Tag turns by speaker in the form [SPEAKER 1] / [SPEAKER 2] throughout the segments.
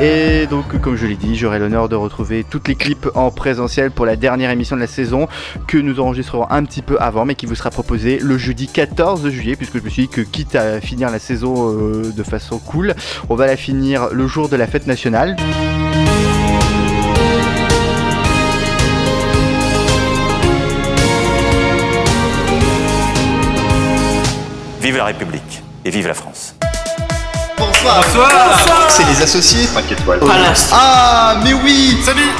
[SPEAKER 1] Et donc, comme je l'ai dit, j'aurai l'honneur de retrouver toutes les clips en présentiel pour la dernière émission de la saison que nous enregistrerons un petit peu avant, mais qui vous sera proposée le jeudi 14 juillet, puisque je me suis dit que quitte à finir la saison euh, de façon cool, on va la finir le jour de la fête nationale.
[SPEAKER 2] Vive la République et vive la France.
[SPEAKER 3] Bonsoir. C'est les associés.
[SPEAKER 4] 5 étoiles.
[SPEAKER 3] Ah, mais oui
[SPEAKER 5] Salut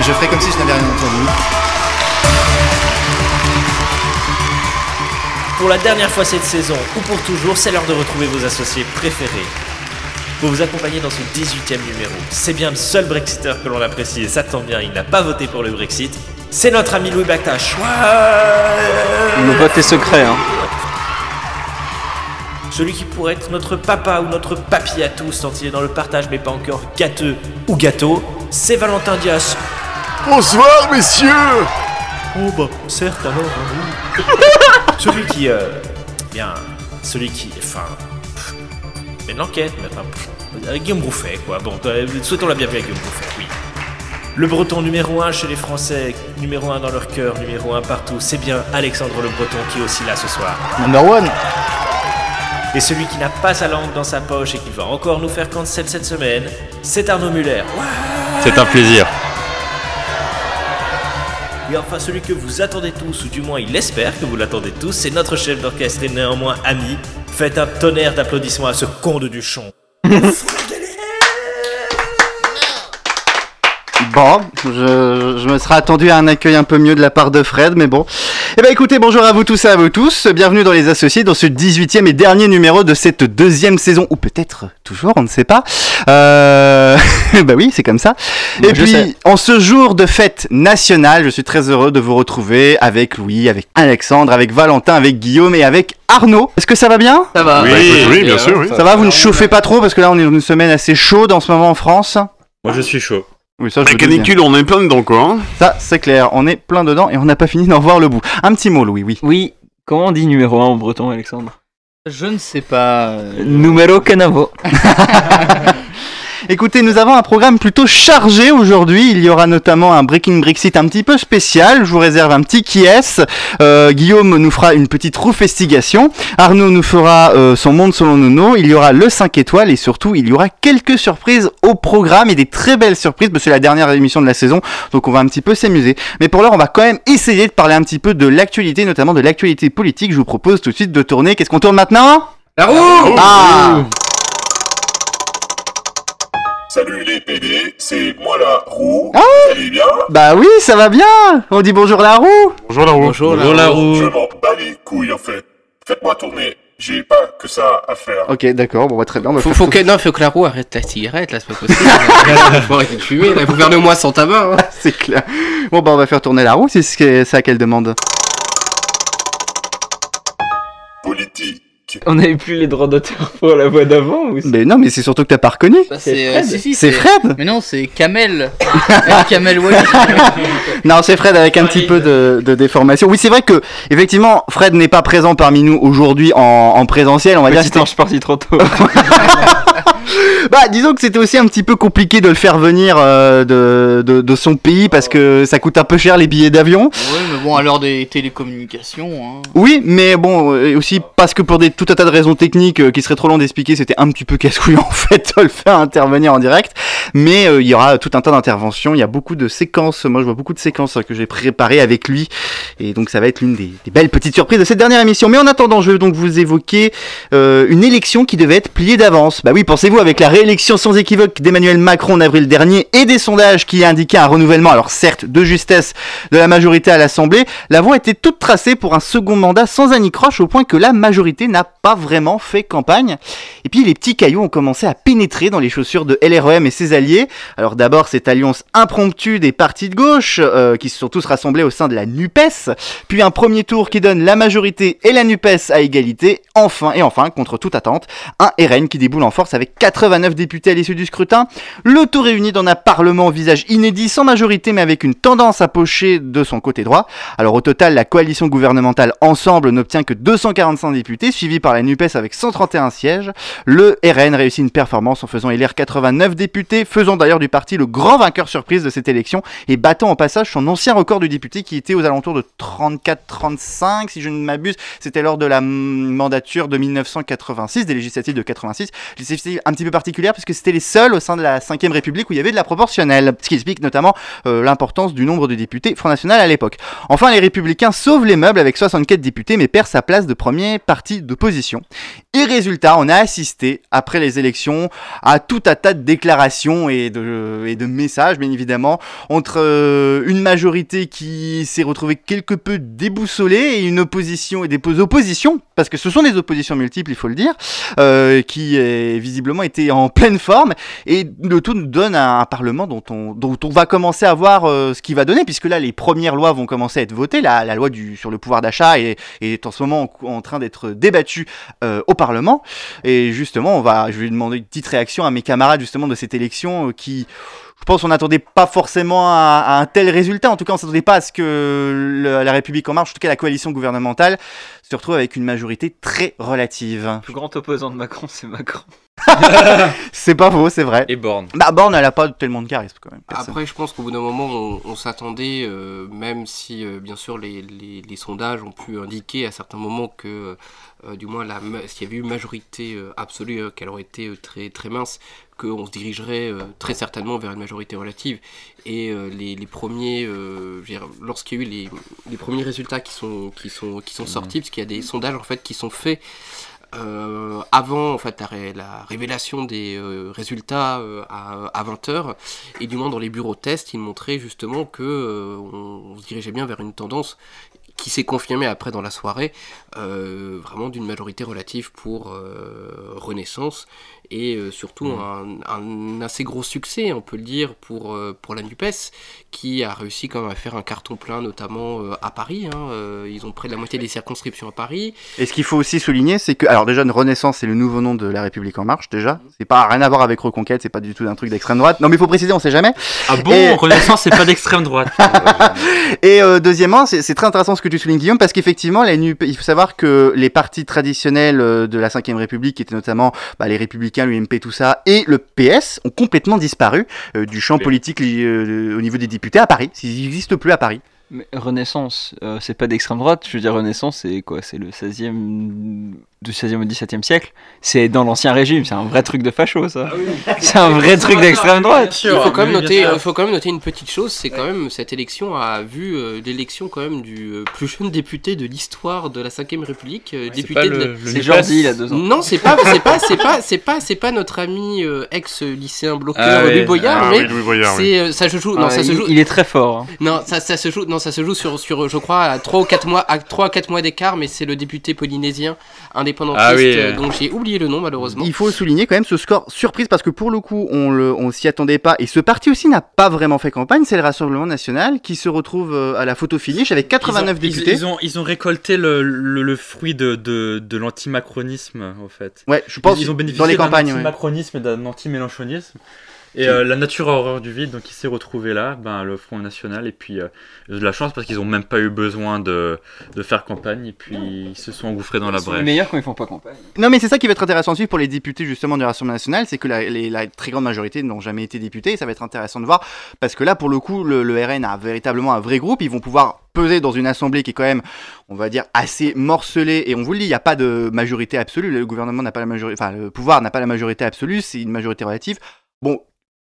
[SPEAKER 3] Je ferai comme si je n'avais rien entendu.
[SPEAKER 6] Pour la dernière fois cette saison, ou pour toujours, c'est l'heure de retrouver vos associés préférés. Pour vous accompagner dans ce 18ème numéro, c'est bien le seul Brexiteur que l'on apprécie et ça tombe bien, il n'a pas voté pour le Brexit. C'est notre ami Louis Bactache.
[SPEAKER 7] Le vote est secret, hein.
[SPEAKER 6] Celui qui pourrait être notre papa ou notre papy à tous, tant il est dans le partage mais pas encore gâteux ou gâteau, c'est Valentin Dias.
[SPEAKER 8] Bonsoir, messieurs
[SPEAKER 6] Oh bah, certes alors. hein, oui. celui qui, euh, bien, celui qui, enfin, pff, mais l'enquête, mais enfin, pff, euh, Guillaume Rouffet, quoi. Bon, euh, souhaitons la bienvenue à Guillaume Rouffet, oui. Le Breton numéro 1 chez les Français, numéro 1 dans leur cœur, numéro 1 partout, c'est bien Alexandre le Breton qui est aussi là ce soir.
[SPEAKER 1] Number one
[SPEAKER 6] Et celui qui n'a pas sa langue dans sa poche et qui va encore nous faire cancel cette semaine, c'est Arnaud Muller.
[SPEAKER 7] C'est un plaisir.
[SPEAKER 6] Et enfin, celui que vous attendez tous, ou du moins il espère que vous l'attendez tous, c'est notre chef d'orchestre et néanmoins ami. Faites un tonnerre d'applaudissements à ce con de Duchon.
[SPEAKER 1] Bon, je, je me serais attendu à un accueil un peu mieux de la part de Fred, mais bon. Eh ben écoutez, bonjour à vous tous et à vous tous. Bienvenue dans Les Associés, dans ce 18e et dernier numéro de cette deuxième saison, ou peut-être toujours, on ne sait pas. Euh... bah oui, c'est comme ça. et
[SPEAKER 7] je
[SPEAKER 1] puis,
[SPEAKER 7] sais.
[SPEAKER 1] en ce jour de fête nationale, je suis très heureux de vous retrouver avec Louis, avec Alexandre, avec Valentin, avec Guillaume et avec Arnaud. Est-ce que ça va bien
[SPEAKER 7] Ça va.
[SPEAKER 8] Oui, oui,
[SPEAKER 7] euh,
[SPEAKER 8] oui, bien sûr, oui.
[SPEAKER 1] Ça va, vous ne chauffez pas trop, parce que là, on est dans une semaine assez chaude en ce moment en France.
[SPEAKER 7] Moi je suis chaud.
[SPEAKER 1] Oui, ça, je
[SPEAKER 8] La
[SPEAKER 1] vous dis bien.
[SPEAKER 8] canicule, on est plein dedans, quoi. hein.
[SPEAKER 1] Ça, c'est clair, on est plein dedans et on n'a pas fini d'en voir le bout. Un petit mot, Louis, oui.
[SPEAKER 7] Oui, comment on dit numéro 1 en breton, Alexandre
[SPEAKER 5] Je ne sais pas. euh,
[SPEAKER 7] Numéro canavo.
[SPEAKER 1] Écoutez, nous avons un programme plutôt chargé aujourd'hui. Il y aura notamment un Breaking Brexit un petit peu spécial. Je vous réserve un petit qui est. Guillaume nous fera une petite roufestigation. Arnaud nous fera euh, son monde selon Nono. Il y aura le 5 étoiles et surtout, il y aura quelques surprises au programme et des très belles surprises. parce que C'est la dernière émission de la saison, donc on va un petit peu s'amuser. Mais pour l'heure, on va quand même essayer de parler un petit peu de l'actualité, notamment de l'actualité politique. Je vous propose tout de suite de tourner. Qu'est-ce qu'on tourne maintenant
[SPEAKER 5] La roue
[SPEAKER 1] Ah
[SPEAKER 4] Salut les PD, c'est moi la roue. Vous allez bien
[SPEAKER 1] Bah oui, ça va bien On dit bonjour la roue
[SPEAKER 8] Bonjour, la roue.
[SPEAKER 5] Bonjour, la roue.
[SPEAKER 4] Je m'en bats les couilles en fait. Faites-moi tourner, j'ai pas que ça à faire.
[SPEAKER 1] Ok, d'accord, bon, bah, très bien. on va
[SPEAKER 5] Faut,
[SPEAKER 1] faire
[SPEAKER 5] faut
[SPEAKER 1] tout-
[SPEAKER 5] que, non, faut que la roue arrête la cigarette, là, c'est pas possible. faut arrêter de fumer, là, faut faire le mois sans tabac. hein.
[SPEAKER 1] C'est clair. Bon, bah, on va faire tourner la roue, si c'est ce que- ça qu'elle demande.
[SPEAKER 4] Politique.
[SPEAKER 7] On n'avait plus les droits d'auteur pour la voix d'avant ou
[SPEAKER 4] Bah,
[SPEAKER 1] Mais non, mais c'est surtout que t'as pas reconnu
[SPEAKER 5] Ça,
[SPEAKER 7] C'est
[SPEAKER 5] euh,
[SPEAKER 7] Fred.
[SPEAKER 5] si, si,
[SPEAKER 1] C'est Fred
[SPEAKER 5] Mais non, c'est Kamel. Euh, Kamel Wally.
[SPEAKER 1] Non, c'est Fred avec un petit peu de, de déformation. Oui, c'est vrai que, effectivement, Fred n'est pas présent parmi nous aujourd'hui en, en présentiel, on va dire.
[SPEAKER 7] Petit ange parti trop tôt.
[SPEAKER 1] Bah, disons que c'était aussi un petit peu compliqué de le faire venir euh, de, de, de son pays parce
[SPEAKER 5] Oh.
[SPEAKER 1] que ça coûte un peu cher les billets d'avion.
[SPEAKER 5] ouais, mais bon, alors des télécommunications. Hein.
[SPEAKER 1] Oui, mais bon, euh, aussi parce que pour des, tout un tas de raisons techniques euh, qui seraient trop long d'expliquer, c'était un petit peu casse-couille en fait de le faire intervenir en direct. Mais euh, il y aura tout un tas d'interventions, il y a beaucoup de séquences, moi je vois beaucoup de séquences euh, que j'ai préparées avec lui. Et donc ça va être l'une des, des belles petites surprises de cette dernière émission. Mais en attendant, je vais donc vous évoquer euh, une élection qui devait être pliée d'avance. Bah oui, pensez-vous, avec la réélection sans équivoque d'Emmanuel Macron en avril dernier et des sondages qui indiquaient un renouvellement, alors certes de justesse, de la majorité à l'Assemblée, la voie était toute tracée pour un second mandat sans anicroche au point que la majorité n'a pas vraiment fait campagne. Et puis les petits cailloux ont commencé à pénétrer dans les chaussures de LREM et ses alliés. Alors d'abord cette alliance impromptue des partis de gauche euh, qui se sont tous rassemblés au sein de la NUPES, E puis un premier tour qui donne la majorité et la NUPES E à égalité, enfin et enfin contre toute attente, un RN qui déboule en force avec 89 députés à l'issue du scrutin, le tout réuni dans un parlement au visage inédit, sans majorité mais avec une tendance à pocher de son côté droit. Alors au total, la coalition gouvernementale Ensemble n'obtient que 245 députés, suivie par la NUPES avec 131 sièges. Le RN réussit une performance en faisant élire 89 députés député, faisant d'ailleurs du parti le grand vainqueur surprise de cette élection et battant en passage son ancien record du député qui était aux alentours de 34-35, si je ne m'abuse. C'était lors de la mm, mandature de 1986, des législatives de 86. Législatives un petit peu particulières parce que c'était les seuls au sein de la 5ème République où il y avait de la proportionnelle. Ce qui explique notamment euh, l'importance du nombre de députés Front National à l'époque. Enfin, les Républicains sauvent les meubles avec 64 députés mais perd sa place de premier parti d'opposition. Et résultat, on a assisté, après les élections, à tout un tas de déclarations et de, et de messages, bien évidemment, entre euh, une majorité qui s'est retrouvée quelque peu déboussolée et une opposition et des pos- oppositions, parce que ce sont des oppositions multiples, il faut le dire, euh, qui euh, visiblement étaient en pleine forme. Et le tout nous donne un, un parlement dont on, dont on va commencer à voir euh, ce qu'il va donner, puisque là, les premières lois vont commencer à être votées. La, la loi du, sur le pouvoir d'achat est, est en ce moment en, en train d'être débattue euh, au Parlement. Et justement, on va, je vais demander une petite réaction à mes camarades justement de cette élection euh, qui, je pense, on n'attendait pas forcément à, à un tel résultat. En tout cas, on s'attendait pas à ce que le- la République en marche, en tout cas la coalition gouvernementale, se retrouve avec une majorité très relative.
[SPEAKER 9] Le plus grand opposant de Macron, c'est Macron.
[SPEAKER 1] C'est pas faux, c'est vrai. Ah,
[SPEAKER 4] Et Borne.
[SPEAKER 1] Bah, Borne, elle a pas tellement de charisme quand même. personne.
[SPEAKER 10] Après, je pense qu'au bout d'un moment, on, on s'attendait, euh, même si euh, bien sûr les, les- les sondages ont pu indiquer à certains moments que, euh, du moins, la ma- s'il y avait eu majorité euh, absolue, euh, qu'elle aurait été euh, très, très mince, qu'on se dirigerait euh, très certainement vers une majorité relative. Et euh, les, les premiers, euh, je veux dire, lorsqu'il y a eu les, les premiers résultats qui sont, qui sont, qui sont sortis, parce qu'il y a des sondages en fait qui sont faits euh, avant en fait la, ré- la révélation des euh, résultats euh, à, 20h et du moins dans les bureaux de test ils montraient justement que euh, on, on se dirigeait bien vers une tendance qui s'est confirmée après dans la soirée euh, vraiment d'une majorité relative pour euh, Renaissance et euh, surtout un, un assez gros succès on peut le dire pour, euh, pour la NUPES qui a réussi quand même à faire un carton plein notamment euh, à Paris hein. Euh, ils ont près de la moitié des circonscriptions à Paris
[SPEAKER 1] Et ce qu'il faut aussi souligner, c'est que, alors déjà, une Renaissance, c'est le nouveau nom de La République en Marche, déjà. C'est pas rien à voir avec Reconquête, c'est pas du tout un truc d'extrême droite. Non, mais il faut préciser, on sait jamais.
[SPEAKER 4] Ah bon
[SPEAKER 1] Et-
[SPEAKER 4] Renaissance, c'est pas d'extrême droite.
[SPEAKER 1] Et euh, deuxièmement, c'est c'est très intéressant ce que tu soulignes, Guillaume, parce qu'effectivement, la NUP, il faut savoir que les partis traditionnels euh, de la Ve République, qui étaient notamment bah, les Républicains, l'UMP, tout ça, et le PS, ont complètement disparu euh, du champ politique li- euh, au niveau des députés à Paris. Ils n'existent plus à Paris.
[SPEAKER 9] Mais Renaissance, euh, c'est pas d'extrême droite. Je veux dire, Renaissance, c'est quoi C'est le 16e. du 16e au 17e siècle. C'est dans l'ancien régime. C'est un vrai truc de facho, ça. C'est un vrai truc d'extrême droite.
[SPEAKER 10] Il faut quand, même noter, il faut quand même noter une petite chose, c'est quand même cette élection a vu euh, l'élection quand même du euh, plus jeune député de l'histoire de la 5ème République, euh,
[SPEAKER 4] C'est
[SPEAKER 10] député
[SPEAKER 4] pas
[SPEAKER 10] de-
[SPEAKER 4] le, le
[SPEAKER 9] C'est
[SPEAKER 4] Nupes.
[SPEAKER 9] Jordi, il a deux ans.
[SPEAKER 10] Non, c'est pas, c'est pas, c'est pas, c'est pas, c'est pas notre ami euh, ex lycéen bloqué
[SPEAKER 4] Ah
[SPEAKER 10] Louis
[SPEAKER 4] oui.
[SPEAKER 10] Boyard,
[SPEAKER 8] Ah
[SPEAKER 10] mais
[SPEAKER 8] oui, Louis Boyard, oui.
[SPEAKER 10] c'est euh, ça se joue, non,
[SPEAKER 9] Ah,
[SPEAKER 10] ça se
[SPEAKER 9] il,
[SPEAKER 10] joue,
[SPEAKER 9] il est très fort. hein.
[SPEAKER 10] non, ça, ça se joue, non, ça se joue sur, sur, je crois, à 3 ou 4 mois, à 3 à 4 mois d'écart, mais c'est le député polynésien indépendantiste,
[SPEAKER 4] Ah oui,
[SPEAKER 10] euh,
[SPEAKER 4] euh.
[SPEAKER 10] dont j'ai oublié le nom malheureusement.
[SPEAKER 1] Il faut souligner quand même ce score surprise parce que pour le coup, on le, on s'y attendait pas. Et ce parti aussi n'a pas vraiment fait campagne. C'est le Rassemblement National qui se retrouve euh, à la photo finish avec 89
[SPEAKER 4] ils ont, ils-
[SPEAKER 1] députés.
[SPEAKER 4] Ils, ont, ils ont récolté le, le, le fruit de, de, de l'antimacronisme, en fait.
[SPEAKER 1] Ouais, je pense
[SPEAKER 4] ils ont bénéficié
[SPEAKER 1] dans les
[SPEAKER 4] d'un
[SPEAKER 1] campagnes. ouais.
[SPEAKER 4] antimacronisme et d'un anti-mélenchonisme. Et euh, la nature a horreur du vide, donc il s'est retrouvé là, ben, le Front National, et puis euh, ils ont de la chance parce qu'ils n'ont même pas eu besoin de, de faire campagne, et puis ils se sont engouffrés dans la
[SPEAKER 9] Ils sont les
[SPEAKER 4] brèche.
[SPEAKER 9] meilleurs quand ils font pas campagne.
[SPEAKER 1] Non, mais c'est ça qui va être intéressant de suivre pour les députés justement du Rassemblement National, c'est que la, les- la très grande majorité n'ont jamais été députés. Et ça va être intéressant de voir parce que là, pour le coup, le, le RN a véritablement un vrai groupe. Ils vont pouvoir peser dans une assemblée qui est quand même, on va dire, assez morcelée. Et on vous le dit, il n'y a pas de majorité absolue. Le gouvernement n'a pas la majorité, enfin, le pouvoir n'a pas la majorité absolue. C'est une majorité relative. Bon.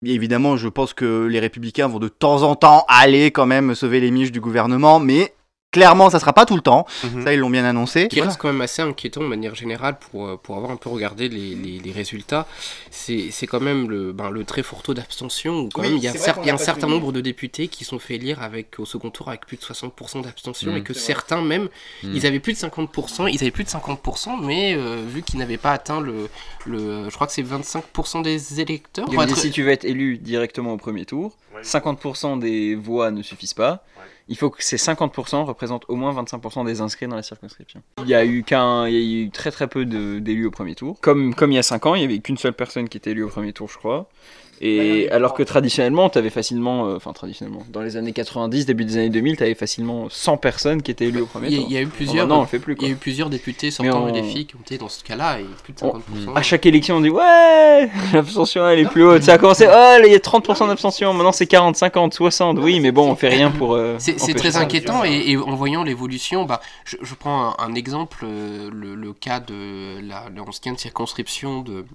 [SPEAKER 1] Évidemment, je pense que les républicains vont de temps en temps aller quand même sauver les miches du gouvernement, mais clairement, ça sera pas tout le temps.
[SPEAKER 8] Mhm.
[SPEAKER 1] Ça, ils l'ont bien annoncé.
[SPEAKER 10] qui reste quand même assez inquiétant de manière générale pour, euh, pour avoir un peu regardé les, les, les résultats. C'est c'est quand même le, ben, le très fort taux d'abstention où quand
[SPEAKER 1] Oui,
[SPEAKER 10] même il y a,
[SPEAKER 1] c'est
[SPEAKER 10] un
[SPEAKER 1] vrai
[SPEAKER 10] cer-
[SPEAKER 1] qu'on
[SPEAKER 10] il y a
[SPEAKER 1] l'a
[SPEAKER 10] un
[SPEAKER 1] pas
[SPEAKER 10] certain
[SPEAKER 1] souligné.
[SPEAKER 10] nombre de députés qui sont fait élire avec, au second tour avec plus de 60% d'abstention
[SPEAKER 1] Mmh.
[SPEAKER 4] Mm.
[SPEAKER 10] et que certains même,
[SPEAKER 7] Mmh.
[SPEAKER 4] Mm.
[SPEAKER 10] ils avaient plus de 50%, ils avaient plus de 50%, mais euh, vu qu'ils n'avaient pas atteint le, le, je crois que c'est 25% des électeurs.
[SPEAKER 9] Il
[SPEAKER 10] pour
[SPEAKER 9] me dit,
[SPEAKER 10] être-
[SPEAKER 9] si tu veux être élu directement au premier tour, 50% des voix ne suffisent pas.
[SPEAKER 7] il faut que ces 50% représentent au moins 25% des inscrits dans la circonscription. Il y a eu qu'un, il y a eu très très peu de- d'élus au premier tour. Comme, comme il y a 5 ans, il y avait qu'une seule personne qui était élue au premier tour, je crois.
[SPEAKER 10] Bah,
[SPEAKER 7] Et alors que traditionnellement, tu avais facilement, euh, enfin traditionnellement, dans les années 90, début des années 2000, tu avais facilement 100 personnes qui étaient élues au premier
[SPEAKER 10] Il y, a-
[SPEAKER 7] tour.
[SPEAKER 10] il y a eu
[SPEAKER 1] hein.
[SPEAKER 10] plusieurs,
[SPEAKER 7] Ah bah non, on le fait plus.
[SPEAKER 10] il
[SPEAKER 7] Quoi.
[SPEAKER 10] y a eu plusieurs députés
[SPEAKER 7] Mais
[SPEAKER 10] sortant
[SPEAKER 7] on-
[SPEAKER 10] du défi qui ont été dans ce cas-là et plus de
[SPEAKER 7] On- Mmh.
[SPEAKER 10] 50%.
[SPEAKER 7] À chaque élection, on dit ouais, l'abstention elle est plus haute. Ça a commencé, oh, là, il y a 30% d'abstention, maintenant c'est 40, 50, 60. Oui, mais bon, on fait rien pour. euh,
[SPEAKER 10] C'est c'est
[SPEAKER 7] empêcher
[SPEAKER 10] très
[SPEAKER 7] ça.
[SPEAKER 10] inquiétant et, et en voyant l'évolution, bah, je, je prends un, un exemple, euh, le, le cas de la, la 11e circonscription de,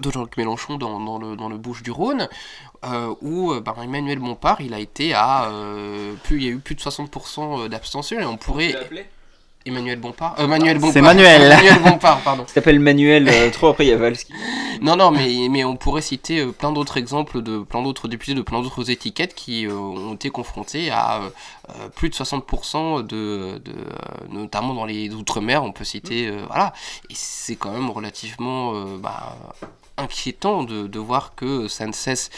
[SPEAKER 10] de Jean-Luc Mélenchon dans, dans le, dans le Bouche-du-Rhône, euh, où euh, bah, Emmanuel Montpard, il a été à... euh, plus, il y a eu plus de 60% euh, d'abstention et on pourrait... Emmanuel Bompard euh, Manuel Bompard.
[SPEAKER 1] Manuel.
[SPEAKER 10] Emmanuel Bompard, pardon.
[SPEAKER 7] Ça s'appelle Manuel euh, 3, après il y a Valls qui-
[SPEAKER 10] Non, non, mais, mais on pourrait citer euh, plein d'autres exemples de plein d'autres députés, de plein d'autres étiquettes qui euh, ont été confrontés à euh, euh, plus de 60% de, de euh, notamment dans les outre-mer, on peut citer,
[SPEAKER 1] Mm.
[SPEAKER 10] euh, voilà, et c'est quand même relativement euh, bah, inquiétant de, de voir que ça ne cesse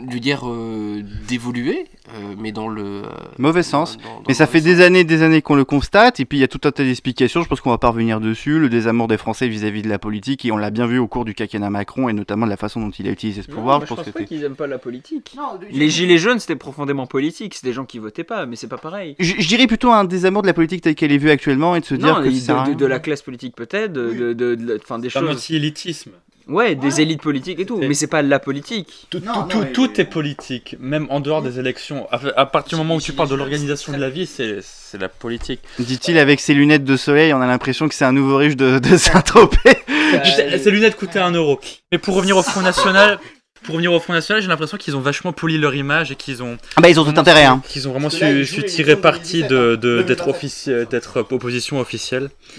[SPEAKER 10] de dire euh, d'évoluer, euh, mais dans le
[SPEAKER 1] Mauvais sens.
[SPEAKER 10] dans- dans- dans
[SPEAKER 1] Mais ça
[SPEAKER 10] le
[SPEAKER 1] fait
[SPEAKER 10] sens.
[SPEAKER 1] des années et des années qu'on le constate, et puis il y a tout un tas d'explications, je pense qu'on va pas revenir dessus, le désamour des Français vis-à-vis de la politique, et on l'a bien vu au cours du quinquennat Macron, et notamment de la façon dont il a utilisé ce pouvoir, je pense que c'était-
[SPEAKER 7] qu'ils aiment Bah, pas la politique. Les gilets jaunes, c'était profondément politique. C'est des gens qui votaient pas, mais c'est pas pareil.
[SPEAKER 1] Je je dirais plutôt un désamour de la politique telle qu'elle est vue actuellement, et de se
[SPEAKER 7] Non,
[SPEAKER 1] dire que
[SPEAKER 7] les-
[SPEAKER 1] ça sert à
[SPEAKER 7] de, de-
[SPEAKER 1] rien.
[SPEAKER 7] de la classe politique peut-être, de, de- de- de- enfin, des
[SPEAKER 6] C'est un
[SPEAKER 7] choses.
[SPEAKER 6] anti-élitisme.
[SPEAKER 7] Ouais, des élites politiques et tout,
[SPEAKER 6] C'est-
[SPEAKER 7] mais c'est pas la politique.
[SPEAKER 6] Tout,
[SPEAKER 1] Non,
[SPEAKER 6] tout,
[SPEAKER 1] non,
[SPEAKER 6] tout-
[SPEAKER 1] mais-
[SPEAKER 6] tout
[SPEAKER 7] euh,
[SPEAKER 6] est politique, même en dehors des élections. À, à partir du moment où tu parles de l'organisation de la vie, c'est c'est la politique.
[SPEAKER 1] Dit-il avec ses lunettes de soleil, on a l'impression que c'est un nouveau riche de, de Saint-Tropez.
[SPEAKER 7] Euh,
[SPEAKER 6] Je sais, euh, Ces lunettes coûtaient un euro. Mais pour revenir au Front National, pour revenir au Front National, j'ai l'impression qu'ils ont vachement poli leur image et qu'ils ont
[SPEAKER 1] Ah bah ils ont tout intérêt, hein.
[SPEAKER 6] qu'ils ont vraiment
[SPEAKER 11] Parce que là,
[SPEAKER 6] su,
[SPEAKER 11] ils jouent
[SPEAKER 6] su
[SPEAKER 11] les
[SPEAKER 6] tirer
[SPEAKER 11] élections
[SPEAKER 6] parti
[SPEAKER 11] 2017,
[SPEAKER 6] de
[SPEAKER 11] hein.
[SPEAKER 6] de- d'être
[SPEAKER 11] 2017.
[SPEAKER 6] officiel, d'être euh, opposition officielle
[SPEAKER 7] Mm.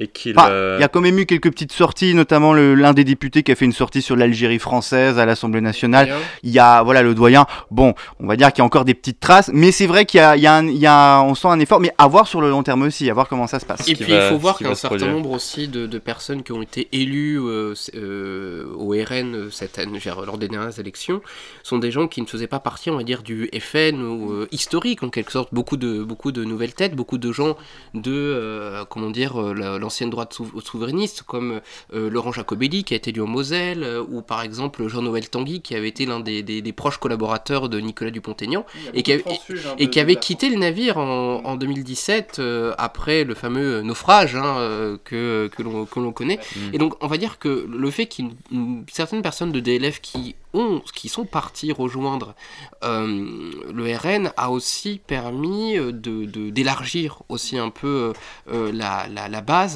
[SPEAKER 6] et qu'ils.
[SPEAKER 1] Enfin,
[SPEAKER 6] euh,
[SPEAKER 1] Bah, Il y a quand même eu quelques petites sorties, notamment le- l'un des députés qui a fait une sortie sur l'Algérie française à l'Assemblée nationale. Il y a, voilà, le doyen. Bon, on va dire qu'il y a encore des petites traces, mais c'est vrai qu'il y a, il y a un- il y a un- on sent un effort, mais à voir sur le long terme aussi, à voir comment ça se passe.
[SPEAKER 10] Et
[SPEAKER 6] qui
[SPEAKER 10] puis
[SPEAKER 6] va-
[SPEAKER 10] il
[SPEAKER 6] ce
[SPEAKER 10] faut voir
[SPEAKER 6] qui
[SPEAKER 10] qu'un
[SPEAKER 6] va se
[SPEAKER 10] certain
[SPEAKER 6] produire.
[SPEAKER 10] nombre aussi de, de personnes qui ont été élues euh, c- euh, au RN euh, cette année, genre, lors des dernières élections sont des gens qui ne faisaient pas partie, on va dire, du FN ou euh, historique en quelque sorte. Beaucoup de, beaucoup de nouvelles têtes, beaucoup de gens de, euh, comment dire, euh, la- l'ancienne droite sou- souverainiste comme euh, Laurent Jacobelli qui a été élu en Moselle euh, ou par exemple Jean-Noël Tanguy qui avait été l'un des, des- des proches collaborateurs de Nicolas Dupont-Aignan et qui, avait-
[SPEAKER 1] hein,
[SPEAKER 10] et qui avait quitté le navire en, en 2017 euh, après le fameux naufrage hein, euh, que, que l'on que l'on connaît.
[SPEAKER 6] Mm.
[SPEAKER 10] Et donc on va dire que le fait qu'une une- certaines personnes de DLF qui ont qui sont parties rejoindre euh, le RN a aussi permis euh, de de- d'élargir aussi un peu euh, la, la, la base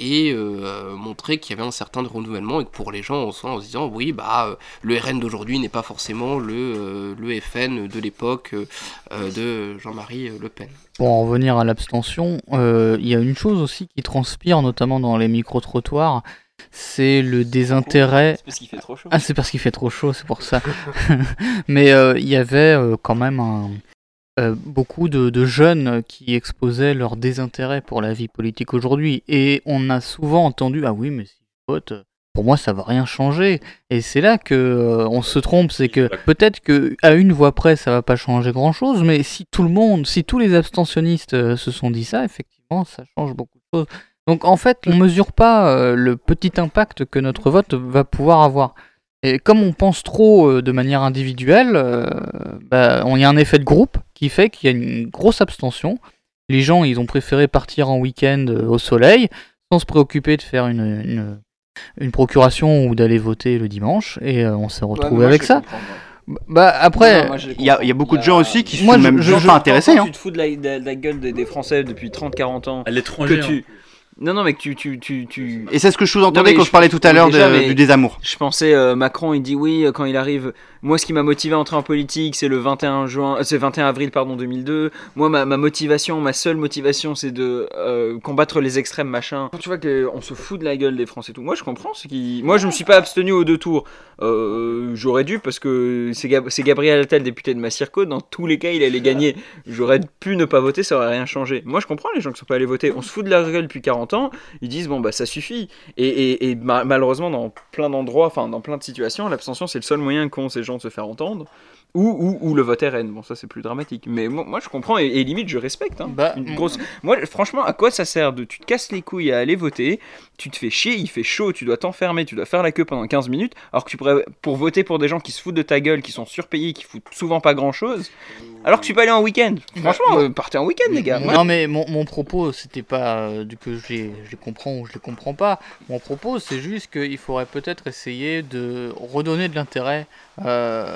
[SPEAKER 10] et euh, montrer qu'il y avait un certain renouvellement et que pour les gens on sent en se disant oui bah euh, le RN d'aujourd'hui n'est pas forcément le euh, le FN de l'époque euh, euh, de Jean-Marie euh, Le Pen.
[SPEAKER 5] Pour en revenir à l'abstention, euh, il y a une chose aussi qui transpire, notamment dans les micro-trottoirs, c'est le désintérêt.
[SPEAKER 7] C'est parce qu'il fait trop chaud.
[SPEAKER 5] Ah, c'est parce qu'il fait trop chaud, c'est pour ça. Mais euh, il y avait euh, quand même un- euh, beaucoup de, de jeunes qui exposaient leur désintérêt pour la vie politique aujourd'hui. Et on a souvent entendu Ah oui, mais si je vote, pour moi, ça va rien changer. Et c'est là que euh, on se trompe, c'est que peut-être que à une voix près, ça va pas changer grand-chose, mais si tout le monde, si tous les abstentionnistes euh, se sont dit ça, effectivement, ça change beaucoup de choses. Donc en fait, on mesure pas euh, le petit impact que notre vote va pouvoir avoir. Et comme on pense trop euh, de manière individuelle, euh, bah, on y a un effet de groupe qui fait qu'il y a une grosse abstention. Les gens, ils ont préféré partir en week-end euh, au soleil sans se préoccuper de faire une, une- une procuration ou d'aller voter le dimanche. Et euh, on s'est retrouvé avec ça. Bah après,
[SPEAKER 1] Il y a, il y a beaucoup de gens aussi qui
[SPEAKER 5] Moi,
[SPEAKER 1] sont
[SPEAKER 5] je-
[SPEAKER 1] même
[SPEAKER 5] je-
[SPEAKER 1] toujours
[SPEAKER 5] je-
[SPEAKER 1] pas intéressés, hein.
[SPEAKER 7] Tu te fous de la, de la gueule des, des Français depuis 30-40 ans.
[SPEAKER 6] à
[SPEAKER 7] Que
[SPEAKER 6] l'étranger. hein.
[SPEAKER 7] tu. Non, non, mais que tu. tu, tu, tu...
[SPEAKER 1] Et c'est ce que je sous-entendais
[SPEAKER 7] Non, mais
[SPEAKER 1] quand je
[SPEAKER 7] je-
[SPEAKER 1] parlais tout à l'heure
[SPEAKER 7] déjà,
[SPEAKER 1] de-
[SPEAKER 7] mais-
[SPEAKER 1] du désamour.
[SPEAKER 7] Je pensais euh, Macron, il dit oui euh, quand il arrive. Moi, ce qui m'a motivé à entrer en politique, c'est le 21 juin, euh, c'est 21 avril pardon 2002. Moi, ma, ma motivation, ma seule motivation, c'est de euh, combattre les extrêmes, machin. Quand tu vois qu'on se fout de la gueule des Français, et tout. Moi, je comprends ce qui. Moi, je me suis pas abstenu aux deux tours. Euh, J'aurais dû parce que c'est Gab- c'est Gabriel Attal, député de ma circo. Dans tous les cas, il allait gagner. J'aurais pu ne pas voter, ça aurait rien changé. Moi, je comprends les gens qui sont pas allés voter. On se fout de la gueule depuis 40 longtemps, ils disent bon bah ça suffit. Et, et- et ma- malheureusement dans plein d'endroits, enfin dans plein de situations, l'abstention c'est le seul moyen qu'ont ces gens de se faire entendre. Ou, ou, ou le vote RN, bon ça c'est plus dramatique. Mais moi, moi, je comprends et, et limite je respecte. hein.
[SPEAKER 5] Bah,
[SPEAKER 7] Une grosse... Moi franchement à quoi ça sert de tu te casses les couilles à aller voter, tu te fais chier, il fait chaud, tu dois t'enfermer, tu dois faire la queue pendant 15 minutes, alors que tu pourrais pour voter pour des gens qui se foutent de ta gueule, qui sont surpayés, qui foutent souvent pas grand chose, alors que tu peux aller en week-end. Franchement, euh, partez en week-end les gars. Moi,
[SPEAKER 5] Non mais mon, mon propos c'était pas euh, du que je les, je les comprends ou je les comprends pas. Mon propos c'est juste qu'il faudrait peut-être essayer de redonner de l'intérêt euh,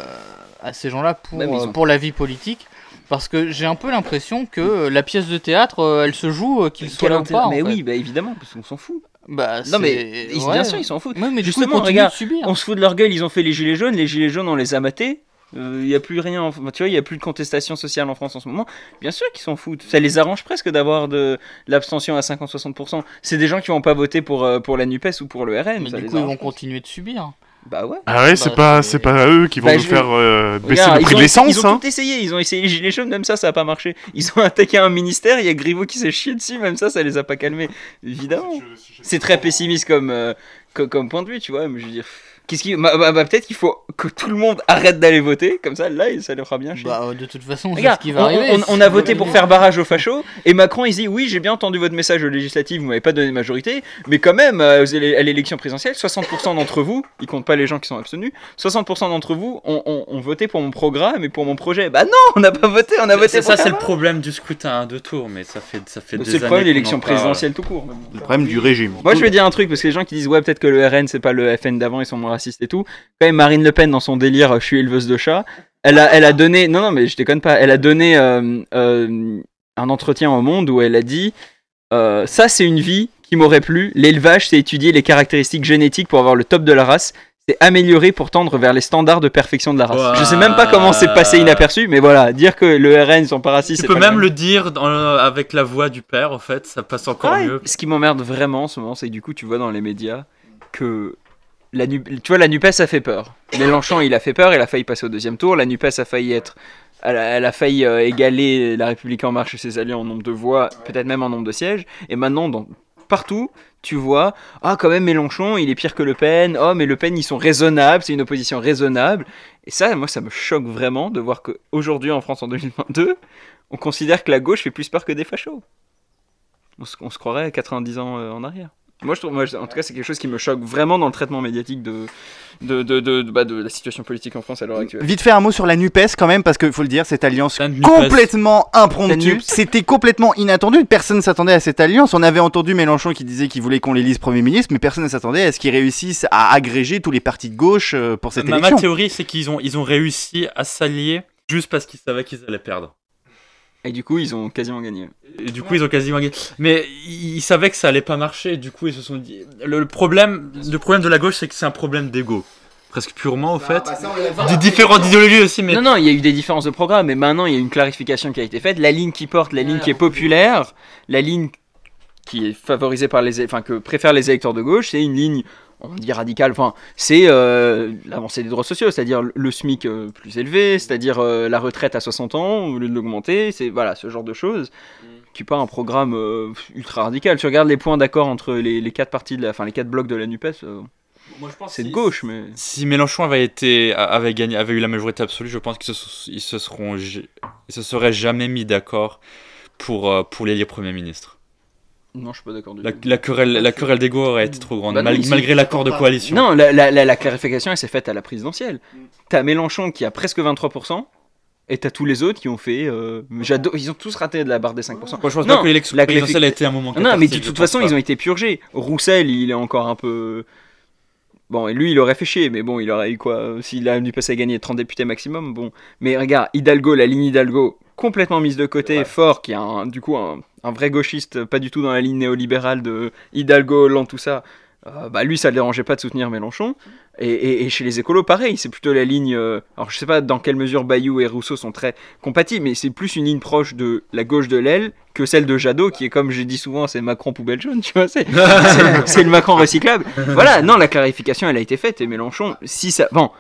[SPEAKER 5] à ces gens-là pour,
[SPEAKER 7] Même Bah ils
[SPEAKER 5] euh,
[SPEAKER 7] ont-
[SPEAKER 5] pour la vie politique. Parce que j'ai un peu l'impression que euh, la pièce de théâtre, euh, elle se joue euh, qu'ils soient
[SPEAKER 7] Quel
[SPEAKER 5] là ou
[SPEAKER 7] intérêt-
[SPEAKER 5] pas. en
[SPEAKER 7] Mais
[SPEAKER 5] fait.
[SPEAKER 7] oui, bah évidemment, parce qu'on s'en fout.
[SPEAKER 12] Ah,
[SPEAKER 5] Bah,
[SPEAKER 7] Non, mais
[SPEAKER 5] c'est-
[SPEAKER 7] ils-
[SPEAKER 5] ouais.
[SPEAKER 7] bien sûr, ils s'en foutent.
[SPEAKER 5] Ouais, mais du coup, ils
[SPEAKER 7] Justement,
[SPEAKER 5] continuent
[SPEAKER 7] regarde,
[SPEAKER 5] de subir.
[SPEAKER 7] on se fout de leur gueule, ils ont fait les gilets jaunes, les gilets jaunes, on les a matés. Il n'y a plus rien, en- tu vois, il n'y a plus de contestation sociale en France en ce moment. Bien sûr qu'ils s'en foutent. Ça les arrange presque d'avoir de l'abstention à 50-60%. C'est des gens qui vont pas voter pour, euh, pour la NUPES ou pour le RN.
[SPEAKER 5] Mais
[SPEAKER 7] ça
[SPEAKER 5] du
[SPEAKER 7] les
[SPEAKER 5] coup, ils
[SPEAKER 7] arrange.
[SPEAKER 5] vont continuer de subir.
[SPEAKER 7] Bah ouais.
[SPEAKER 8] Ah ouais, c'est
[SPEAKER 5] Bah,
[SPEAKER 8] pas,
[SPEAKER 5] c'est-
[SPEAKER 8] c'est pas eux qui vont
[SPEAKER 7] Bah,
[SPEAKER 8] nous
[SPEAKER 7] je-
[SPEAKER 8] faire euh, baisser
[SPEAKER 7] Regarde,
[SPEAKER 8] le prix
[SPEAKER 7] ils
[SPEAKER 8] de
[SPEAKER 7] ont-
[SPEAKER 8] l'essence,
[SPEAKER 7] Ils ont
[SPEAKER 8] hein.
[SPEAKER 7] tout essayé, ils ont essayé les gilets jaunes, même ça, ça a pas marché. Ils ont attaqué un ministère, il y a Griveaux qui s'est chié dessus, même ça, ça les a pas calmés. Évidemment. C'est très pessimiste comme, euh, co- comme, point de vue, tu vois. Mais je veux dire, qu'est-ce qui, bah, bah, bah, peut-être qu'il faut que tout le monde arrête d'aller voter, comme ça, là, ça leur fera bien chier.
[SPEAKER 5] Bah, euh, de toute façon, c'est ce
[SPEAKER 7] Regarde,
[SPEAKER 5] qui va
[SPEAKER 7] on,
[SPEAKER 5] arriver.
[SPEAKER 7] on- on a voté pour faire barrage aux fachos, et Macron il dit oui j'ai bien entendu votre message aux législatives, vous m'avez pas donné de majorité, mais quand même euh, vous allez- à l'élection présidentielle, 60% d'entre vous, il compte pas les gens qui sont abstenus, 60% d'entre vous ont, ont- ont voté pour mon programme et pour mon projet. Bah non, on n'a pas voté, on a voté
[SPEAKER 4] C'est- Ça,
[SPEAKER 7] Ah, pour
[SPEAKER 4] c'est
[SPEAKER 7] ça.
[SPEAKER 4] le problème du scrutin à deux tours, mais ça fait, ça fait des
[SPEAKER 7] C'est le problème
[SPEAKER 4] années
[SPEAKER 7] de
[SPEAKER 4] qu'on euh, en
[SPEAKER 7] l'élection
[SPEAKER 4] parle.
[SPEAKER 7] présidentielle tout court.
[SPEAKER 1] Le problème du régime.
[SPEAKER 7] Moi, je vais dire un truc parce que les gens qui disent ouais, peut-être que le RN c'est pas le FN d'avant, ils sont moins racistes et tout. Quand même, Marine Le Pen dans son délire, euh, je suis éleveuse de chats. Elle a, elle a donné, non, non, mais je déconne pas. Elle a donné euh, euh, un entretien au Monde où elle a dit euh, ça, c'est une vie qui m'aurait plu. L'élevage, c'est étudier les caractéristiques génétiques pour avoir le top de la race. C'est améliorer pour tendre vers les standards de perfection de la race.
[SPEAKER 4] Ouah.
[SPEAKER 7] Je sais même pas comment c'est passé inaperçu, mais voilà, dire que le RN ils sont pas racistes. c'est
[SPEAKER 4] Tu peux
[SPEAKER 7] pas
[SPEAKER 4] même le dire dans- avec la voix du père, en fait, ça passe encore
[SPEAKER 7] Ouais.
[SPEAKER 4] mieux.
[SPEAKER 7] Ce qui m'emmerde vraiment en ce moment, c'est que du coup, tu vois dans les médias que. La Nu- Tu vois, la NUPES a fait peur. Mélenchon, il a fait peur, il a failli passer au deuxième tour. La NUPES a failli être. Elle a, elle a failli euh, égaler La République En Marche et ses alliés en nombre de voix, peut-être même en nombre de sièges. Et maintenant, dans... partout, tu vois Ah, quand même, Mélenchon, il est pire que Le Pen. Oh, mais Le Pen, ils sont raisonnables, c'est une opposition raisonnable. Et ça, moi, ça me choque vraiment de voir qu'aujourd'hui, en France, en 2022, on considère que la gauche fait plus peur que des fachos on se, on se croirait à 90 ans euh, en arrière. Moi, je trouve, moi, je- en tout cas, c'est quelque chose qui me choque vraiment dans le traitement médiatique de, de, de, de, de- bah, de la situation politique en France à l'heure actuelle.
[SPEAKER 1] Vite faire un mot sur la NUPES quand même, parce qu'il faut le dire, cette alliance
[SPEAKER 4] La NUPES.
[SPEAKER 1] complètement
[SPEAKER 7] La
[SPEAKER 1] impromptue,
[SPEAKER 7] NUPES.
[SPEAKER 1] c'était complètement inattendu, personne ne s'attendait à cette alliance. On avait entendu Mélenchon qui disait qu'il voulait qu'on l'élise Premier ministre, mais personne ne s'attendait à ce qu'il réussisse à agréger tous les partis de gauche euh, pour cette
[SPEAKER 4] Ma, ma
[SPEAKER 1] élection.
[SPEAKER 4] théorie, c'est qu'ils ont, ils ont réussi à s'allier juste parce qu'ils savaient qu'ils allaient perdre.
[SPEAKER 7] Et du coup, ils ont quasiment gagné.
[SPEAKER 4] Et du coup, ils ont quasiment gagné. Mais ils ils savaient que ça allait pas marcher. Du coup, ils se sont dit. Le, le problème, le problème de la gauche, c'est que c'est un problème d'ego, presque purement au
[SPEAKER 7] Bah,
[SPEAKER 4] fait. Des différentes idéologies aussi, mais
[SPEAKER 7] Non, non, il y a eu des différences de programme, mais maintenant, il y a une clarification qui a été faite. La ligne qui porte, la ligne qui est populaire, la ligne qui est favorisée par les... é- Enfin, que préfèrent les électeurs de gauche, c'est une ligne, on dit radicale, enfin, c'est euh, l'avancée des droits sociaux, c'est-à-dire le SMIC euh, plus élevé, c'est-à-dire euh, la retraite à 60 ans, au lieu de l'augmenter, c'est voilà, ce genre de choses, qui n'est pas un programme euh, ultra radical. Tu regardes les points d'accord entre les, les quatre parties, de la, enfin, les quatre blocs de la NUPES, euh, c'est de gauche, mais...
[SPEAKER 4] Si Mélenchon avait été a- avait gagné avait eu la majorité absolue, je pense qu'ils se, ils se seront j- ils se seraient jamais mis d'accord pour euh, pour l'élire premier ministre.
[SPEAKER 7] Non, je suis pas d'accord du
[SPEAKER 4] La,
[SPEAKER 7] tout.
[SPEAKER 4] la querelle la querelle d'ego aurait été trop grande
[SPEAKER 7] Bah non,
[SPEAKER 4] mal-
[SPEAKER 7] ils sont-
[SPEAKER 4] malgré l'accord de coalition.
[SPEAKER 7] Non, la, la- la- la clarification, elle s'est faite à la présidentielle. T'as Mélenchon qui a presque 23%, et t'as tous les autres qui ont fait. euh, j'adore- ils ont tous raté de la barre des 5%.
[SPEAKER 4] Moi, je pense
[SPEAKER 7] Non,
[SPEAKER 4] pas que l'élection
[SPEAKER 7] la
[SPEAKER 4] présidentielle a été un moment.
[SPEAKER 7] non, mais
[SPEAKER 4] cathartique,
[SPEAKER 7] de
[SPEAKER 4] je
[SPEAKER 7] toute
[SPEAKER 4] pense
[SPEAKER 7] façon,
[SPEAKER 4] pas.
[SPEAKER 7] ils ont été purgés. Roussel, il est encore un peu. Bon, et lui, il aurait fait chier, mais bon, il aurait eu quoi euh, S'il a dû passer à gagner 30 députés maximum, bon. Mais regarde, Hidalgo, la ligne Hidalgo, complètement mise de côté, fort, qui a un- du coup un, un vrai gauchiste, euh, pas du tout dans la ligne néolibérale de Hidalgo, Hollande, tout ça. Euh, bah lui, ça le dérangeait pas de soutenir Mélenchon. Et, et- et chez les écolos, pareil, c'est plutôt la ligne. euh, alors je sais pas dans quelle mesure Bayou et Rousseau sont très compatible, mais c'est plus une ligne proche de la gauche de l'aile que celle de Jadot, qui est comme j'ai dit souvent, c'est Macron poubelle jaune, tu vois, c'est c'est- c'est le Macron recyclable. Voilà, non, la clarification, elle a été faite, et Mélenchon, si ça... Bon,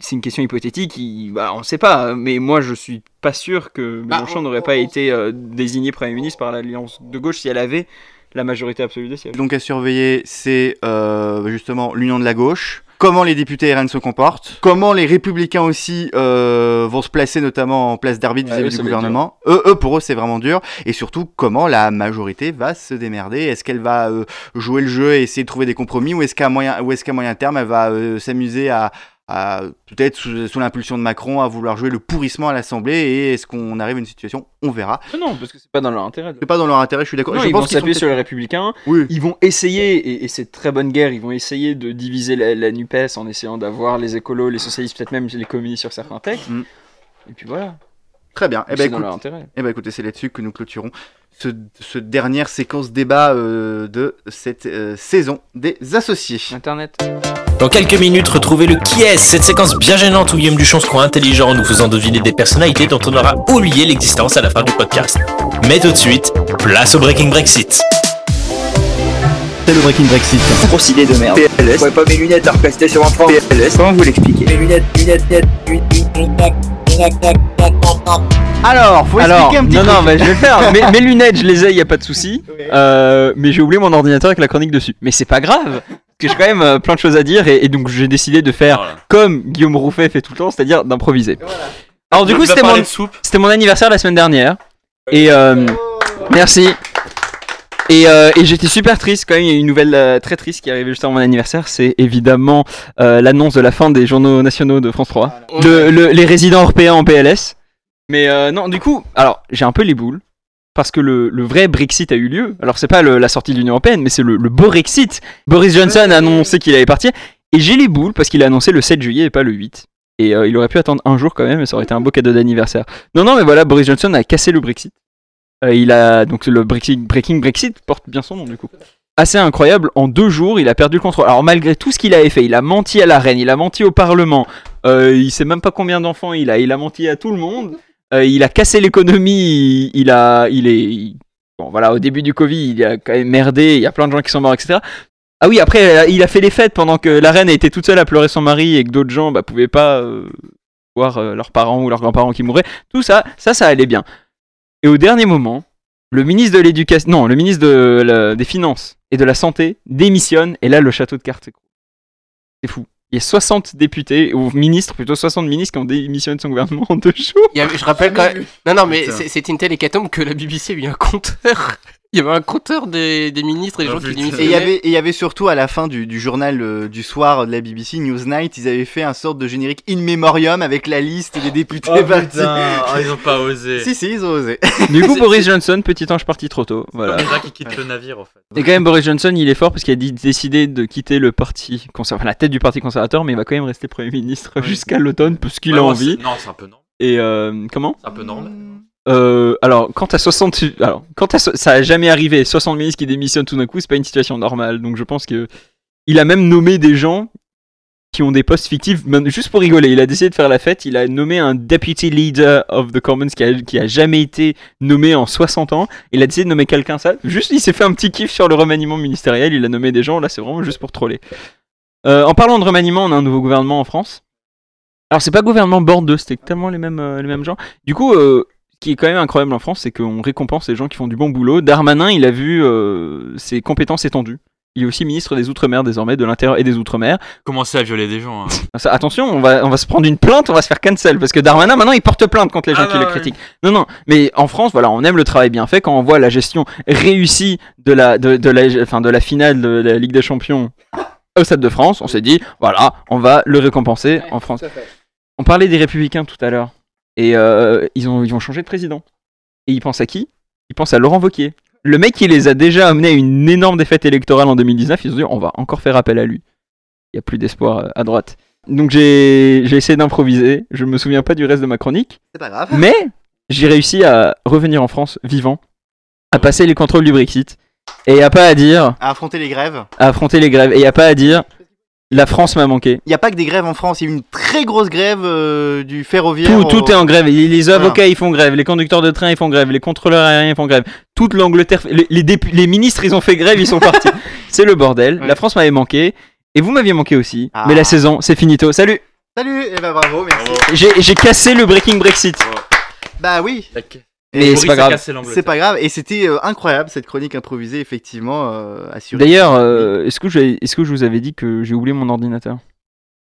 [SPEAKER 7] c'est une question hypothétique, il- bah, on sait pas, mais moi, je suis pas sûr que
[SPEAKER 5] Bah,
[SPEAKER 7] Mélenchon
[SPEAKER 5] on-
[SPEAKER 7] n'aurait pas
[SPEAKER 5] on-
[SPEAKER 7] été euh, désigné Premier ministre par l'Alliance de gauche si elle avait la majorité absolue des sièges.
[SPEAKER 1] Donc à surveiller, c'est euh, justement l'union de la gauche. Comment les députés RN se comportent, comment les républicains aussi euh, vont se placer notamment en place d'arbitre
[SPEAKER 7] Ouais,
[SPEAKER 1] vis-à-vis
[SPEAKER 7] eux,
[SPEAKER 1] du
[SPEAKER 7] ça va être
[SPEAKER 1] gouvernement. Eux, eux, pour eux, c'est vraiment dur. Et surtout, comment la majorité va se démerder Est-ce qu'elle va euh, jouer le jeu et essayer de trouver des compromis, ou est-ce qu'à moyen, ou est-ce qu'à moyen terme, elle va euh, s'amuser à, à, peut-être sous, sous l'impulsion de Macron à vouloir jouer le pourrissement à l'Assemblée Et est-ce qu'on arrive à une situation On verra.
[SPEAKER 7] Non, parce que c'est pas dans leur intérêt.
[SPEAKER 1] C'est pas dans leur intérêt. Je suis d'accord.
[SPEAKER 7] Non,
[SPEAKER 1] je
[SPEAKER 7] ils
[SPEAKER 1] pense
[SPEAKER 7] vont
[SPEAKER 1] qu'ils sont
[SPEAKER 7] s'appuyer sur
[SPEAKER 1] peut-être-
[SPEAKER 7] les républicains.
[SPEAKER 1] Oui.
[SPEAKER 7] Ils vont essayer, et, et c'est de très bonne guerre, ils vont essayer de diviser la, la NUPES en essayant d'avoir les écolos, les socialistes, peut-être même les communistes sur certains textes. Et puis voilà.
[SPEAKER 1] Très bien. Eh
[SPEAKER 7] C'est
[SPEAKER 1] ben,
[SPEAKER 7] dans
[SPEAKER 1] écoute,
[SPEAKER 7] leur intérêt.
[SPEAKER 1] eh ben, écoutez, c'est là-dessus que nous clôturons ce, ce dernière séquence débat euh, de cette euh, saison des associés.
[SPEAKER 5] Internet.
[SPEAKER 13] Dans quelques minutes, retrouvez le qui est cette séquence bien gênante où Guillaume Duchon se croit intelligent en nous faisant deviner des personnalités dont on aura oublié l'existence à la fin du podcast. Mais tout de suite, place au Breaking Brexit.
[SPEAKER 1] C'est le Breaking Brexit.
[SPEAKER 14] Grosse idée de merde. PLS. Je pourrais pas mes lunettes à recasser sur un point. PLS. Comment vous l'expliquez Mes lunettes, lunettes, lunettes, lunettes, lunettes, lunettes, lunettes, lunettes.
[SPEAKER 1] Alors, faut
[SPEAKER 7] Alors,
[SPEAKER 14] expliquer un petit
[SPEAKER 7] non, non,
[SPEAKER 14] truc.
[SPEAKER 7] mais je vais le faire. mes, mes lunettes, je les ai, y a pas de souci. Euh, mais j'ai oublié mon ordinateur avec la chronique dessus. Mais c'est pas grave. Parce que j'ai quand même euh, plein de choses à dire et, et donc j'ai décidé de faire comme Guillaume Rouffet fait tout le temps, c'est-à-dire d'improviser. Alors du
[SPEAKER 13] Il
[SPEAKER 7] coup,
[SPEAKER 13] va
[SPEAKER 7] c'était
[SPEAKER 13] parler
[SPEAKER 7] mon,
[SPEAKER 13] de soupe.
[SPEAKER 7] c'était mon anniversaire la semaine dernière et euh, merci. Et, euh, et j'étais super triste quand même. Il y a eu une nouvelle euh, très triste qui est arrivée juste avant mon anniversaire. C'est évidemment euh, l'annonce de la fin des journaux nationaux de France 3.
[SPEAKER 10] Oh,
[SPEAKER 7] Le- le- les résidents européens en PLS. Mais euh, non, du coup, alors j'ai un peu les boules. Parce que le, le vrai Brexit a eu lieu. Alors c'est pas le- la sortie de l'Union Européenne, mais c'est le, le Brexit. Boris Johnson a annoncé qu'il allait partir. Et j'ai les boules parce qu'il a annoncé le 7 juillet et pas le 8. Et euh, il aurait pu attendre un jour quand même, et ça aurait été un beau cadeau d'anniversaire. Non, non, mais voilà, Boris Johnson a cassé le Brexit. Euh, il a donc le Brexit, Breaking Brexit porte bien son nom du coup. Assez incroyable, en deux jours, il a perdu le contrôle. Alors malgré tout ce qu'il avait fait, il a menti à la reine, il a menti au Parlement, euh, il sait même pas combien d'enfants il a, il a menti à tout le monde, euh, il a cassé l'économie, il, il a, il est, il- bon voilà, au début du Covid, il a quand même merdé, il y a plein de gens qui sont morts, etc. Ah oui, après, euh, il a fait les fêtes pendant que la reine était toute seule à pleurer son mari et que d'autres gens bah, pouvaient pas euh, voir euh, leurs parents ou leurs grands-parents qui mouraient. Tout ça, ça, ça allait bien. Et au dernier moment, le ministre de l'Éducation, non, le ministre de la- des Finances et de la Santé démissionne et là, le château de cartes s'écroule. C'est fou. Il y a 60 députés, ou ministres, plutôt 60 ministres qui ont démissionné de son gouvernement en deux jours.
[SPEAKER 10] Il y avait-
[SPEAKER 12] Ah,
[SPEAKER 10] je rappelle quand même. Non, non, mais
[SPEAKER 7] Putain.
[SPEAKER 10] c'est- c'était une telle hécatombe que la BBC a eu un compteur. Il y avait un compteur des, des ministres et des gens qui
[SPEAKER 1] Et il y avait,
[SPEAKER 10] démissionnaient.
[SPEAKER 1] et il y avait surtout à la fin du, du journal euh, du soir de la BBC Newsnight, ils avaient fait un sorte de générique in memoriam avec la liste des députés partis.
[SPEAKER 4] Oh, ils ont pas osé.
[SPEAKER 1] si si, ils ont osé.
[SPEAKER 7] Du coup, Boris Johnson, petit ange parti trop tôt. Voilà.
[SPEAKER 4] Comme les gens qui quittent le navire en fait.
[SPEAKER 7] Et quand même, Boris Johnson, il est fort parce qu'il a dit- décidé de quitter le parti conservateur, la tête du parti conservateur, mais il va quand même rester Premier ministre jusqu'à l'automne parce qu'il
[SPEAKER 4] Ouais,
[SPEAKER 7] a
[SPEAKER 4] bon,
[SPEAKER 7] envie.
[SPEAKER 4] c'est- Non, c'est un peu normal.
[SPEAKER 7] Et euh, comment
[SPEAKER 4] C'est un peu normal.
[SPEAKER 7] Euh, alors, quand à 60, alors, quand à so- ça a jamais arrivé, 60 ministres qui démissionnent tout d'un coup, c'est pas une situation normale. Donc, je pense que il a même nommé des gens qui ont des postes fictifs, même juste pour rigoler. Il a décidé de faire la fête. Il a nommé un deputy leader of the Commons qui a, qui a jamais été nommé en 60 ans. Il a décidé de nommer quelqu'un ça. Juste, il s'est fait un petit kiff sur le remaniement ministériel. Il a nommé des gens. Là, c'est vraiment juste pour troller. Euh, en parlant de remaniement, on a un nouveau gouvernement en France. Alors c'est pas gouvernement Bordeaux, c'était tellement les mêmes, euh, les mêmes gens. Du coup, euh, ce qui est quand même incroyable en France, c'est qu'on récompense les gens qui font du bon boulot. Darmanin, il a vu euh, ses compétences étendues. Il est aussi ministre des Outre-mer désormais, de l'Intérieur et des Outre-mer.
[SPEAKER 4] Commencer à violer des gens. hein.
[SPEAKER 7] Ça- attention, on va, on va se prendre une plainte, on va se faire cancel, parce que Darmanin, maintenant, il porte plainte contre les gens
[SPEAKER 4] Ah
[SPEAKER 7] qui
[SPEAKER 4] bah
[SPEAKER 7] le
[SPEAKER 4] oui.
[SPEAKER 7] critiquent. Non, non, mais en France, voilà, on aime le travail bien fait quand on voit la gestion réussie de la, de, de la, enfin, de la finale de la Ligue des Champions au Stade de France. On s'est dit, voilà, on va le récompenser en France. On parlait des Républicains tout à l'heure, et euh, ils, ont, ils ont changé de président. Et ils pensent à qui Ils pensent à Laurent Wauquiez. Le mec qui les a déjà amenés à une énorme défaite électorale en 2019, ils se sont dit, on va encore faire appel à lui il n'y a plus d'espoir euh, à droite. Donc j'ai j'ai essayé d'improviser, je me souviens pas du reste de ma chronique,
[SPEAKER 1] C'est pas grave.
[SPEAKER 7] mais j'ai réussi à revenir en France vivant, à passer les contrôles du Brexit, et à pas à dire,
[SPEAKER 1] À affronter les grèves.
[SPEAKER 7] à affronter les grèves, et à pas à dire, la France m'a manqué.
[SPEAKER 1] Il n'y a pas que des grèves en France, il y a eu une très grosse grève euh, du ferroviaire.
[SPEAKER 7] Tout,
[SPEAKER 1] au-
[SPEAKER 7] tout est en grève, les, les
[SPEAKER 1] euh, Voilà.
[SPEAKER 7] avocats ils font grève, les conducteurs de train ils font grève, les contrôleurs aériens ils font grève, toute l'Angleterre, les, les dépu- les ministres ils ont fait grève, ils sont partis. C'est le bordel, la France m'avait manqué, et vous m'aviez manqué aussi,
[SPEAKER 1] Ah.
[SPEAKER 7] mais la saison c'est finito, salut
[SPEAKER 1] Salut, et bah eh ben, bravo, merci.
[SPEAKER 7] J'ai j'ai cassé le Breaking Brexit.
[SPEAKER 1] Bah oui. Et
[SPEAKER 9] Mais
[SPEAKER 1] Boris
[SPEAKER 9] c'est pas
[SPEAKER 1] a
[SPEAKER 9] grave.
[SPEAKER 1] cassé l'Angleterre. C'est pas grave. Et c'était euh, incroyable cette chronique improvisée, effectivement. euh, assurée.
[SPEAKER 9] D'ailleurs, euh, est-ce que, j'ai- est-ce que je vous avais dit que j'ai oublié mon ordinateur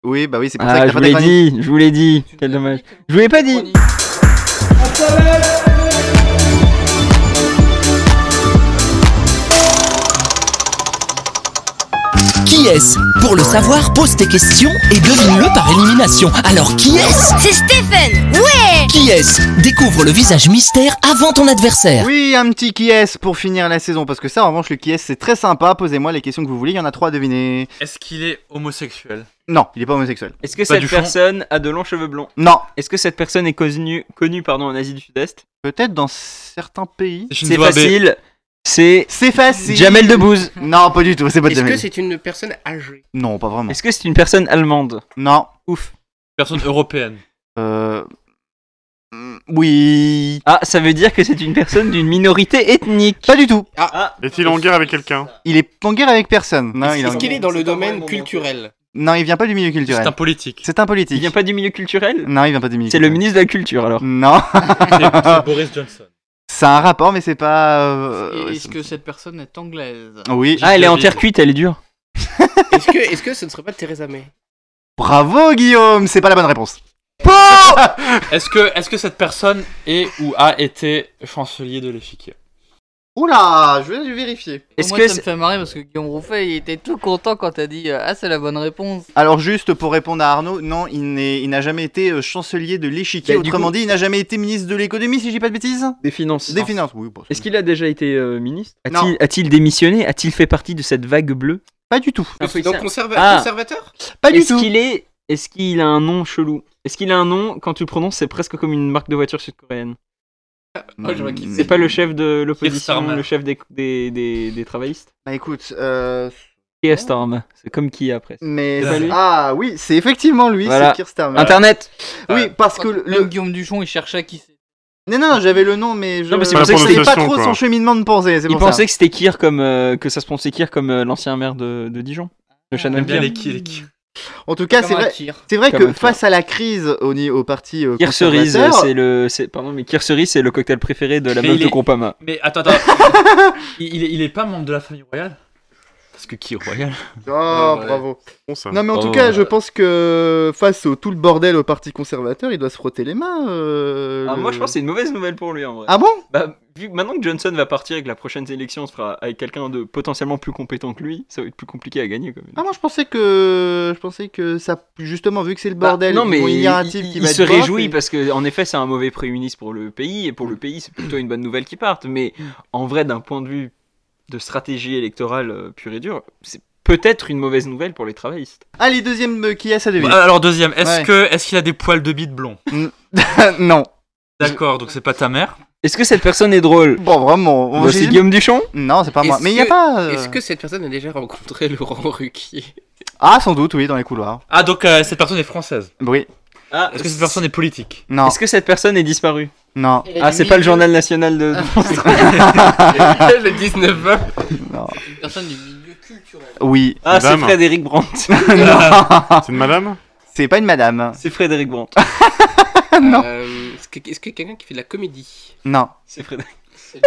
[SPEAKER 1] Oui, bah oui, c'est pour ça
[SPEAKER 9] Ah,
[SPEAKER 1] que
[SPEAKER 9] je
[SPEAKER 1] t'as pas
[SPEAKER 9] vous l'ai
[SPEAKER 1] ta chronique.
[SPEAKER 9] dit, je vous l'ai dit. Quel dommage. Je vous l'ai pas dit.
[SPEAKER 12] Qui est-ce Pour le savoir, pose tes questions et devine-le par élimination. Alors qui est-ce
[SPEAKER 15] C'est Stephen Ouais
[SPEAKER 12] Qui est-ce Découvre le visage mystère avant ton adversaire.
[SPEAKER 1] Oui, un petit qui est pour finir la saison, parce que ça, en revanche, le qui est, c'est très sympa. Posez-moi les questions que vous voulez. Il y en a trois à deviner.
[SPEAKER 4] Est-ce qu'il est homosexuel
[SPEAKER 1] Non, il est pas homosexuel.
[SPEAKER 7] Est-ce
[SPEAKER 1] Pas
[SPEAKER 7] que cette
[SPEAKER 1] du fond.
[SPEAKER 7] personne a de longs cheveux blonds
[SPEAKER 1] Non.
[SPEAKER 7] Est-ce que cette personne est connue, connue pardon, en Asie du Sud-Est
[SPEAKER 1] Peut-être dans certains pays.
[SPEAKER 7] C'est facile.
[SPEAKER 9] C'est.
[SPEAKER 1] C'est facile.
[SPEAKER 9] Jamel Debbouze.
[SPEAKER 1] Non, pas du tout. C'est pas
[SPEAKER 10] Est-ce
[SPEAKER 1] Jamel.
[SPEAKER 10] que c'est une personne âgée
[SPEAKER 1] Non, pas vraiment.
[SPEAKER 9] Est-ce que c'est une personne allemande
[SPEAKER 1] Non.
[SPEAKER 9] Ouf.
[SPEAKER 4] Personne européenne.
[SPEAKER 1] Euh. Oui.
[SPEAKER 9] Ah, ça veut dire que c'est une personne d'une minorité ethnique.
[SPEAKER 1] Pas du tout.
[SPEAKER 8] Est-il en guerre avec quelqu'un
[SPEAKER 1] Il est en guerre avec personne. Non, il est en
[SPEAKER 10] Est-ce qu'il est dans le domaine culturel
[SPEAKER 1] Non, il vient pas du milieu culturel.
[SPEAKER 4] C'est un politique.
[SPEAKER 1] C'est un politique. Il vient
[SPEAKER 7] pas du milieu culturel
[SPEAKER 1] Non, il vient pas du milieu
[SPEAKER 9] C'est le ministre de la Culture alors.
[SPEAKER 1] Non.
[SPEAKER 4] C'est Boris Johnson.
[SPEAKER 1] C'est un rapport, mais c'est pas. euh,
[SPEAKER 5] Est-ce que cette personne est anglaise
[SPEAKER 1] Oui.
[SPEAKER 9] Ah, elle est en terre cuite, elle est dure.
[SPEAKER 10] Est-ce que, est-ce que ce ne serait pas Theresa May
[SPEAKER 1] Bravo, Guillaume. C'est pas la bonne réponse.
[SPEAKER 4] Est-ce que, est-ce que cette personne est ou a été chancelier de l'échiquier
[SPEAKER 1] Oula, je vais le vérifier.
[SPEAKER 4] Est-ce
[SPEAKER 5] Moi,
[SPEAKER 4] que
[SPEAKER 5] ça me
[SPEAKER 4] c'est-
[SPEAKER 5] fait marrer parce que Guillaume Rouffet, il était tout content quand t'as dit euh, Ah, c'est la bonne réponse.
[SPEAKER 1] Alors juste pour répondre à Arnaud, non, il n'est, il n'a jamais été euh, chancelier de l'échiquier.
[SPEAKER 7] Bah, du
[SPEAKER 1] Autrement
[SPEAKER 7] coup-
[SPEAKER 1] dit, il n'a jamais été ministre de l'économie, si j'ai pas de bêtises.
[SPEAKER 7] Des finances.
[SPEAKER 1] Des finances, oui. bon,
[SPEAKER 7] Est-ce qu'il a déjà été euh, ministre
[SPEAKER 1] Non.
[SPEAKER 7] A-t-il- A-t-il démissionné A-t-il fait partie de cette vague bleue
[SPEAKER 1] Pas du tout.
[SPEAKER 7] Ah,
[SPEAKER 10] Donc
[SPEAKER 7] putain.
[SPEAKER 10] conserva-
[SPEAKER 7] Ah.
[SPEAKER 10] conservateur
[SPEAKER 1] Pas du
[SPEAKER 7] Est-ce
[SPEAKER 1] tout.
[SPEAKER 7] qu'il est Est-ce qu'il a un nom chelou Est-ce qu'il a un nom quand tu le prononces c'est presque comme une marque de voiture sud-coréenne
[SPEAKER 1] Oh,
[SPEAKER 10] Ah, je vois qui
[SPEAKER 7] C'est pas le chef de
[SPEAKER 10] Keir
[SPEAKER 7] l'opposition,
[SPEAKER 10] Starmer.
[SPEAKER 7] le chef des, des, des, des travaillistes
[SPEAKER 1] Bah écoute, euh...
[SPEAKER 7] Keir Starmer, c'est comme qui après
[SPEAKER 1] Mais
[SPEAKER 7] C'est pas lui
[SPEAKER 1] ah oui, c'est effectivement lui,
[SPEAKER 7] Voilà.
[SPEAKER 1] c'est Keir Starmer.
[SPEAKER 7] Internet.
[SPEAKER 1] Oui, parce que le,
[SPEAKER 5] Le Guillaume Duchon, il cherchait qui c'est.
[SPEAKER 1] non non, j'avais le nom, mais je
[SPEAKER 5] Non, mais c'est
[SPEAKER 1] je
[SPEAKER 7] pour ça que
[SPEAKER 1] sais
[SPEAKER 7] c'est-
[SPEAKER 1] pas trop son
[SPEAKER 7] quoi.
[SPEAKER 1] cheminement de pensée. C'est
[SPEAKER 7] Il
[SPEAKER 1] pour ça.
[SPEAKER 7] pensait que c'était Kir comme euh, que ça se prononçait Kir comme euh, l'ancien maire de, de Dijon, le Shannon
[SPEAKER 4] bien
[SPEAKER 7] Kir.
[SPEAKER 4] les qui, les qui.
[SPEAKER 1] En tout cas,
[SPEAKER 7] Comme
[SPEAKER 1] c'est
[SPEAKER 7] un
[SPEAKER 1] vrai,
[SPEAKER 7] tir.
[SPEAKER 1] c'est vrai
[SPEAKER 7] Comme
[SPEAKER 1] que
[SPEAKER 7] un tir.
[SPEAKER 1] face à la crise au, ni- au parti euh,
[SPEAKER 7] Kir cerise, euh,
[SPEAKER 1] conservateur-
[SPEAKER 7] c'est le, c'est pardon, mais Kir cerise c'est le cocktail préféré de la
[SPEAKER 4] Mais
[SPEAKER 7] meuf
[SPEAKER 4] il
[SPEAKER 7] de
[SPEAKER 4] est-
[SPEAKER 7] Compama.
[SPEAKER 4] Mais attends, attends. il, il est, il est pas membre de la famille royale Parce que qui est royal
[SPEAKER 1] Oh,
[SPEAKER 4] Ouais.
[SPEAKER 1] bravo.
[SPEAKER 8] Bon, ça.
[SPEAKER 1] Non, mais en tout
[SPEAKER 4] Oh.
[SPEAKER 1] cas, je pense que face au tout le bordel au Parti conservateur, il doit se frotter les mains. euh,
[SPEAKER 7] Ah,
[SPEAKER 1] le-
[SPEAKER 7] Moi je pense que c'est une mauvaise nouvelle pour lui en vrai.
[SPEAKER 1] Ah bon
[SPEAKER 7] Bah vu que maintenant que Johnson va partir et que la prochaine élection on se fera avec quelqu'un de potentiellement plus compétent que lui, ça va être plus compliqué à gagner quand même.
[SPEAKER 1] Ah, moi je pensais que. Je pensais que ça. Justement, vu que c'est le bordel,
[SPEAKER 7] Bah, non mais
[SPEAKER 1] bon, il y a un type
[SPEAKER 7] il,
[SPEAKER 1] qui
[SPEAKER 7] il
[SPEAKER 1] va
[SPEAKER 7] se
[SPEAKER 1] être bof,
[SPEAKER 7] réjouit
[SPEAKER 1] et-
[SPEAKER 7] parce que en effet c'est un mauvais premier ministre pour le pays et pour le pays c'est plutôt une bonne nouvelle qu'il parte. Mais en vrai d'un point de vue de stratégie électorale euh, pure et dure, c'est peut-être une mauvaise nouvelle pour les travaillistes.
[SPEAKER 1] Allez, deuxième euh, qui a ça devine.
[SPEAKER 4] Alors deuxième, est-ce
[SPEAKER 1] Ouais.
[SPEAKER 4] que, est-ce qu'il a des poils de bite blond
[SPEAKER 1] non.
[SPEAKER 4] D'accord, donc c'est pas ta mère.
[SPEAKER 7] Est-ce que cette personne est drôle
[SPEAKER 1] Bon, vraiment. on-
[SPEAKER 4] Bah, c'est
[SPEAKER 1] j'ai-
[SPEAKER 4] Guillaume
[SPEAKER 7] Duchon
[SPEAKER 1] Non, c'est pas moi.
[SPEAKER 10] Est-ce
[SPEAKER 1] Mais il y a
[SPEAKER 10] que-
[SPEAKER 1] pas. euh,
[SPEAKER 10] Est-ce que cette personne a déjà rencontré Laurent Ruquier
[SPEAKER 1] Ah, sans doute, oui, dans les couloirs.
[SPEAKER 4] Ah donc euh, cette personne est française.
[SPEAKER 1] Oui.
[SPEAKER 7] Ah,
[SPEAKER 4] Est-ce que cette personne est politique
[SPEAKER 1] Non.
[SPEAKER 7] Est-ce que cette personne est disparue
[SPEAKER 1] Non.
[SPEAKER 7] Ah c'est pas le journal national
[SPEAKER 1] Ah.
[SPEAKER 7] de.
[SPEAKER 10] Le 19 ans.
[SPEAKER 1] Non.
[SPEAKER 5] Une personne du milieu culturel.
[SPEAKER 1] Oui.
[SPEAKER 7] Ah, c'est Frédéric Brandt.
[SPEAKER 1] Non.
[SPEAKER 8] C'est une madame
[SPEAKER 1] C'est pas une madame.
[SPEAKER 7] C'est Frédéric Brandt.
[SPEAKER 1] non.
[SPEAKER 10] Euh, Est-ce que est-ce que quelqu'un qui fait de la comédie
[SPEAKER 1] Non.
[SPEAKER 7] C'est Frédéric.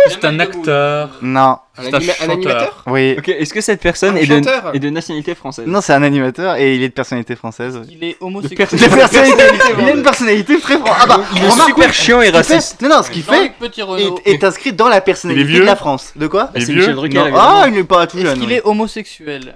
[SPEAKER 4] C'est un acteur.
[SPEAKER 1] Non.
[SPEAKER 10] Un anima- un animateur
[SPEAKER 1] Oui.
[SPEAKER 7] Ok, est-ce que cette personne
[SPEAKER 1] Un
[SPEAKER 7] est de,
[SPEAKER 1] chanteur
[SPEAKER 7] est de nationalité française
[SPEAKER 1] Non, c'est un animateur et il est de personnalité française.
[SPEAKER 5] Il est homosexuel.
[SPEAKER 1] De personnalité- il a une personnalité très franche. Ah bah,
[SPEAKER 7] Il est
[SPEAKER 1] remarque,
[SPEAKER 7] super
[SPEAKER 1] oui,
[SPEAKER 7] chiant et
[SPEAKER 1] ce qu'il fait-
[SPEAKER 7] raciste.
[SPEAKER 1] Non, non, ce qu'il fait
[SPEAKER 5] Jean-Luc Petit Renaud.
[SPEAKER 1] est, est inscrit dans la
[SPEAKER 7] Il est
[SPEAKER 1] personnalité
[SPEAKER 7] vieux
[SPEAKER 1] de la France. De quoi
[SPEAKER 7] Il est C'est Michel vieux Drucker,
[SPEAKER 1] Non.
[SPEAKER 7] évidemment.
[SPEAKER 1] Ah, il n'est pas tout
[SPEAKER 5] Est-ce
[SPEAKER 1] jeune.
[SPEAKER 5] qu'il
[SPEAKER 1] oui.
[SPEAKER 5] est homosexuel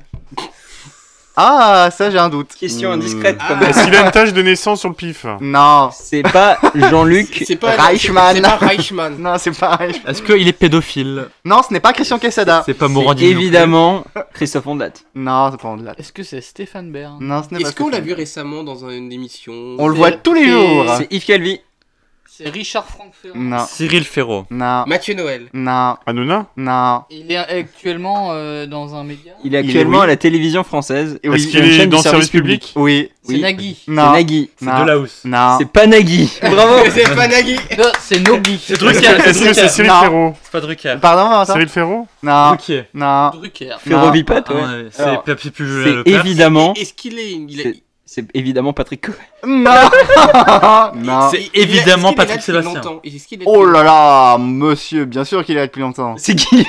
[SPEAKER 1] Ah, ça j'ai un doute.
[SPEAKER 7] Question indiscrète comme
[SPEAKER 8] Est-ce qu'il a une tâche de naissance sur le pif
[SPEAKER 1] Non.
[SPEAKER 7] C'est pas Jean-Luc.
[SPEAKER 10] C'est pas
[SPEAKER 1] Reichmann.
[SPEAKER 10] C'est pas Reichmann.
[SPEAKER 1] Non, c'est pas Reichmann.
[SPEAKER 4] Est-ce qu'il est pédophile
[SPEAKER 1] Non, ce n'est pas Christian Quesada.
[SPEAKER 4] C'est pas
[SPEAKER 7] C'est
[SPEAKER 4] Morandini. non plus.
[SPEAKER 7] évidemment Christophe Ondat.
[SPEAKER 1] Non, c'est pas Ondelat.
[SPEAKER 5] Est-ce que c'est Stéphane Bern
[SPEAKER 1] Non, ce n'est pas
[SPEAKER 10] Est-ce qu'on l'a
[SPEAKER 1] Stéphane.
[SPEAKER 10] vu récemment dans une émission
[SPEAKER 1] On le voit tous les jours.
[SPEAKER 7] C'est Yves Calvi.
[SPEAKER 5] C'est Richard Franck Ferrand.
[SPEAKER 10] Ah.
[SPEAKER 1] Non.
[SPEAKER 4] Cyril Ferraud.
[SPEAKER 1] Non.
[SPEAKER 10] Mathieu Noël.
[SPEAKER 1] Non.
[SPEAKER 8] Hanouna
[SPEAKER 1] Non.
[SPEAKER 5] Il est actuellement euh, dans un média
[SPEAKER 7] Il est
[SPEAKER 1] Il est
[SPEAKER 7] actuellement
[SPEAKER 1] oui.
[SPEAKER 7] à la télévision française.
[SPEAKER 1] Et oui,
[SPEAKER 7] Est-ce
[SPEAKER 1] il
[SPEAKER 7] qu'il
[SPEAKER 1] est
[SPEAKER 7] est
[SPEAKER 8] dans le service public
[SPEAKER 1] Oui.
[SPEAKER 5] C'est Nagui.
[SPEAKER 7] C'est
[SPEAKER 1] Non.
[SPEAKER 7] Nagui.
[SPEAKER 1] Non.
[SPEAKER 4] Delahousse.
[SPEAKER 1] Non.
[SPEAKER 7] C'est pas Nagui. Bravo.
[SPEAKER 10] C'est pas Nagui.
[SPEAKER 5] Non, Euh, c'est Nogui.
[SPEAKER 4] C'est
[SPEAKER 8] Est-ce
[SPEAKER 4] Drucker.
[SPEAKER 8] que- est-ce que c'est
[SPEAKER 4] Drucker.
[SPEAKER 8] Cyril
[SPEAKER 1] Non.
[SPEAKER 8] Ferraud
[SPEAKER 4] C'est pas Drucker.
[SPEAKER 1] Pardon, Valentin
[SPEAKER 8] Cyril Ferraud
[SPEAKER 1] Non.
[SPEAKER 4] Drucker.
[SPEAKER 1] Non.
[SPEAKER 5] Drucker.
[SPEAKER 1] Non.
[SPEAKER 7] Ferrovipat, ouais.
[SPEAKER 4] Ah, ouais, C'est
[SPEAKER 7] Alors,
[SPEAKER 4] Papier plus
[SPEAKER 7] C'est évidemment.
[SPEAKER 10] Est-ce qu'il est. il a-
[SPEAKER 7] C'est- C'est évidemment Patrick Cohen.
[SPEAKER 1] Non.
[SPEAKER 7] C'est évidemment
[SPEAKER 10] Est-ce qu'il est là
[SPEAKER 7] Patrick
[SPEAKER 10] depuis
[SPEAKER 7] Sébastien.
[SPEAKER 10] longtemps Est-ce qu'il est-
[SPEAKER 1] Oh là là, monsieur, bien sûr qu'il est là depuis longtemps.
[SPEAKER 7] C'est Guilux.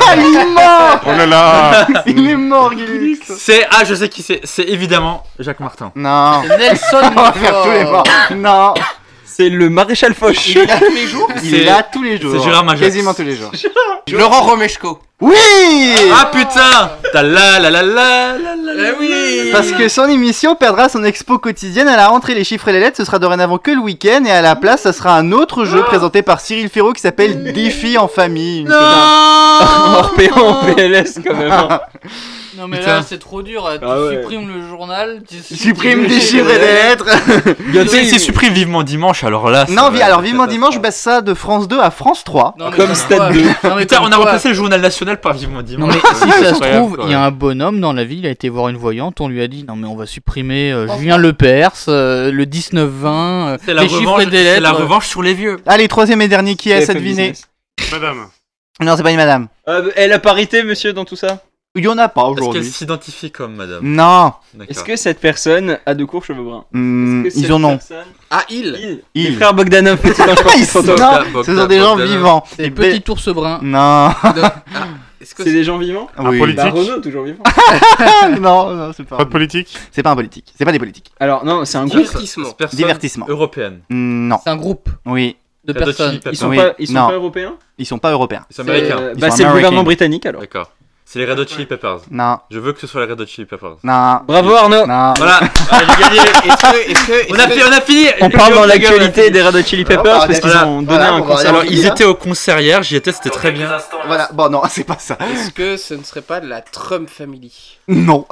[SPEAKER 1] Ah, Il est mort
[SPEAKER 7] Ah.
[SPEAKER 8] Oh là là
[SPEAKER 1] Il est mort, Guilux
[SPEAKER 13] C'est. Ah, je sais qui c'est. C'est évidemment Jacques Martin.
[SPEAKER 1] Non.
[SPEAKER 10] Nelson
[SPEAKER 1] On va faire tous les morts. Non.
[SPEAKER 7] C'est le maréchal Foch.
[SPEAKER 10] Il est là tous les jours
[SPEAKER 1] Il est là tous les jours.
[SPEAKER 13] C'est Gérard Majax.
[SPEAKER 1] Quasiment tous les jours.
[SPEAKER 10] Laurent Romeshko.
[SPEAKER 1] Oui
[SPEAKER 13] Ah putain Ta la la la la la la la oui
[SPEAKER 1] Parce que son émission perdra son expo quotidienne à la rentrée. Les chiffres et les lettres, ce sera dorénavant que le week-end. Et à la place, ça sera un autre jeu présenté par Cyril Ferraud qui s'appelle Défi en famille. Une
[SPEAKER 7] Orpéan en PLS quand même. hein.
[SPEAKER 5] Non mais
[SPEAKER 1] Putain.
[SPEAKER 5] là c'est trop dur, tu
[SPEAKER 7] Ah ouais.
[SPEAKER 5] supprimes le journal, tu
[SPEAKER 1] Supprime des
[SPEAKER 5] des
[SPEAKER 1] chiffres et des lettres.
[SPEAKER 13] Tu sais, c'est supprime vivement dimanche, alors là.
[SPEAKER 1] Non, vi- alors vivement dimanche, je baisse ça de France 2 à France 3.
[SPEAKER 5] Non, mais
[SPEAKER 13] Comme
[SPEAKER 5] comme
[SPEAKER 13] Stade
[SPEAKER 5] quoi-
[SPEAKER 13] 2.
[SPEAKER 5] Non, mais
[SPEAKER 13] Putain,
[SPEAKER 5] comme
[SPEAKER 13] on a
[SPEAKER 5] quoi-
[SPEAKER 13] remplacé le journal national par vivement
[SPEAKER 5] Non
[SPEAKER 13] dimanche.
[SPEAKER 5] mais si ça se
[SPEAKER 13] Incroyable,
[SPEAKER 5] trouve, il y a
[SPEAKER 13] ouais.
[SPEAKER 5] un bonhomme dans la ville, il a été voir une voyante, on lui a dit non mais on va supprimer euh, Julien Lepers, euh, le 19-20,
[SPEAKER 13] C'est
[SPEAKER 5] euh,
[SPEAKER 13] la
[SPEAKER 5] les chiffres
[SPEAKER 13] revanche-
[SPEAKER 5] et des
[SPEAKER 13] c'est
[SPEAKER 5] lettres.
[SPEAKER 13] la revanche sur les vieux.
[SPEAKER 1] Allez, troisième et dernier, qui est à deviner
[SPEAKER 8] Madame.
[SPEAKER 1] Non, c'est pas une madame.
[SPEAKER 7] Euh, et la parité, monsieur, dans tout ça
[SPEAKER 1] Il y en a pas
[SPEAKER 13] Est-ce qu'elle
[SPEAKER 1] aujourd'hui.
[SPEAKER 13] s'identifie comme madame
[SPEAKER 1] Non.
[SPEAKER 13] D'accord.
[SPEAKER 7] Est-ce que cette personne a de courts cheveux bruns
[SPEAKER 1] Hmm,
[SPEAKER 7] Est-ce que
[SPEAKER 1] ils
[SPEAKER 7] cette
[SPEAKER 1] en ont.
[SPEAKER 7] personne-
[SPEAKER 10] Ah, il
[SPEAKER 7] Il.
[SPEAKER 1] Ils.
[SPEAKER 7] Les frères Bogdanov, petit ange
[SPEAKER 1] Ils
[SPEAKER 7] porteur
[SPEAKER 1] sont,
[SPEAKER 7] fantôme.
[SPEAKER 1] non,
[SPEAKER 13] Bogdan,
[SPEAKER 1] ce sont des gens
[SPEAKER 13] Bogdan.
[SPEAKER 1] vivants.
[SPEAKER 5] C'est
[SPEAKER 1] Des
[SPEAKER 5] le petit ours brun.
[SPEAKER 1] Non.
[SPEAKER 10] Est-ce que
[SPEAKER 7] C'est
[SPEAKER 10] c'est
[SPEAKER 7] des gens vivants
[SPEAKER 1] Oui.
[SPEAKER 8] politique.
[SPEAKER 7] Bah Renaud, toujours vivant.
[SPEAKER 1] non, non, c'est pas.
[SPEAKER 8] Pas de politique
[SPEAKER 1] C'est pas un politique. C'est pas des politiques.
[SPEAKER 7] Alors, non, c'est un groupe.
[SPEAKER 10] divertissement
[SPEAKER 13] Cette personne
[SPEAKER 4] euh,
[SPEAKER 1] Divertissement.
[SPEAKER 13] Européenne.
[SPEAKER 1] Hmm, Non.
[SPEAKER 5] C'est un groupe
[SPEAKER 1] Oui.
[SPEAKER 5] de
[SPEAKER 13] T'as d'autres
[SPEAKER 5] personnes.
[SPEAKER 13] filles,
[SPEAKER 7] Ils sont,
[SPEAKER 1] Oui,
[SPEAKER 7] pas, ils sont
[SPEAKER 1] non.
[SPEAKER 7] pas européens
[SPEAKER 1] Ils sont pas européens.
[SPEAKER 13] C'est américain.
[SPEAKER 7] Euh, Bah,
[SPEAKER 1] sont
[SPEAKER 7] c'est le
[SPEAKER 1] American.
[SPEAKER 7] gouvernement britannique alors.
[SPEAKER 13] D'accord. C'est les Red Hot Chili Peppers.
[SPEAKER 1] Non.
[SPEAKER 13] Je veux que ce soit les Red Hot Chili Peppers.
[SPEAKER 1] Non.
[SPEAKER 7] Bravo Arnaud
[SPEAKER 1] Non.
[SPEAKER 13] Voilà, allez, j'ai gagné.
[SPEAKER 10] Est-ce que, est-ce que,
[SPEAKER 13] On a,
[SPEAKER 10] est-ce
[SPEAKER 13] fi- on a fini
[SPEAKER 7] On parle dans
[SPEAKER 13] Les gars,
[SPEAKER 7] l'actualité des Red Hot Chili Peppers
[SPEAKER 1] Voilà,
[SPEAKER 7] parce qu'ils
[SPEAKER 13] voilà.
[SPEAKER 7] ont donné
[SPEAKER 1] Voilà,
[SPEAKER 7] un
[SPEAKER 1] on va
[SPEAKER 7] concert.
[SPEAKER 1] aller.
[SPEAKER 13] Alors, ils étaient au concert hier, j'y étais, c'était très bien.
[SPEAKER 1] Voilà. Bon, non, c'est pas ça.
[SPEAKER 10] que- est-ce que ce ne serait pas de la Trump Family
[SPEAKER 1] Non.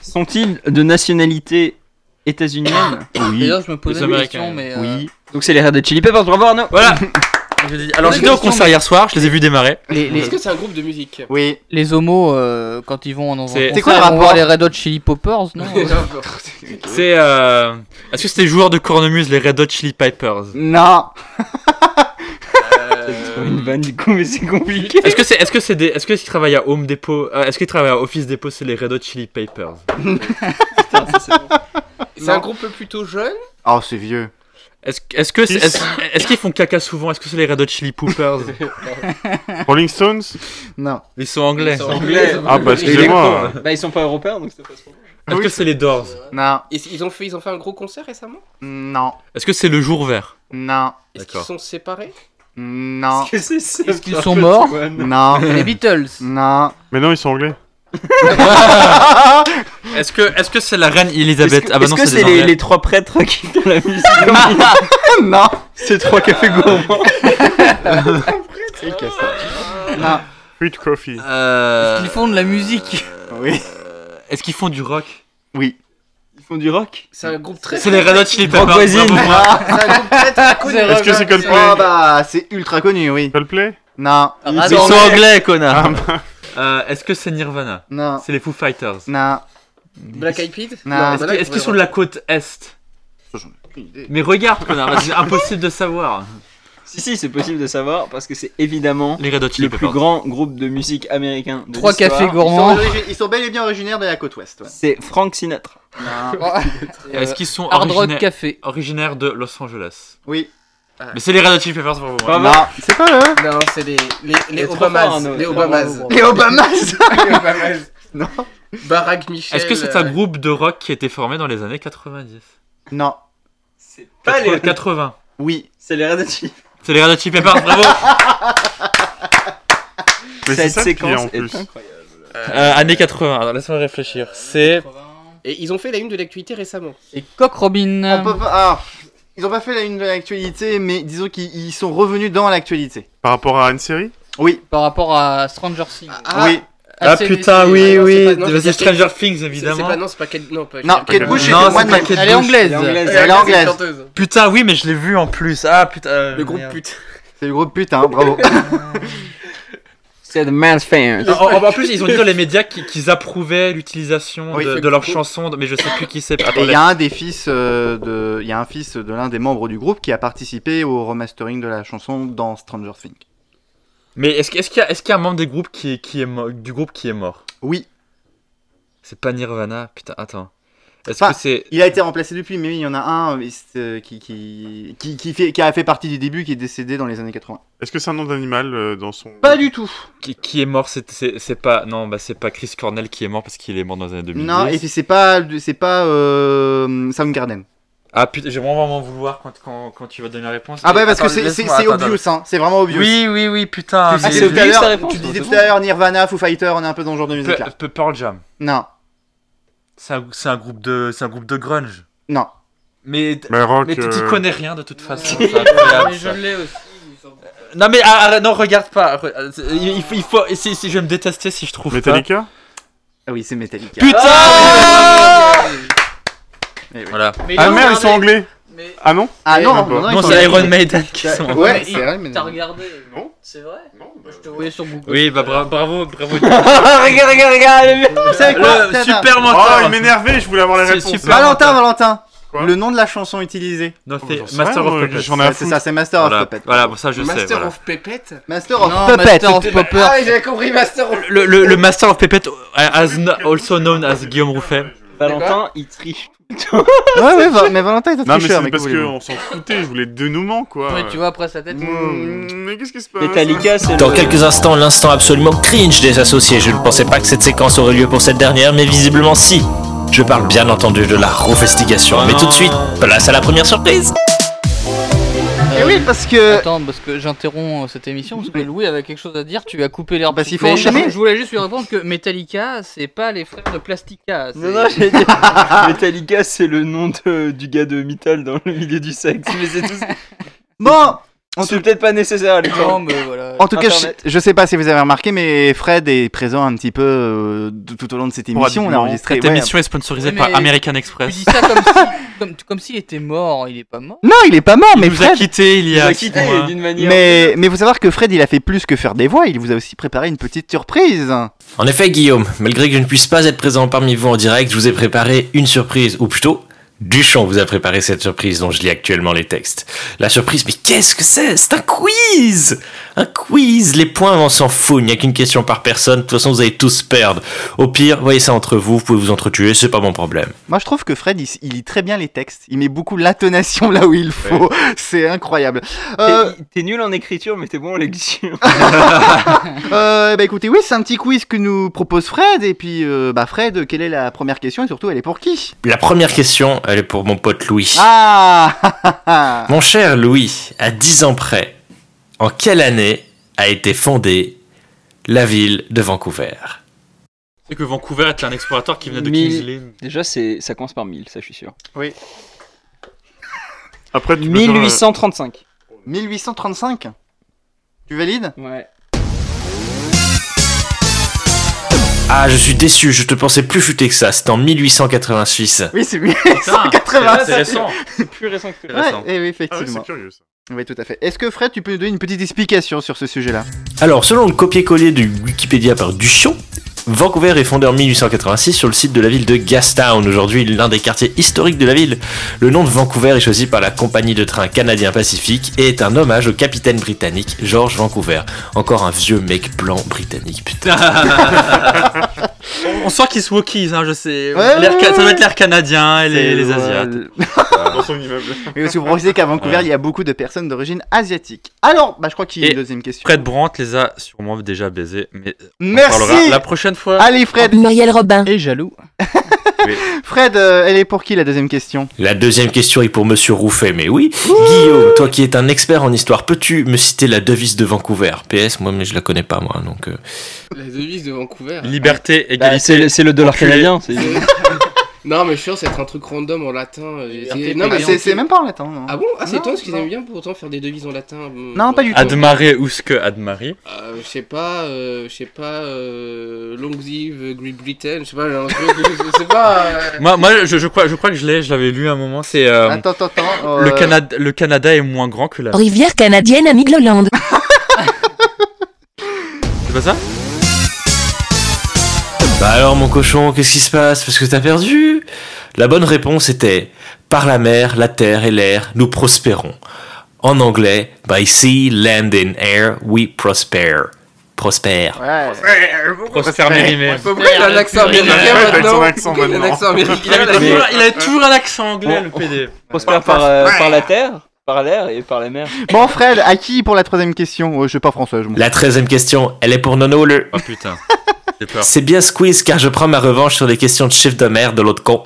[SPEAKER 7] Sont-ils de nationalité états-unienne
[SPEAKER 10] Ah,
[SPEAKER 1] Oui.
[SPEAKER 5] D'ailleurs je me
[SPEAKER 13] Les
[SPEAKER 5] posais la
[SPEAKER 13] Américains,
[SPEAKER 5] question mais... euh,
[SPEAKER 1] Oui.
[SPEAKER 7] Donc c'est les Red Hot Chili Peppers, bravo Arnaud
[SPEAKER 13] Voilà. Je dis- Alors, j'étais au concert hier soir, je les ai vus démarrer.
[SPEAKER 5] Les, les-
[SPEAKER 10] Est-ce que c'est un groupe de musique
[SPEAKER 1] Oui.
[SPEAKER 5] les homos, euh, quand ils vont dans un
[SPEAKER 13] C'est-
[SPEAKER 5] concert,
[SPEAKER 1] C'est quoi le
[SPEAKER 5] ils vont voir
[SPEAKER 1] rapport
[SPEAKER 5] les Red Hot Chili Poppers, non
[SPEAKER 13] C'est. euh, Est-ce que c'était joueur de cornemuse, les Red Hot Chili Peppers
[SPEAKER 1] Non.
[SPEAKER 10] Euh,
[SPEAKER 7] Une vanne du coup, mais c'est compliqué.
[SPEAKER 13] Est-ce que c'est est-ce que c'est des est-ce que s'ils travaillent à Home Depot euh, est-ce qu'ils travaillent à Office Depot c'est les Red Hot Chili Peppers
[SPEAKER 10] C'est un groupe plutôt jeune
[SPEAKER 1] Oh, c'est vieux.
[SPEAKER 13] Est-ce est-ce que c'est- est-ce est-ce qu'ils font caca souvent est-ce que c'est les Red Hot Chili Poppers
[SPEAKER 8] Rolling Stones
[SPEAKER 1] Non.
[SPEAKER 13] Ils sont anglais.
[SPEAKER 10] Ils sont-
[SPEAKER 8] Ah bah excusez-moi.
[SPEAKER 7] Bah ils sont pas européens donc c'est pas trop.
[SPEAKER 13] Est-ce que c'est les Doors
[SPEAKER 1] Non.
[SPEAKER 10] Est-ce- ils ont, fait, ils ont fait un gros concert récemment
[SPEAKER 1] Non.
[SPEAKER 13] Est-ce que c'est le jour vert
[SPEAKER 1] Non.
[SPEAKER 10] Est-ce qu'ils
[SPEAKER 13] D'accord.
[SPEAKER 10] sont séparés
[SPEAKER 1] Non.
[SPEAKER 7] Qu'est-ce que c'est
[SPEAKER 5] Est-ce qu'ils sont morts
[SPEAKER 1] Non.
[SPEAKER 5] Les Beatles
[SPEAKER 1] Non.
[SPEAKER 8] Mais non, ils sont anglais.
[SPEAKER 13] Est-ce que est-ce que c'est la reine
[SPEAKER 7] Est-ce
[SPEAKER 13] Elisabeth
[SPEAKER 7] que
[SPEAKER 13] Ah bah non
[SPEAKER 7] est-ce que
[SPEAKER 13] c'est
[SPEAKER 7] c'est
[SPEAKER 13] des
[SPEAKER 7] les,
[SPEAKER 13] Anglais.
[SPEAKER 7] les trois prêtres qui font la musique
[SPEAKER 1] Non.
[SPEAKER 7] C'est trois cafés gourmands.
[SPEAKER 1] Non.
[SPEAKER 8] Sweet coffee.
[SPEAKER 13] Euh,
[SPEAKER 5] Ils font de la musique.
[SPEAKER 1] Oui.
[SPEAKER 13] Est-ce qu'ils font du rock
[SPEAKER 1] Oui.
[SPEAKER 7] Ils font du rock
[SPEAKER 10] C'est un groupe très.
[SPEAKER 13] C'est les Red Hot Chili Peppers.
[SPEAKER 7] Rock voisine.
[SPEAKER 13] bravo, bravo.
[SPEAKER 10] C'est un groupe très très connu.
[SPEAKER 8] Est-ce que c'est Coldplay
[SPEAKER 1] Oh bah, c'est ultra connu, oui.
[SPEAKER 8] Coldplay
[SPEAKER 1] Non.
[SPEAKER 5] Ah,
[SPEAKER 13] Ils
[SPEAKER 5] non,
[SPEAKER 13] sont
[SPEAKER 5] mais-
[SPEAKER 13] anglais connard. Euh, est-ce que c'est Nirvana
[SPEAKER 1] Non.
[SPEAKER 13] C'est les Foo Fighters.
[SPEAKER 1] Non.
[SPEAKER 10] Black Eyed Peas
[SPEAKER 1] Non,
[SPEAKER 10] Non,
[SPEAKER 1] est-ce
[SPEAKER 13] Est-ce
[SPEAKER 10] Black-
[SPEAKER 13] que- est-ce qu'ils sont de la côte est Mais regarde connard, parce que c'est impossible de savoir.
[SPEAKER 7] Si si c'est possible de savoir parce que c'est évidemment
[SPEAKER 13] Les Red Hot Chili
[SPEAKER 7] le plus
[SPEAKER 13] Peppers.
[SPEAKER 7] grand groupe de musique américain. de
[SPEAKER 5] Trois
[SPEAKER 7] l'histoire.
[SPEAKER 5] cafés
[SPEAKER 1] Ils sont,
[SPEAKER 5] gourmands.
[SPEAKER 1] origi- ils sont bel et bien originaires de la côte ouest. ouais.
[SPEAKER 7] C'est Frank Sinatra.
[SPEAKER 1] Non.
[SPEAKER 13] Est-ce qu'ils sont
[SPEAKER 5] Hard Rock
[SPEAKER 13] origina-
[SPEAKER 5] Café.
[SPEAKER 13] originaires de Los Angeles
[SPEAKER 1] Oui.
[SPEAKER 13] Mais c'est les Red Hot Chili Peppers pour moi.
[SPEAKER 7] Bravo.
[SPEAKER 1] Non. C'est pas eux.
[SPEAKER 10] Non, c'est hein. les, les, les
[SPEAKER 7] est trop fort,
[SPEAKER 10] Obamas.
[SPEAKER 7] Arnaud.
[SPEAKER 10] Les Obamas.
[SPEAKER 1] Les Obamas.
[SPEAKER 10] Les Obamas.
[SPEAKER 1] Non.
[SPEAKER 10] Barack Michel. euh,
[SPEAKER 13] Est-ce que c'est un groupe de rock qui a été formé dans les années 90
[SPEAKER 1] Non.
[SPEAKER 7] C'est pas les
[SPEAKER 13] 80.
[SPEAKER 1] Oui.
[SPEAKER 7] c'est les Red Hot Chili.
[SPEAKER 13] C'est les Red Hot Chili Peppers, bravo
[SPEAKER 8] Mais c'est
[SPEAKER 7] Cette
[SPEAKER 8] ça le pire en
[SPEAKER 7] séquence
[SPEAKER 8] plus.
[SPEAKER 7] est incroyable.
[SPEAKER 13] euh, Années 80, alors laisse-moi réfléchir. C'est.
[SPEAKER 10] Et ils ont fait la une de l'actualité récemment.
[SPEAKER 5] Et Cock Robin.
[SPEAKER 1] On peut pas. ah, Ils ont pas fait la une de l'actualité, mais disons qu'ils ils sont revenus dans l'actualité.
[SPEAKER 8] Par rapport à une série
[SPEAKER 1] Oui.
[SPEAKER 5] Par rapport à Stranger Things.
[SPEAKER 10] Ah,
[SPEAKER 1] oui.
[SPEAKER 13] Ah
[SPEAKER 5] ACDC.
[SPEAKER 13] putain, oui,
[SPEAKER 10] non,
[SPEAKER 13] oui,
[SPEAKER 10] c'est pas- non,
[SPEAKER 13] vas-y,
[SPEAKER 10] c'est-
[SPEAKER 13] Stranger Things
[SPEAKER 10] C'est- C'est
[SPEAKER 13] évidemment.
[SPEAKER 10] pas, non, c'est pas Kate. Non, pas
[SPEAKER 1] Non,
[SPEAKER 10] Kate
[SPEAKER 1] Kate Bush
[SPEAKER 13] Non,
[SPEAKER 1] était
[SPEAKER 13] c'est pas
[SPEAKER 1] moi-même.
[SPEAKER 13] Kate
[SPEAKER 5] Elle est
[SPEAKER 13] Bush.
[SPEAKER 7] Elle
[SPEAKER 5] anglaise.
[SPEAKER 7] est anglaise.
[SPEAKER 1] Elle est anglaise.
[SPEAKER 10] chanteuse.
[SPEAKER 13] Putain, oui, mais je l'ai vu en plus. Ah putain. euh,
[SPEAKER 10] Le groupe
[SPEAKER 13] merde.
[SPEAKER 10] pute.
[SPEAKER 1] C'est le groupe putain, bravo.
[SPEAKER 7] C'est The Man's Fans.
[SPEAKER 13] En, en- en plus, ils ont dit dans les médias qu'ils qu'ils approuvaient l'utilisation
[SPEAKER 1] Oui.
[SPEAKER 13] de, de leurs chansons, mais je sais plus qui c'est.
[SPEAKER 1] Et il y
[SPEAKER 13] Attendez.
[SPEAKER 1] a un des fils euh, de, il y a un fils de l'un des membres du groupe qui a participé au remastering de la chanson dans Stranger Things.
[SPEAKER 13] Mais est-ce que- est-ce qu'il y, a- est-ce qu'il y a un membre des groupes qui est, qui est mo- du groupe qui est mort
[SPEAKER 1] Oui.
[SPEAKER 13] C'est pas Nirvana, putain, attends.
[SPEAKER 10] Est-ce
[SPEAKER 1] Enfin,
[SPEAKER 10] que c'est.
[SPEAKER 1] Il a été remplacé depuis, mais oui, il y en a un euh, euh, qui, qui, qui, qui fait, qui a fait partie du début, qui est décédé dans les années 80.
[SPEAKER 8] Est-ce que c'est un nom d'animal euh, dans son.
[SPEAKER 1] Pas du tout.
[SPEAKER 4] Qui, qui est mort C'est c'est- c'est pas non, bah c'est pas Chris Cornell qui est mort parce qu'il est mort dans les années 2010.
[SPEAKER 1] Non, et puis c'est pas, c'est pas euh, Soundgarden.
[SPEAKER 4] Ah putain, j'ai vraiment vraiment vouloir quand, quand, quand tu vas donner la réponse.
[SPEAKER 1] Ah bah
[SPEAKER 4] Et-
[SPEAKER 1] parce que
[SPEAKER 4] attends,
[SPEAKER 1] c'est- c'est
[SPEAKER 4] laisse-moi-
[SPEAKER 1] c'est
[SPEAKER 4] attends,
[SPEAKER 1] obvious,
[SPEAKER 4] attends.
[SPEAKER 1] hein, c'est vraiment obvious. Ah,
[SPEAKER 4] Oui, oui, oui, putain.
[SPEAKER 1] Tu
[SPEAKER 4] mais-
[SPEAKER 1] disais tout à l'heure, tu disais tout à l'heure Nirvana, Foo Fighter, on est un peu dans ce genre de musique là.
[SPEAKER 4] Pe- Pe- Pearl Jam.
[SPEAKER 1] Non.
[SPEAKER 4] C'est un, c'est un groupe de c'est un groupe de grunge.
[SPEAKER 1] Non.
[SPEAKER 4] Mais
[SPEAKER 8] Mais rock,
[SPEAKER 4] mais tu t'y
[SPEAKER 8] euh,
[SPEAKER 4] connais rien de toute façon. c'est incroyable,
[SPEAKER 10] Ah, Mais je
[SPEAKER 4] ça. euh,
[SPEAKER 10] l'ai aussi.
[SPEAKER 4] Non mais ah, ah, non regarde pas. re- euh, c'est- Il, il faut, il faut et si, si je vais me détester si je trouve
[SPEAKER 5] hein.
[SPEAKER 4] pas.
[SPEAKER 8] Metallica
[SPEAKER 1] Ah oui, c'est Metallica.
[SPEAKER 4] Putain
[SPEAKER 7] Ah,
[SPEAKER 4] Voilà.
[SPEAKER 8] Mais Ah non, merde, ils sont regardez. anglais. Mais- Ah non
[SPEAKER 1] Ah non,
[SPEAKER 8] Même
[SPEAKER 1] non,
[SPEAKER 8] pas.
[SPEAKER 1] non,
[SPEAKER 8] Non,
[SPEAKER 1] ils
[SPEAKER 8] c'est
[SPEAKER 1] sont-
[SPEAKER 8] Iron Maiden qui
[SPEAKER 1] Ouais,
[SPEAKER 8] sont-
[SPEAKER 1] Ouais,
[SPEAKER 8] Mais
[SPEAKER 1] c'est
[SPEAKER 8] il-
[SPEAKER 1] Iron Maiden.
[SPEAKER 16] T'as regardé Non. C'est vrai Je
[SPEAKER 8] Oh,
[SPEAKER 16] te voyais sur Google.
[SPEAKER 4] Oui bah bra- bravo bravo.
[SPEAKER 16] Regarde, regarde, regarde,
[SPEAKER 1] Vous savez quoi
[SPEAKER 4] Le
[SPEAKER 1] Tata
[SPEAKER 4] super
[SPEAKER 8] Oh,
[SPEAKER 4] menteur.
[SPEAKER 8] il m'énervait, je voulais avoir les
[SPEAKER 1] C'est
[SPEAKER 8] réponses.
[SPEAKER 1] super Valentin, Valentin. le nom de la chanson
[SPEAKER 8] Ah,
[SPEAKER 1] utilisée.
[SPEAKER 4] Non,
[SPEAKER 1] Oh,
[SPEAKER 4] c'est
[SPEAKER 1] j'en sais
[SPEAKER 4] Master
[SPEAKER 1] rien,
[SPEAKER 4] of
[SPEAKER 1] moi,
[SPEAKER 4] Puppets.
[SPEAKER 1] j'en ai à C'est ça, c'est Master of
[SPEAKER 4] Voilà.
[SPEAKER 1] Puppets.
[SPEAKER 4] Voilà, bon, ça je sais.
[SPEAKER 10] Master
[SPEAKER 4] voilà.
[SPEAKER 10] of Pépette
[SPEAKER 1] Master of
[SPEAKER 10] Non,
[SPEAKER 1] Puppets.
[SPEAKER 10] Master of
[SPEAKER 1] Puppets.
[SPEAKER 10] Popper. Ah, j'avais compris Master of
[SPEAKER 4] Le, le, le Master of Puppets, as no- also known as Guillaume Rouffet.
[SPEAKER 7] Valentin, il triche.
[SPEAKER 1] Ouais, ouais, va- mais Valenin est un
[SPEAKER 8] Non, mais
[SPEAKER 1] tricheur,
[SPEAKER 8] c'est
[SPEAKER 1] mais
[SPEAKER 8] parce
[SPEAKER 1] que voulez-vous
[SPEAKER 8] qu'on s'en foutait, je voulais dénouement quoi. Mmh,
[SPEAKER 10] Ouais, tu vois, après sa tête.
[SPEAKER 5] Hmm.
[SPEAKER 8] Mais qu'est-ce qui se passe
[SPEAKER 7] Metallica, c'est
[SPEAKER 6] Dans
[SPEAKER 7] le-
[SPEAKER 6] quelques instants, l'instant absolument cringe des associés. Je ne pensais pas que cette séquence aurait lieu pour cette dernière, mais visiblement si. Je parle bien entendu de la refestigation.
[SPEAKER 13] Ah
[SPEAKER 6] mais tout de suite, place à la première surprise.
[SPEAKER 5] Et oui, parce que. Attends, parce que j'interromps euh, cette émission parce que Louis avait quelque chose à dire. Tu lui as coupé l'air.
[SPEAKER 1] Parce qu'il faut enchaîner.
[SPEAKER 5] je, je voulais juste lui répondre que Metallica, c'est pas les frères de Plastica. c'est-
[SPEAKER 7] Non, non, j'ai dit. Metallica, c'est le nom de- du gars de Metal dans le milieu du sexe, mais c'est tout.
[SPEAKER 1] Bon
[SPEAKER 7] C'est peut-être pas nécessaire, Alexandre.
[SPEAKER 5] Non, mais voilà.
[SPEAKER 4] Oh,
[SPEAKER 1] En tout cas, je,
[SPEAKER 7] Internet.
[SPEAKER 1] je sais pas si vous avez remarqué, mais Fred est présent un petit peu euh, de- tout au long de cette émission. On a enregistré.
[SPEAKER 4] Cette
[SPEAKER 1] ouais.
[SPEAKER 4] émission est sponsorisée
[SPEAKER 5] Oui,
[SPEAKER 4] par
[SPEAKER 5] mais-
[SPEAKER 4] American
[SPEAKER 5] Tu
[SPEAKER 4] Express.
[SPEAKER 5] dis ça comme si, comme, comme s'il était mort. Il est pas mort.
[SPEAKER 1] Non, il est pas mort, mais
[SPEAKER 4] nous a
[SPEAKER 1] Fred.
[SPEAKER 4] quittés il y
[SPEAKER 1] Ah,
[SPEAKER 4] a
[SPEAKER 10] Ah,
[SPEAKER 4] six mois.
[SPEAKER 1] Mais, mais faut savoir que Fred, il a fait plus que faire des voix. Il vous a aussi préparé une petite surprise.
[SPEAKER 6] En effet, Guillaume, malgré que je ne puisse pas être présent parmi vous en direct, je vous ai préparé une surprise, ou plutôt, Duchamp vous a préparé cette surprise dont je lis actuellement les textes. La surprise, mais qu'est-ce que c'est C'est un quiz Un quiz Les points, on s'en fout, il n'y a qu'une question par personne, de toute façon vous allez tous perdre. Au pire, voyez ça entre vous, vous pouvez vous entretuer, c'est pas mon problème.
[SPEAKER 1] Moi, je trouve que Fred, il, il lit très bien les textes. Il met beaucoup l'intonation là où il faut. C'est incroyable. Euh,
[SPEAKER 7] T'es- T'es nul en écriture, mais t'es bon en lecture.
[SPEAKER 1] euh, bah écoutez, oui, c'est un petit quiz que nous propose Fred. Et puis, euh, bah Fred, quelle est la première question et surtout, elle est pour qui
[SPEAKER 6] La première question, elle est pour mon pote Louis.
[SPEAKER 1] Ah
[SPEAKER 6] Mon cher Louis, à 10 ans près, en quelle année a été fondée la ville de Vancouver
[SPEAKER 4] C'est que Vancouver était un explorateur qui venait de
[SPEAKER 7] Mille-
[SPEAKER 4] Kingsley.
[SPEAKER 7] Déjà, c'est ça commence par 1000, ça je suis sûr.
[SPEAKER 1] Oui.
[SPEAKER 8] Après, tu peux faire, euh,
[SPEAKER 7] 1835.
[SPEAKER 1] 1835 Tu valides
[SPEAKER 7] Ouais.
[SPEAKER 6] Ah, je suis déçu, je te pensais plus futé que ça, c'était en 1886.
[SPEAKER 1] Oui, c'est lui.
[SPEAKER 4] Putain, c'est récent.
[SPEAKER 7] C'est plus récent que
[SPEAKER 1] Ouais, eh oui, effectivement.
[SPEAKER 8] Ah oui, c'est curieux, ça.
[SPEAKER 1] Oui, tout à fait. Est-ce que Fred, tu peux nous donner une petite explication sur ce sujet-là
[SPEAKER 6] Alors, selon le copier-coller de Wikipédia par Duchamp, Vancouver est fondée en 1886 sur le site de la ville de Gastown, aujourd'hui l'un des quartiers historiques de la ville. Le nom de Vancouver est choisi par la compagnie de train canadien Pacifique et est un hommage au capitaine britannique George Vancouver. Encore un vieux mec blanc britannique, putain.
[SPEAKER 4] On sent qu'ils se wokisent, hein, je sais.
[SPEAKER 1] Ouais,
[SPEAKER 4] L'air ca-
[SPEAKER 1] ouais,
[SPEAKER 4] Ça doit
[SPEAKER 1] ouais.
[SPEAKER 4] être l'air canadien et les,
[SPEAKER 1] C'est-
[SPEAKER 4] les
[SPEAKER 1] ouais,
[SPEAKER 4] Asiates.
[SPEAKER 1] le-
[SPEAKER 4] Ah.
[SPEAKER 8] Dans son immeuble.
[SPEAKER 1] Mais parce que vous pensez qu'à Vancouver,
[SPEAKER 4] Ouais.
[SPEAKER 1] il y a beaucoup de personnes d'origine asiatique. Alors, bah, je crois qu'il y a
[SPEAKER 4] Et
[SPEAKER 1] une deuxième question.
[SPEAKER 4] Fred Brandt les a sûrement déjà baisés, mais on en
[SPEAKER 1] Merci.
[SPEAKER 4] parlera la prochaine fois.
[SPEAKER 1] Allez, Fred
[SPEAKER 5] Muriel Robin. Et jaloux.
[SPEAKER 1] Fred, euh, elle est pour qui la deuxième question
[SPEAKER 6] La deuxième question est pour Monsieur Rouffet, mais oui. Guillaume, toi qui es un expert en histoire, peux-tu me citer la devise de Vancouver PS, moi, mais je la connais pas, moi, donc. euh,
[SPEAKER 10] La devise de Vancouver.
[SPEAKER 4] Liberté, égalité.
[SPEAKER 7] Bah, c'est le- c'est le dollar
[SPEAKER 4] enculé.
[SPEAKER 7] canadien, c'est-
[SPEAKER 10] non, mais je suis sûr, c'est un truc random en latin. euh, c'est- Non,
[SPEAKER 1] Bah,
[SPEAKER 10] mais
[SPEAKER 1] c'est c'est même pas en latin. Non
[SPEAKER 10] Ah bon Ah, c'est
[SPEAKER 1] Non,
[SPEAKER 10] toi, parce qu'ils
[SPEAKER 1] non.
[SPEAKER 10] aiment bien pourtant faire des devises en latin.
[SPEAKER 1] Non, pas du tout.
[SPEAKER 4] Admaré ou ce que Admaré.
[SPEAKER 10] Euh, je sais pas, euh, je sais pas, euh, Long Live Great Britain, je sais pas, j'ai un truc, je sais pas. euh,
[SPEAKER 4] Moi, Ah, moi je, je crois, je crois que je l'ai, je l'avais lu à un moment. C'est euh,
[SPEAKER 1] Attends, attends, attends.
[SPEAKER 4] le,
[SPEAKER 1] euh,
[SPEAKER 4] Canada, le Canada est moins grand que la.
[SPEAKER 15] Rivière canadienne à Midlolland.
[SPEAKER 4] C'est pas ça
[SPEAKER 6] Bah alors, mon cochon, qu'est-ce qui se passe Parce que t'as perdu La bonne réponse était Par la mer, la terre et l'air, nous prospérons. En anglais, By sea, land and air, we prosper. Prosper.
[SPEAKER 16] Ouais.
[SPEAKER 6] Prosper Mérimée.
[SPEAKER 10] Pourquoi il a un accent
[SPEAKER 6] Il
[SPEAKER 10] américain
[SPEAKER 6] répète
[SPEAKER 10] maintenant
[SPEAKER 6] son accent
[SPEAKER 10] Pourquoi Il a un
[SPEAKER 6] maintenant.
[SPEAKER 10] accent américain.
[SPEAKER 13] Il a toujours-
[SPEAKER 4] Ah,
[SPEAKER 13] il a toujours un accent anglais, le PD.
[SPEAKER 7] Prospère par, euh, par la terre, par l'air et par la mer.
[SPEAKER 1] Bon, Fred, à qui pour la troisième question Euh, Je sais pas français, je m'en
[SPEAKER 6] La treizième question, elle est pour Nono le.
[SPEAKER 4] Oh putain.
[SPEAKER 6] C'est bien squeeze car je prends ma revanche sur les questions de chiffre de mer de l'autre con.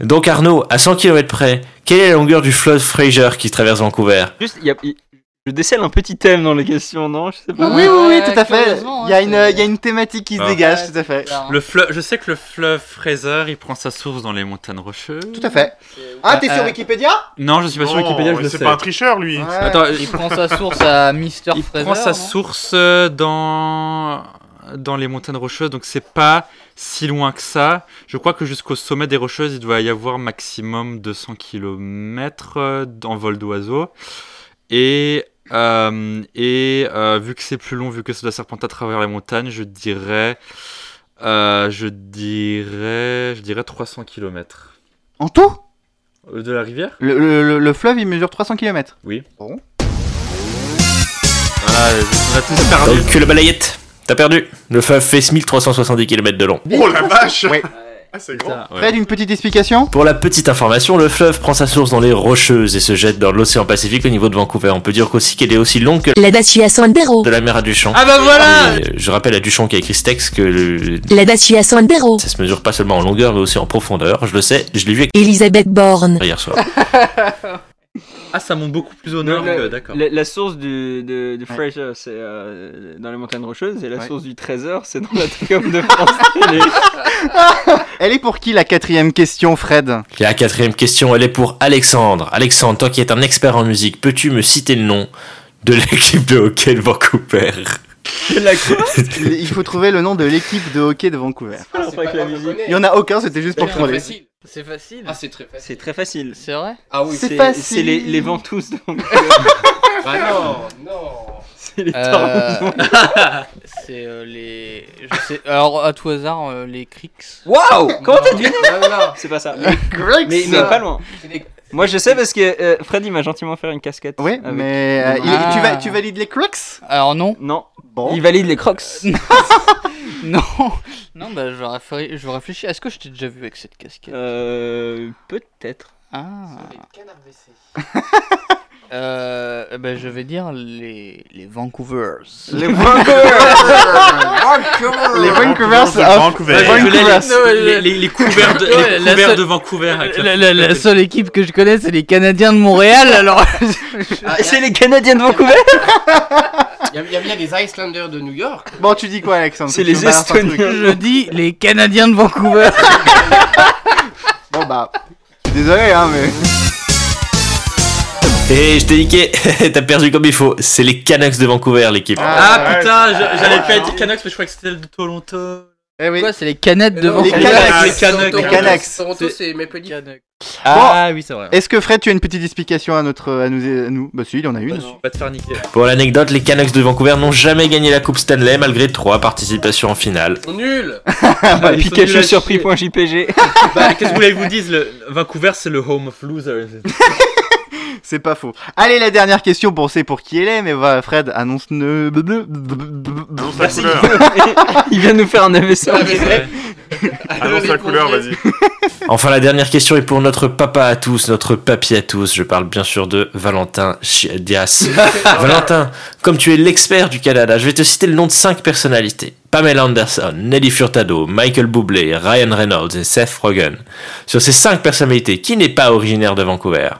[SPEAKER 6] Donc Arnaud, à 100 km près, quelle est la longueur du fleuve Fraser qui traverse Vancouver
[SPEAKER 7] Juste, il y a- il- je décèle un petit thème dans les questions, non Je sais pas.
[SPEAKER 1] Oui, oui, oui,
[SPEAKER 7] Ouais,
[SPEAKER 1] tout à fait.
[SPEAKER 7] curieusement, hein,
[SPEAKER 1] Il y, a une, il y a une thématique qui se
[SPEAKER 4] Ah.
[SPEAKER 1] dégage, tout à fait.
[SPEAKER 4] Le fleuve, je sais que le fleuve Fraser, il prend sa source dans les montagnes rocheuses.
[SPEAKER 1] Tout à fait. Ah, t'es
[SPEAKER 4] euh,
[SPEAKER 1] sur Wikipédia
[SPEAKER 4] Non, je suis pas sur
[SPEAKER 1] Non,
[SPEAKER 4] Wikipédia, je le sais.
[SPEAKER 8] Oh, c'est pas un tricheur, lui. Ouais.
[SPEAKER 4] Attends,
[SPEAKER 5] il prend sa source à Mister Fraser.
[SPEAKER 4] Il prend sa
[SPEAKER 5] non
[SPEAKER 4] source euh, dans dans les montagnes rocheuses, donc c'est pas si loin que ça. Je crois que jusqu'au sommet des rocheuses, il doit y avoir maximum 200 km euh, en vol d'oiseau. Et euh, et euh, vu que c'est plus long, vu que ça doit serpenter à travers les montagnes, je dirais euh, je dirais je dirais 300 km.
[SPEAKER 1] En tout
[SPEAKER 4] Euh, De la rivière
[SPEAKER 1] le, le- le- le fleuve, il mesure 300 km.
[SPEAKER 4] Oui.
[SPEAKER 1] Bon.
[SPEAKER 4] Voilà, on a tous perdu.
[SPEAKER 6] Donc le balayette, t'as perdu. Le fleuve fait 1370 km de long.
[SPEAKER 8] Oh la vache Ah, c'est grand.
[SPEAKER 1] Fred, une petite explication
[SPEAKER 6] Pour la petite information, le fleuve prend sa source dans les rocheuses et se jette dans l'océan Pacifique au niveau de Vancouver. On peut dire qu'aussi qu'elle est aussi longue que
[SPEAKER 15] La Dacia Sandero.
[SPEAKER 6] de la mer à Duchamp.
[SPEAKER 15] Ah bah voilà
[SPEAKER 6] Et, euh, Je rappelle à Duchamp qui a écrit ce texte que le-
[SPEAKER 15] La Dacia Sandero.
[SPEAKER 6] ça se mesure pas seulement en longueur mais aussi en profondeur. Je le sais, je l'ai vu avec-
[SPEAKER 15] Elisabeth Borne.
[SPEAKER 6] hier soir.
[SPEAKER 4] Ah, ça monte beaucoup plus au nord
[SPEAKER 7] Le-
[SPEAKER 4] que
[SPEAKER 7] le-
[SPEAKER 4] d'accord.
[SPEAKER 7] La, la source du, de, de Fraser, c'est euh, dans les montagnes rocheuses, et la
[SPEAKER 1] Ouais.
[SPEAKER 7] source du trésor, c'est dans la Triomphe de France.
[SPEAKER 1] Elle est pour qui la quatrième question, Fred
[SPEAKER 6] La quatrième question, elle est pour Alexandre. Alexandre, toi qui es un expert en musique, peux-tu me citer le nom de l'équipe de hockey de Vancouver
[SPEAKER 1] Il faut trouver le nom de l'équipe de hockey de Vancouver. Il y en a aucun, c'était juste pour
[SPEAKER 10] C'est
[SPEAKER 1] demander.
[SPEAKER 10] facile. C'est facile. Ah, c'est très facile.
[SPEAKER 7] C'est très facile.
[SPEAKER 5] C'est vrai
[SPEAKER 10] Ah oui,
[SPEAKER 7] C'est-
[SPEAKER 10] c'est-
[SPEAKER 1] facile.
[SPEAKER 7] C'est les, les ventouses. donc,
[SPEAKER 10] Bah non, non.
[SPEAKER 7] C'est les
[SPEAKER 5] Euh,
[SPEAKER 7] tornades.
[SPEAKER 5] c'est euh, les. Je sais. Alors, à tout hasard, euh, les Cricks.
[SPEAKER 7] Waouh Comment t'as
[SPEAKER 5] Non.
[SPEAKER 7] deviné
[SPEAKER 5] Non, non, non.
[SPEAKER 7] C'est pas ça.
[SPEAKER 5] Les Greeks.
[SPEAKER 7] Mais, mais pas loin.
[SPEAKER 5] C'est les-
[SPEAKER 7] Moi je sais parce que euh, Fred il m'a gentiment offert une casquette. Oui,
[SPEAKER 1] mais euh, il- tu, vas- tu valides les Crocs
[SPEAKER 5] Alors non.
[SPEAKER 7] Non. Il valide les Crocs.
[SPEAKER 5] non. Non, bah, je, réfléchis. je réfléchis. Est-ce que je t'ai déjà vu avec cette casquette
[SPEAKER 7] Euh. Peut-être.
[SPEAKER 5] Ah. Euh, ben, je vais dire les, les Vancouver's.
[SPEAKER 1] Les Vancouvers. Les
[SPEAKER 8] Ah,
[SPEAKER 1] Vancouvers of-
[SPEAKER 5] Vancouver.
[SPEAKER 1] Les Vancouvers.
[SPEAKER 4] Les, les, les couverts de,
[SPEAKER 5] Ouais,
[SPEAKER 4] les
[SPEAKER 5] la
[SPEAKER 4] couverts
[SPEAKER 5] seule-
[SPEAKER 4] de Vancouver. avec
[SPEAKER 5] La, la- la seule équipe que je connais, c'est les Canadiens de Montréal, alors.
[SPEAKER 10] Ah,
[SPEAKER 5] c'est
[SPEAKER 7] les Canadiens de Vancouver
[SPEAKER 10] Il y a- il y a bien des Islanders de New York.
[SPEAKER 1] Bon, tu dis quoi, Alexandre
[SPEAKER 10] C'est
[SPEAKER 1] Tu
[SPEAKER 10] les
[SPEAKER 1] me balances un truc.
[SPEAKER 5] Je dis les Canadiens de Vancouver.
[SPEAKER 1] Bon, bah. je suis Désolé, hein, mais.
[SPEAKER 6] Et je t'ai niqué, t'as perdu comme il faut. C'est les Canucks de Vancouver, l'équipe.
[SPEAKER 4] Ah putain, je- j'allais pas dire Canucks, mais je crois que c'était le de Toronto.
[SPEAKER 1] Eh
[SPEAKER 5] Quoi, c'est les canettes de
[SPEAKER 4] Les
[SPEAKER 5] Vancouver
[SPEAKER 4] Canucks. Canucks.
[SPEAKER 10] Toronto,
[SPEAKER 7] hein.
[SPEAKER 4] Les Canucks.
[SPEAKER 10] Toronto, c'est Maple Leaf.
[SPEAKER 4] Ah, oui, c'est vrai.
[SPEAKER 1] Est-ce que Fred, tu as une petite explication à, notre, à, nous, à nous Bah, si, il en a une.
[SPEAKER 4] Pas te faire niquer.
[SPEAKER 6] Pour l'anecdote, les Canucks de Vancouver n'ont jamais gagné la Coupe Stanley malgré trois participations en finale.
[SPEAKER 10] Nul
[SPEAKER 7] bah,
[SPEAKER 4] Ils sont nuls
[SPEAKER 7] Pikachu
[SPEAKER 4] à
[SPEAKER 7] sur
[SPEAKER 4] chier.
[SPEAKER 7] prix.jpg.
[SPEAKER 4] Bah, qu'est-ce que vous voulez que vous dise le... Vancouver, c'est le home of losers.
[SPEAKER 1] C'est pas faux. Allez, la dernière question, bon, c'est pour qui elle est, mais va, Fred, annonce-ne.
[SPEAKER 7] Merci. il vient de nous faire un AVC.
[SPEAKER 8] Annonce la couleur, vas-y.
[SPEAKER 6] Enfin, la dernière question est pour notre papa à tous, notre papy à tous. Je parle bien sûr de Valentin Chiadias. Valentin, comme tu es l'expert du Canada, je vais te citer le nom de cinq personnalités. Pamela Anderson, Nelly Furtado, Michael Bublé, Ryan Reynolds et Seth Rogen. Sur ces cinq personnalités, qui n'est pas originaire de Vancouver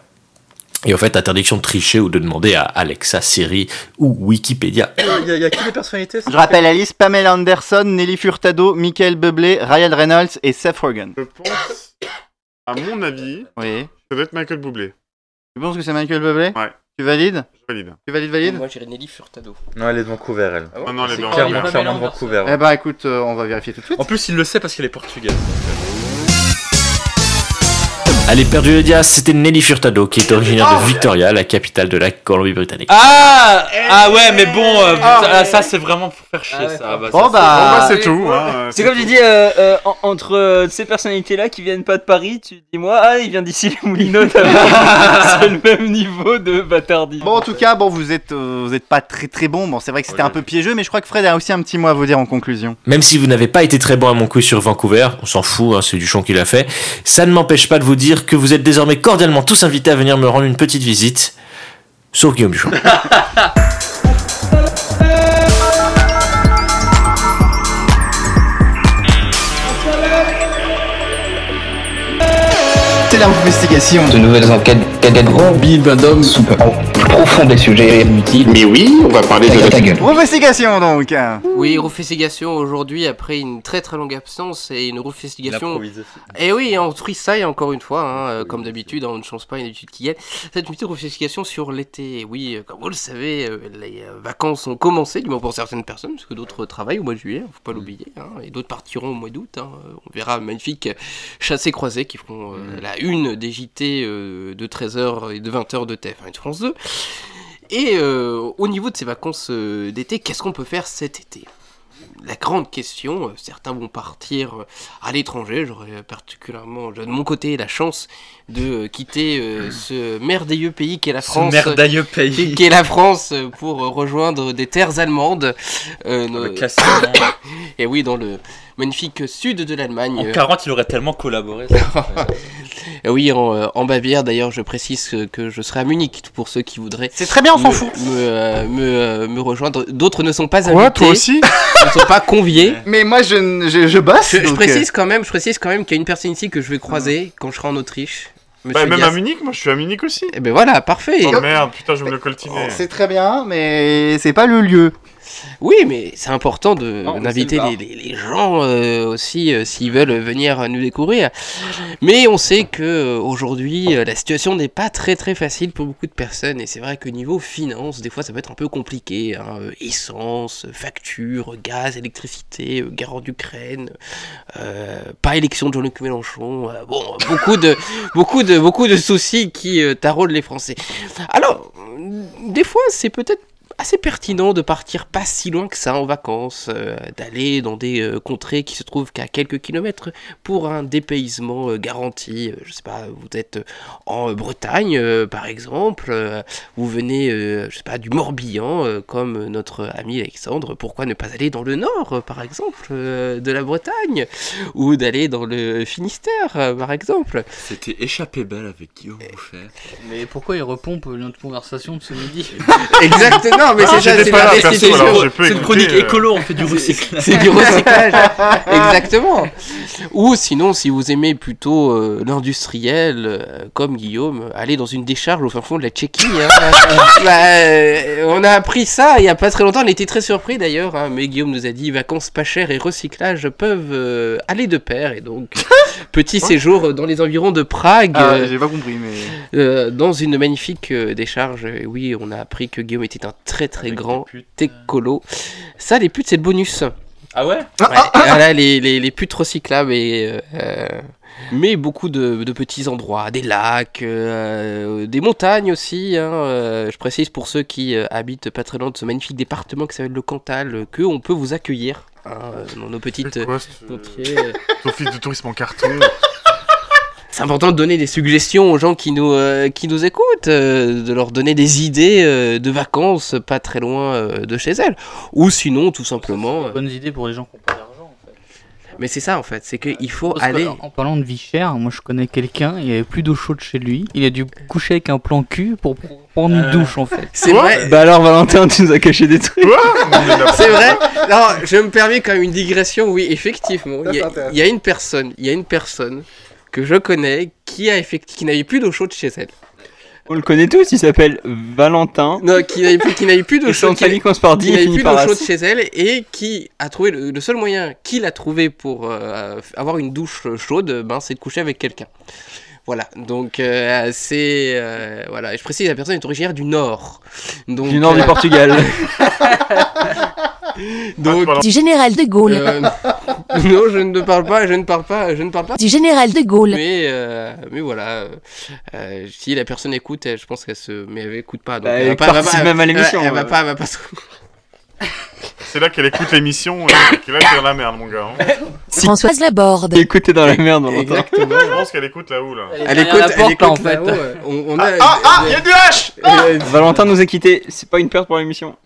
[SPEAKER 6] Et en fait, interdiction de tricher ou de demander à Alexa, Siri ou Wikipédia.
[SPEAKER 4] Il y, a- il y a qui les personnalités
[SPEAKER 1] Je rappelle la liste Pamela Anderson, Nelly Furtado, Michael Bublé, Ryan Reynolds et Seth Rogen.
[SPEAKER 8] Je pense, à mon avis,
[SPEAKER 1] Oui.
[SPEAKER 8] ça doit être Michael Bublé.
[SPEAKER 1] Tu penses que c'est Michael Bublé
[SPEAKER 8] Ouais.
[SPEAKER 1] Tu valides
[SPEAKER 8] Je valide.
[SPEAKER 1] Tu valides, valide
[SPEAKER 10] Moi, j'irai Nelly Furtado.
[SPEAKER 4] Non, elle est de Vancouver, elle.
[SPEAKER 8] Ah non, elle est
[SPEAKER 4] C'est
[SPEAKER 8] bien
[SPEAKER 4] clairement-
[SPEAKER 8] Vancouver.
[SPEAKER 4] clairement de Vancouver.
[SPEAKER 1] Eh ben, écoute, euh, on va vérifier tout de suite.
[SPEAKER 4] En plus, il le sait parce qu'elle est portugaise.
[SPEAKER 6] Elle est perdue le dia, c'était Nelly Furtado qui est originaire de Victoria, la capitale de la Colombie-Britannique.
[SPEAKER 13] Ah Ah ouais, mais bon,
[SPEAKER 5] Eh.
[SPEAKER 13] euh, putain, ah, ça c'est vraiment pour faire chier ça. Ah bah, ça,
[SPEAKER 1] Bon, bah,
[SPEAKER 13] bon,
[SPEAKER 1] c'est tout, hein, euh,
[SPEAKER 7] C'est
[SPEAKER 1] c'est
[SPEAKER 7] comme tu dis, euh, euh, en- entre euh, ces personnalités-là qui viennent pas de Paris, tu dis moi, ah, il vient d'ici les Moulineaux, t'as- c'est le même niveau de bâtardie.
[SPEAKER 1] Bon, en tout cas, bon, vous êtes, euh, vous êtes pas très très bon. Bon, c'est vrai que c'était un peu piégeux, mais je crois que Fred a aussi un petit mot à vous dire en conclusion.
[SPEAKER 6] Même si vous n'avez pas été très bon à mon quiz sur Vancouver, on s'en fout, hein, c'est Duchon qui l'a fait, ça ne m'empêche pas de vous dire que vous êtes désormais cordialement tous invités à venir me rendre une petite visite, sauf Guillaume Duchon.
[SPEAKER 1] C'est l'investigation.
[SPEAKER 14] De nouvelles enquêtes cadavres, bibendum, sous profond des sujets inutiles. Mais oui, on va parler de ta gueule.
[SPEAKER 1] Refestigation donc. hein.
[SPEAKER 10] Oui, refestigation aujourd'hui après une très très longue absence et une refestigation.
[SPEAKER 4] L'improvisation.
[SPEAKER 10] Et oui, on et encore une fois, hein, euh, comme d'habitude, hein, on ne change pas une étude qui gagne. Cette petite refestigation sur l'été. Oui, euh, comme vous le savez, euh, les euh, vacances ont commencé, du moins pour certaines personnes, parce que d'autres travaillent au mois de juillet, faut pas l'oublier, hein, et d'autres partiront au mois d'août. hein. On verra un magnifique chassé croisé qui feront euh, la une des JT euh, de 13h et de 20h de TF1 et de France 2. Et euh, au niveau de ces vacances euh, d'été, qu'est-ce qu'on peut faire cet été la grande question, euh, certains vont partir euh, à l'étranger, j'aurais euh, particulièrement de mon côté la chance de euh, quitter euh, ce merveilleux pays qu'est la
[SPEAKER 13] Ce
[SPEAKER 10] France.
[SPEAKER 13] merveilleux pays.
[SPEAKER 10] qui- Qu'est la France euh, pour euh, rejoindre des terres allemandes. euh, nos- Et oui, dans le magnifique sud de l'Allemagne.
[SPEAKER 13] En
[SPEAKER 10] euh,
[SPEAKER 13] 40, il aurait tellement collaboré.
[SPEAKER 10] et oui, en, euh, en Bavière, d'ailleurs, je précise que- que je serai à Munich pour ceux qui voudraient.
[SPEAKER 1] C'est très bien, on s'en
[SPEAKER 10] me-
[SPEAKER 1] fout.
[SPEAKER 10] Me, euh, me, euh, me rejoindre. D'autres ne sont pas
[SPEAKER 1] Quoi,
[SPEAKER 10] invités.
[SPEAKER 1] toi aussi
[SPEAKER 10] Ils ne sont pas conviés.
[SPEAKER 1] Mais moi, je, ne- je, je bosse.
[SPEAKER 10] Je, je
[SPEAKER 1] donc,
[SPEAKER 10] précise quand même, je précise quand même qu'il y a une personne ici que je vais croiser quand je serai en Autriche.
[SPEAKER 8] Bah, même à
[SPEAKER 10] Diaz.
[SPEAKER 8] Munich, moi je suis à Munich aussi.
[SPEAKER 10] Eh ben voilà, parfait.
[SPEAKER 8] Oh merde, putain, je vais me le coltiner.
[SPEAKER 1] euh, C'est très bien, mais c'est pas le lieu.
[SPEAKER 10] Oui, mais c'est important de d'inviter les, les- les gens euh, aussi euh, s'ils veulent venir euh, nous découvrir. Mais on sait que euh, aujourd'hui euh, la situation n'est pas très très facile pour beaucoup de personnes et c'est vrai que niveau finance, des fois ça peut être un peu compliqué. hein. Euh, Essence, euh, facture, euh, gaz, électricité, euh, guerre en Ukraine, euh, pas élection de Jean-Luc Mélenchon. euh, bon, euh, beaucoup de beaucoup de beaucoup de soucis qui euh, taraudent les Français. Alors, euh, des fois c'est peut-être assez pertinent de partir pas si loin que ça en vacances, euh, d'aller dans des euh, contrées qui se trouvent qu'à quelques kilomètres pour un dépaysement euh, garanti. Euh, Je sais pas, vous êtes euh, en euh, Bretagne euh, par exemple, euh, vous venez, euh, je sais pas, du Morbihan euh, comme euh, notre ami Alexandre. Pourquoi ne pas aller dans le nord, euh, par exemple, euh, de la Bretagne, ou d'aller dans le Finistère, euh, par exemple
[SPEAKER 4] C'était échappé belle avec Guillaume Bouffet.
[SPEAKER 10] Mais pourquoi il repompe notre conversation de ce midi
[SPEAKER 1] Exactement, mais c'est ça, c'est la restitution.
[SPEAKER 13] C'est une chronique écolo, on fait du recyclage.
[SPEAKER 10] C'est du recyclage. Exactement. Ou sinon, si vous aimez plutôt euh, l'industriel, euh, comme Guillaume, allez dans une décharge au fin fond de la Tchéquie. hein. Bah, euh, on a appris ça il n'y a pas très longtemps. On était très surpris d'ailleurs. hein, mais Guillaume nous a dit vacances pas chères et recyclage peuvent euh, aller de pair. Et donc, petit séjour euh, dans les environs de Prague.
[SPEAKER 1] Ah,
[SPEAKER 10] euh,
[SPEAKER 1] j'ai pas compris, mais.
[SPEAKER 10] euh, dans une magnifique euh, décharge, Et oui, on a appris que Guillaume était un très très grand écolo. Ça, les putes, c'est le bonus.
[SPEAKER 13] Ah ouais
[SPEAKER 10] Ouais, voilà, les, les, les putes recyclables et. euh, mais beaucoup de, de petits endroits, des lacs, euh, des montagnes aussi. hein, euh, je précise pour ceux qui euh, habitent pas très loin de ce magnifique département qui s'appelle le Cantal, euh, que on peut vous accueillir hein, euh, dans nos petites contrées, euh,
[SPEAKER 8] Office de tourisme en carton.
[SPEAKER 10] c'est important de donner des suggestions aux gens qui nous, euh, qui nous écoutent, euh, de leur donner des idées euh, de vacances pas très loin euh, de chez elles. Ou sinon, tout simplement. euh,
[SPEAKER 5] Bonnes idées pour les gens qui n'ont pas d'argent.
[SPEAKER 10] Mais c'est ça en fait, c'est qu'il faut
[SPEAKER 5] Parce que,
[SPEAKER 10] aller.
[SPEAKER 5] en- En parlant de vie chère, moi je connais quelqu'un, il avait plus d'eau chaude chez lui, il a dû coucher avec un plan cul pour pr- prendre une
[SPEAKER 10] Euh,
[SPEAKER 5] douche en fait.
[SPEAKER 10] c'est Quoi vrai.
[SPEAKER 9] Bah alors Valentin, tu nous as caché des trucs.
[SPEAKER 10] C'est vrai. Non, je me permets quand même une digression. Oui, effectivement, il y, a- il y a une personne, il y a une personne que je connais qui a effect- qui n'avait plus d'eau chaude chez elle.
[SPEAKER 9] On le connaît tous, il s'appelle Valentin.
[SPEAKER 10] Non, qui n'avait plus, qui n'avait plus de
[SPEAKER 9] Et son
[SPEAKER 10] chaude,
[SPEAKER 9] nom de famille commence par D
[SPEAKER 10] qui
[SPEAKER 9] et
[SPEAKER 10] n'avait
[SPEAKER 9] finit
[SPEAKER 10] plus
[SPEAKER 9] par
[SPEAKER 10] d'eau
[SPEAKER 9] As.
[SPEAKER 10] chaude chez elle et qui a trouvé le, le seul moyen qu'il a trouvé pour euh, avoir une douche chaude, ben c'est de coucher avec quelqu'un. Voilà. Donc, euh, c'est. euh, voilà. Et je précise, la personne est originaire du Nord. Donc, euh,
[SPEAKER 9] Du nord du Portugal.
[SPEAKER 8] Ah,
[SPEAKER 10] Donc,
[SPEAKER 15] Du général de Gaulle.
[SPEAKER 10] euh, non, je ne parle pas, je ne parle pas, je ne parle pas.
[SPEAKER 15] Du général de Gaulle.
[SPEAKER 10] Mais, euh, mais voilà, euh, euh, si la personne écoute, elle- je pense qu'elle se, mais elle écoute pas. Donc
[SPEAKER 9] Bah,
[SPEAKER 10] elle va
[SPEAKER 9] elle
[SPEAKER 10] pas, elle va
[SPEAKER 9] participe
[SPEAKER 10] pas-
[SPEAKER 9] même à
[SPEAKER 10] elle-
[SPEAKER 9] l'émission, euh.
[SPEAKER 10] Elle va
[SPEAKER 9] ouais.
[SPEAKER 10] pas, elle va pas. se-
[SPEAKER 8] C'est là qu'elle écoute l'émission et qu'elle est dans la merde, mon gars. hein.
[SPEAKER 15] Françoise Laborde.
[SPEAKER 9] Écoutez dans la merde, on l'entend.
[SPEAKER 8] Je pense qu'elle écoute là-haut, là.
[SPEAKER 10] Elle écoute, elle écoute là-haut, ouais. On, on a. Ah, ah, il y a du H.
[SPEAKER 7] Valentin nous a quittés, c'est pas une perte pour l'émission.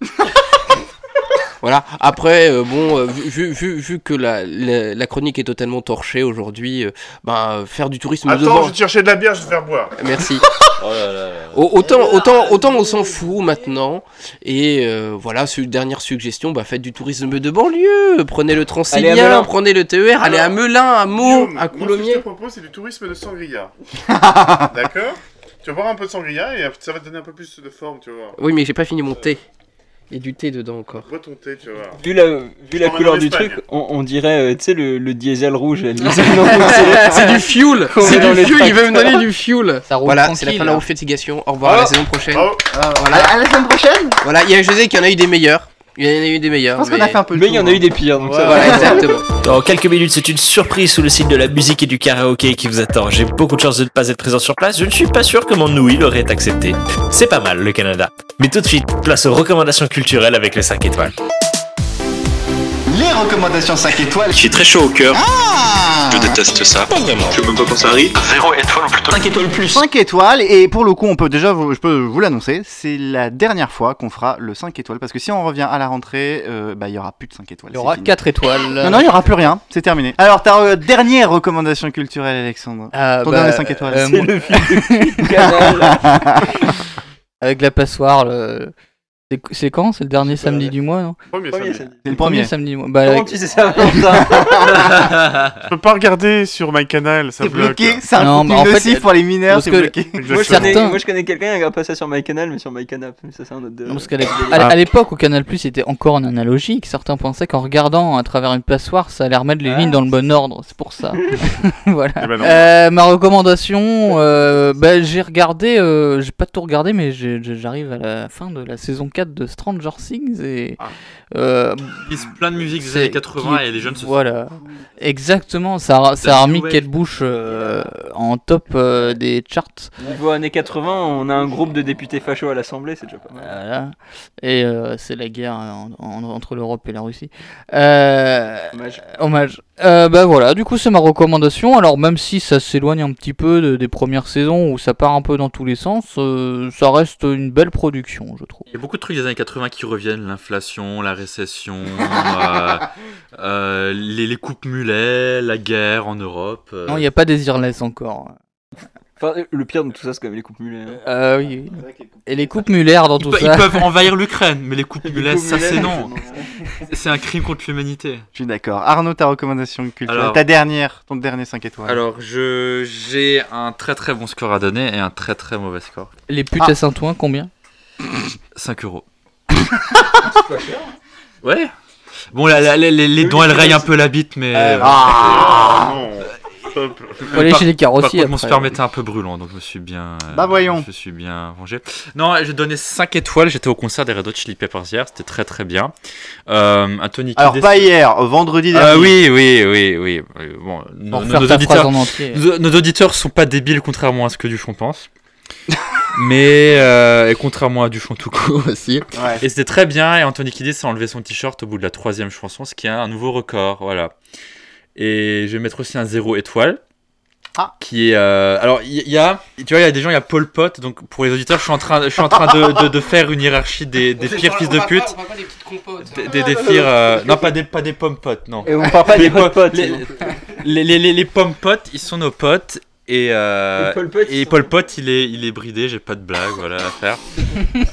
[SPEAKER 10] Voilà. Après, euh, bon, euh, vu, vu, vu- vu que la, la, la chronique est totalement torchée aujourd'hui, euh, ben, euh, faire du tourisme
[SPEAKER 8] Attends,
[SPEAKER 10] devant.
[SPEAKER 8] je vais te chercher de la bière, je vais te faire boire.
[SPEAKER 10] Merci.
[SPEAKER 6] Oh
[SPEAKER 10] Au- Autant, autant, autant on s'en fout maintenant. Et euh, voilà, su- dernière suggestion, bah, faites du tourisme de banlieue. Prenez le
[SPEAKER 8] Allez à
[SPEAKER 10] Transilien,
[SPEAKER 8] Melun.
[SPEAKER 10] prenez le TER, allez à Melun, à Meaux,
[SPEAKER 8] Guillaume,
[SPEAKER 10] à
[SPEAKER 8] moi, ce que
[SPEAKER 10] Coulommiers.
[SPEAKER 8] je te propose, c'est du tourisme de sangria. D'accord Tu vas boire un peu de sangria et ça va te donner un peu plus de forme, tu vois.
[SPEAKER 10] Oui, mais j'ai pas fini mon thé. Il y a du thé dedans encore.
[SPEAKER 8] Bois ton thé, tu vois.
[SPEAKER 7] Vu la, vu
[SPEAKER 8] Emmène
[SPEAKER 7] la
[SPEAKER 8] en
[SPEAKER 7] couleur du
[SPEAKER 8] Espagne.
[SPEAKER 7] truc, on, on dirait, euh, tu sais, le, le diesel rouge. elle disait, non, c'est-
[SPEAKER 10] C'est du fuel
[SPEAKER 7] On est
[SPEAKER 10] C'est
[SPEAKER 7] dans
[SPEAKER 10] du
[SPEAKER 7] les
[SPEAKER 10] fuel, il va me
[SPEAKER 7] tracteurs.
[SPEAKER 10] donner du fuel
[SPEAKER 7] Ça roule
[SPEAKER 10] Voilà, c'est la fin de la
[SPEAKER 7] tranquille.
[SPEAKER 10] refatigation. Au revoir, à la
[SPEAKER 7] Bravo.
[SPEAKER 10] saison prochaine.
[SPEAKER 7] Bravo.
[SPEAKER 1] Ah,
[SPEAKER 10] Voilà.
[SPEAKER 1] À la semaine prochaine
[SPEAKER 10] Voilà, il y a, je sais qu'il y en a eu des meilleurs. Il y en a eu des meilleurs.
[SPEAKER 1] Je pense qu'on a fait un peu le
[SPEAKER 7] Mais il y en a eu des pires, donc ça va.
[SPEAKER 10] Voilà, exactement.
[SPEAKER 6] Dans quelques minutes, c'est une surprise sous le site de la musique et du karaoké qui vous attend. J'ai beaucoup de chance de ne pas être présent sur place. Je ne suis pas sûr que mon nouille l'aurait accepté. C'est pas mal, le Canada. Mais tout de suite, place aux recommandations culturelles avec les 5 étoiles.
[SPEAKER 3] Les recommandations 5 étoiles.
[SPEAKER 6] Je suis très chaud au cœur.
[SPEAKER 1] Ah,
[SPEAKER 3] Je
[SPEAKER 6] déteste ça. Pas vraiment. Je peux même pas penser à rire. Zéro étoile plutôt. 5 étoiles plus.
[SPEAKER 1] 5 étoiles et pour le coup on peut déjà vous, je peux vous l'annoncer c'est la dernière fois qu'on fera le 5 étoiles parce que si on revient à la rentrée euh, bah il y aura plus de 5 étoiles
[SPEAKER 5] Il y aura 4 étoiles.
[SPEAKER 1] non non il y aura plus rien c'est terminé alors ta euh, dernière recommandation culturelle Alexandre
[SPEAKER 5] Ah,
[SPEAKER 1] ton
[SPEAKER 5] bah,
[SPEAKER 1] dernier 5 étoiles
[SPEAKER 5] euh, moi- Avec la passoire, le- c'est- c'est quand C'est le dernier samedi du mois, non
[SPEAKER 8] Premier
[SPEAKER 7] samedi.
[SPEAKER 1] C'est le premier.
[SPEAKER 5] samedi du mois. Bah, avec-
[SPEAKER 8] Je peux pas regarder sur my canal, ça
[SPEAKER 5] T'es
[SPEAKER 8] bloque.
[SPEAKER 5] bloqué, c'est un Non, contenu mais en fait, nocif pour les mineurs, parce c'est que- bloqué.
[SPEAKER 7] Moi je,
[SPEAKER 8] Exactement.
[SPEAKER 7] connais, moi, je connais quelqu'un qui regarde pas ça sur MyCanal, mais sur MyCanap. Mais ça, c'est un autre.
[SPEAKER 5] Non, parce qu'à l'é- à
[SPEAKER 4] Ah.
[SPEAKER 5] l'é- à l'époque, au Canal Plus, c'était encore en analogique. Certains pensaient qu'en regardant à travers une passoire, ça allait remettre les
[SPEAKER 4] Ah.
[SPEAKER 5] lignes dans le bon ordre. C'est pour ça. voilà.
[SPEAKER 16] Eh ben non.
[SPEAKER 5] Euh, ma recommandation, euh, bah, j'ai regardé, euh, j'ai pas tout regardé, mais j'ai- j'ai- j'arrive à la fin de la saison 4 de Stranger Things et. euh,
[SPEAKER 4] Ils Ah. se plein de musique des
[SPEAKER 5] c'est-
[SPEAKER 4] années 80 et les jeunes se font-
[SPEAKER 5] Voilà. Exactement, ça, a- ça a
[SPEAKER 7] La
[SPEAKER 5] remis
[SPEAKER 7] new wave.
[SPEAKER 5] Kate Bush euh, en top euh, des charts.
[SPEAKER 7] Niveau années 80, on a un groupe de députés fachos à l'Assemblée, c'est déjà pas mal.
[SPEAKER 5] Voilà. Et euh, c'est la guerre en- en- entre l'Europe et la Russie. Euh,
[SPEAKER 7] Hommage.
[SPEAKER 5] hommage. Euh, bah voilà, du coup c'est ma recommandation. Alors même si ça s'éloigne un petit peu de- des premières saisons où ça part un peu dans tous les sens, euh, ça reste une belle production, je trouve.
[SPEAKER 4] Il y a beaucoup de trucs des années 80 qui reviennent, l'inflation, la récession, euh, euh, les, les coupes mulets, la guerre en Europe. euh.
[SPEAKER 5] Non, il n'y a pas des Irless encore.
[SPEAKER 7] Enfin, euh, le pire de tout ça, c'est quand même les coupes mulets. hein.
[SPEAKER 5] Euh, oui. Et les coupes Muller dans
[SPEAKER 4] Ils,
[SPEAKER 5] tout
[SPEAKER 4] pe-
[SPEAKER 5] ça.
[SPEAKER 4] ils peuvent envahir l'Ukraine, mais les coupes mulets,
[SPEAKER 7] coupes
[SPEAKER 4] ça
[SPEAKER 7] mulets,
[SPEAKER 4] c'est
[SPEAKER 7] c'est
[SPEAKER 4] non.
[SPEAKER 7] non.
[SPEAKER 4] C'est un crime contre l'humanité.
[SPEAKER 1] je suis d'accord Arnaud ta recommandation culturelle
[SPEAKER 4] Alors-
[SPEAKER 1] ta dernière ton dernier 5 étoiles
[SPEAKER 4] Alors, je j'ai un très très bon score à donner et un très très mauvais score.
[SPEAKER 5] Les
[SPEAKER 4] Ah.
[SPEAKER 5] putes à Saint-Ouen, combien
[SPEAKER 4] 5 euros. Ouais. Bon, la- la- la- les, les dons, elles rayent un peu la bite, mais.
[SPEAKER 8] Euh,
[SPEAKER 4] Ah.
[SPEAKER 8] non. Stop.
[SPEAKER 4] Euh, par- Par contre, mon sperme était un peu brûlant, donc je me suis bien. euh,
[SPEAKER 1] Bah voyons.
[SPEAKER 4] Je suis bien vengé. Non, j'ai donné 5 étoiles. J'étais au concert des Red Hot Chili Peppers hier. C'était très très bien. Euh, un Tony
[SPEAKER 1] Alors,
[SPEAKER 4] Kiedis-
[SPEAKER 1] pas hier, vendredi
[SPEAKER 4] Ah
[SPEAKER 1] dernier.
[SPEAKER 4] oui, oui, oui, oui. Euh, Bon, nos,
[SPEAKER 5] refaire
[SPEAKER 4] nos
[SPEAKER 5] ta
[SPEAKER 4] auditeurs,
[SPEAKER 5] phrase en entier.
[SPEAKER 4] nos, nos auditeurs sont pas débiles contrairement à ce que Duchon pense. Mais euh, et contrairement à Duchon tout court aussi.
[SPEAKER 1] Ouais.
[SPEAKER 4] Et c'était très bien. Et Anthony Kiedis a enlevé son t-shirt au bout de la troisième chanson, ce qui est un nouveau record. Voilà. Et je vais mettre aussi un zéro étoile.
[SPEAKER 5] Ah.
[SPEAKER 4] Qui est. euh, alors, il y, il y a. Tu vois, il y a des gens, il y a Paul Pot. Donc, pour les auditeurs, je suis en train, je suis en train de, de- de faire une hiérarchie des, des pires fils de pute. Des, des, des pires. euh, non, pas des, pas des pommes potes, non.
[SPEAKER 7] Et on parle pas
[SPEAKER 4] Les
[SPEAKER 7] des hot hein.
[SPEAKER 4] po-
[SPEAKER 7] potes,
[SPEAKER 4] Les,
[SPEAKER 7] non.
[SPEAKER 4] les, les, les- les pommes potes, ils sont nos potes. Et, euh,
[SPEAKER 7] Et Paul Pot,
[SPEAKER 4] et Paul Pot, il est, il est bridé, j'ai pas de blague voilà, à faire.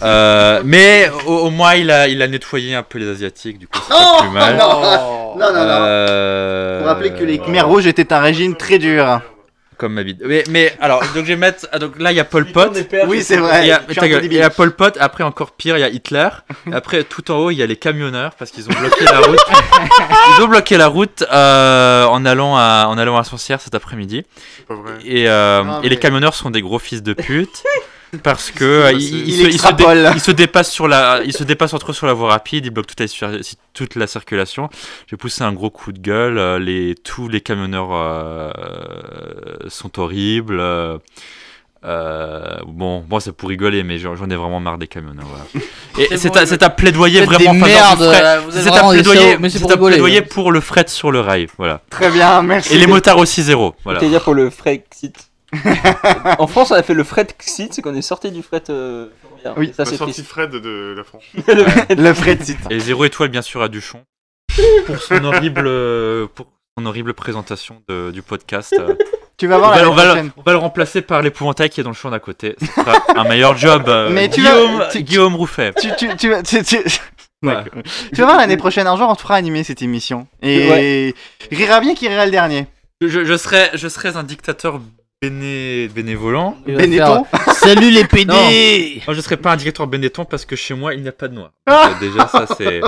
[SPEAKER 4] Euh, mais au, au moins, il a, il a nettoyé un peu les Asiatiques, du coup, c'est pas
[SPEAKER 1] Oh,
[SPEAKER 4] plus mal.
[SPEAKER 1] non, non, non, non.
[SPEAKER 4] Euh,
[SPEAKER 1] Euh, Pour rappeler que les Khmer Rouges étaient un régime très dur.
[SPEAKER 4] comme ma bide. Mais, mais alors, donc je vais mettre. ah, Donc là, il y a Pol
[SPEAKER 1] Putain,
[SPEAKER 4] Pot.
[SPEAKER 1] des perches. Oui, c'est vrai,
[SPEAKER 4] Il y a,
[SPEAKER 1] je suis un
[SPEAKER 4] ta
[SPEAKER 1] peu
[SPEAKER 4] gueule,
[SPEAKER 1] débile.
[SPEAKER 4] il y a Pol Pot. Après, encore pire, il y a Hitler. Après, tout en haut, il y a les camionneurs parce qu'ils ont bloqué la route. Ils ont bloqué la route euh, en allant à en allant à Soncière cet après-midi.
[SPEAKER 8] pas vrai.
[SPEAKER 4] Et, euh,
[SPEAKER 8] Ah,
[SPEAKER 4] et
[SPEAKER 8] mais-
[SPEAKER 4] les camionneurs sont des gros fils de pute. Parce que euh, ils,
[SPEAKER 1] Il
[SPEAKER 4] ils se, ils se dé-
[SPEAKER 1] extrapole.
[SPEAKER 4] ils se dépassent sur la, ils se dépassent entre eux sur la voie rapide, ils bloquent toute la, sur- toute la circulation. J'ai poussé un gros coup de gueule. euh, Les, tous les camionneurs euh, sont horribles. euh, euh, bon, moi c'est pour rigoler, mais j'en j'en ai vraiment marre des camionneurs. voilà. Et
[SPEAKER 5] C'est
[SPEAKER 4] c'est
[SPEAKER 5] bon,
[SPEAKER 4] un-
[SPEAKER 5] je-
[SPEAKER 4] c'est un plaidoyer
[SPEAKER 5] Vous êtes des
[SPEAKER 4] vraiment en faveur du
[SPEAKER 5] merdes,
[SPEAKER 4] fret.
[SPEAKER 5] euh, vous êtes
[SPEAKER 4] C'est un
[SPEAKER 5] vraiment des
[SPEAKER 4] plaidoyer,
[SPEAKER 5] salauds, mais c'est
[SPEAKER 4] c'est
[SPEAKER 5] pour
[SPEAKER 4] un
[SPEAKER 5] rigoler,
[SPEAKER 4] plaidoyer
[SPEAKER 5] hein.
[SPEAKER 4] pour le fret sur le rail. Voilà.
[SPEAKER 7] Très bien, merci.
[SPEAKER 4] Et les motards aussi zéro. Voilà.
[SPEAKER 7] C'était dire pour le Frexit. en France, on a fait le Frexit, c'est qu'on est sorti du fret. euh, ferroviaire.
[SPEAKER 8] Oui,
[SPEAKER 7] ça
[SPEAKER 8] la
[SPEAKER 7] c'est
[SPEAKER 8] sortie
[SPEAKER 7] triste.
[SPEAKER 8] Fred de la France.
[SPEAKER 4] Le Et zéro étoile bien sûr à Duchon pour son horrible euh, pour son horrible présentation de- du podcast. euh.
[SPEAKER 1] Tu vas voir
[SPEAKER 4] on va,
[SPEAKER 1] l'année
[SPEAKER 4] on va le-
[SPEAKER 1] prochaine.
[SPEAKER 4] on va le remplacer par l'épouvantail qui est dans le champ d'à côté. Ce sera un meilleur job. euh,
[SPEAKER 1] Mais tu vas-
[SPEAKER 4] Guillaume,
[SPEAKER 1] tu-
[SPEAKER 4] Guillaume Rouffet.
[SPEAKER 1] Tu, tu, tu, vas- tu, tu-
[SPEAKER 4] Voilà.
[SPEAKER 1] tu vas voir l'année prochaine, un jour on te fera animer cette émission. Et rira bien qui rira le dernier.
[SPEAKER 4] Je, je serais je serais un dictateur béné, bénévolant.
[SPEAKER 1] Il va Bénéton
[SPEAKER 4] euh,
[SPEAKER 1] faire, Salut les PD
[SPEAKER 4] Non. Non, Oh, je serais pas un dictateur bénéton parce que chez moi il n'y a pas de noir. Donc, euh, déjà ça c'est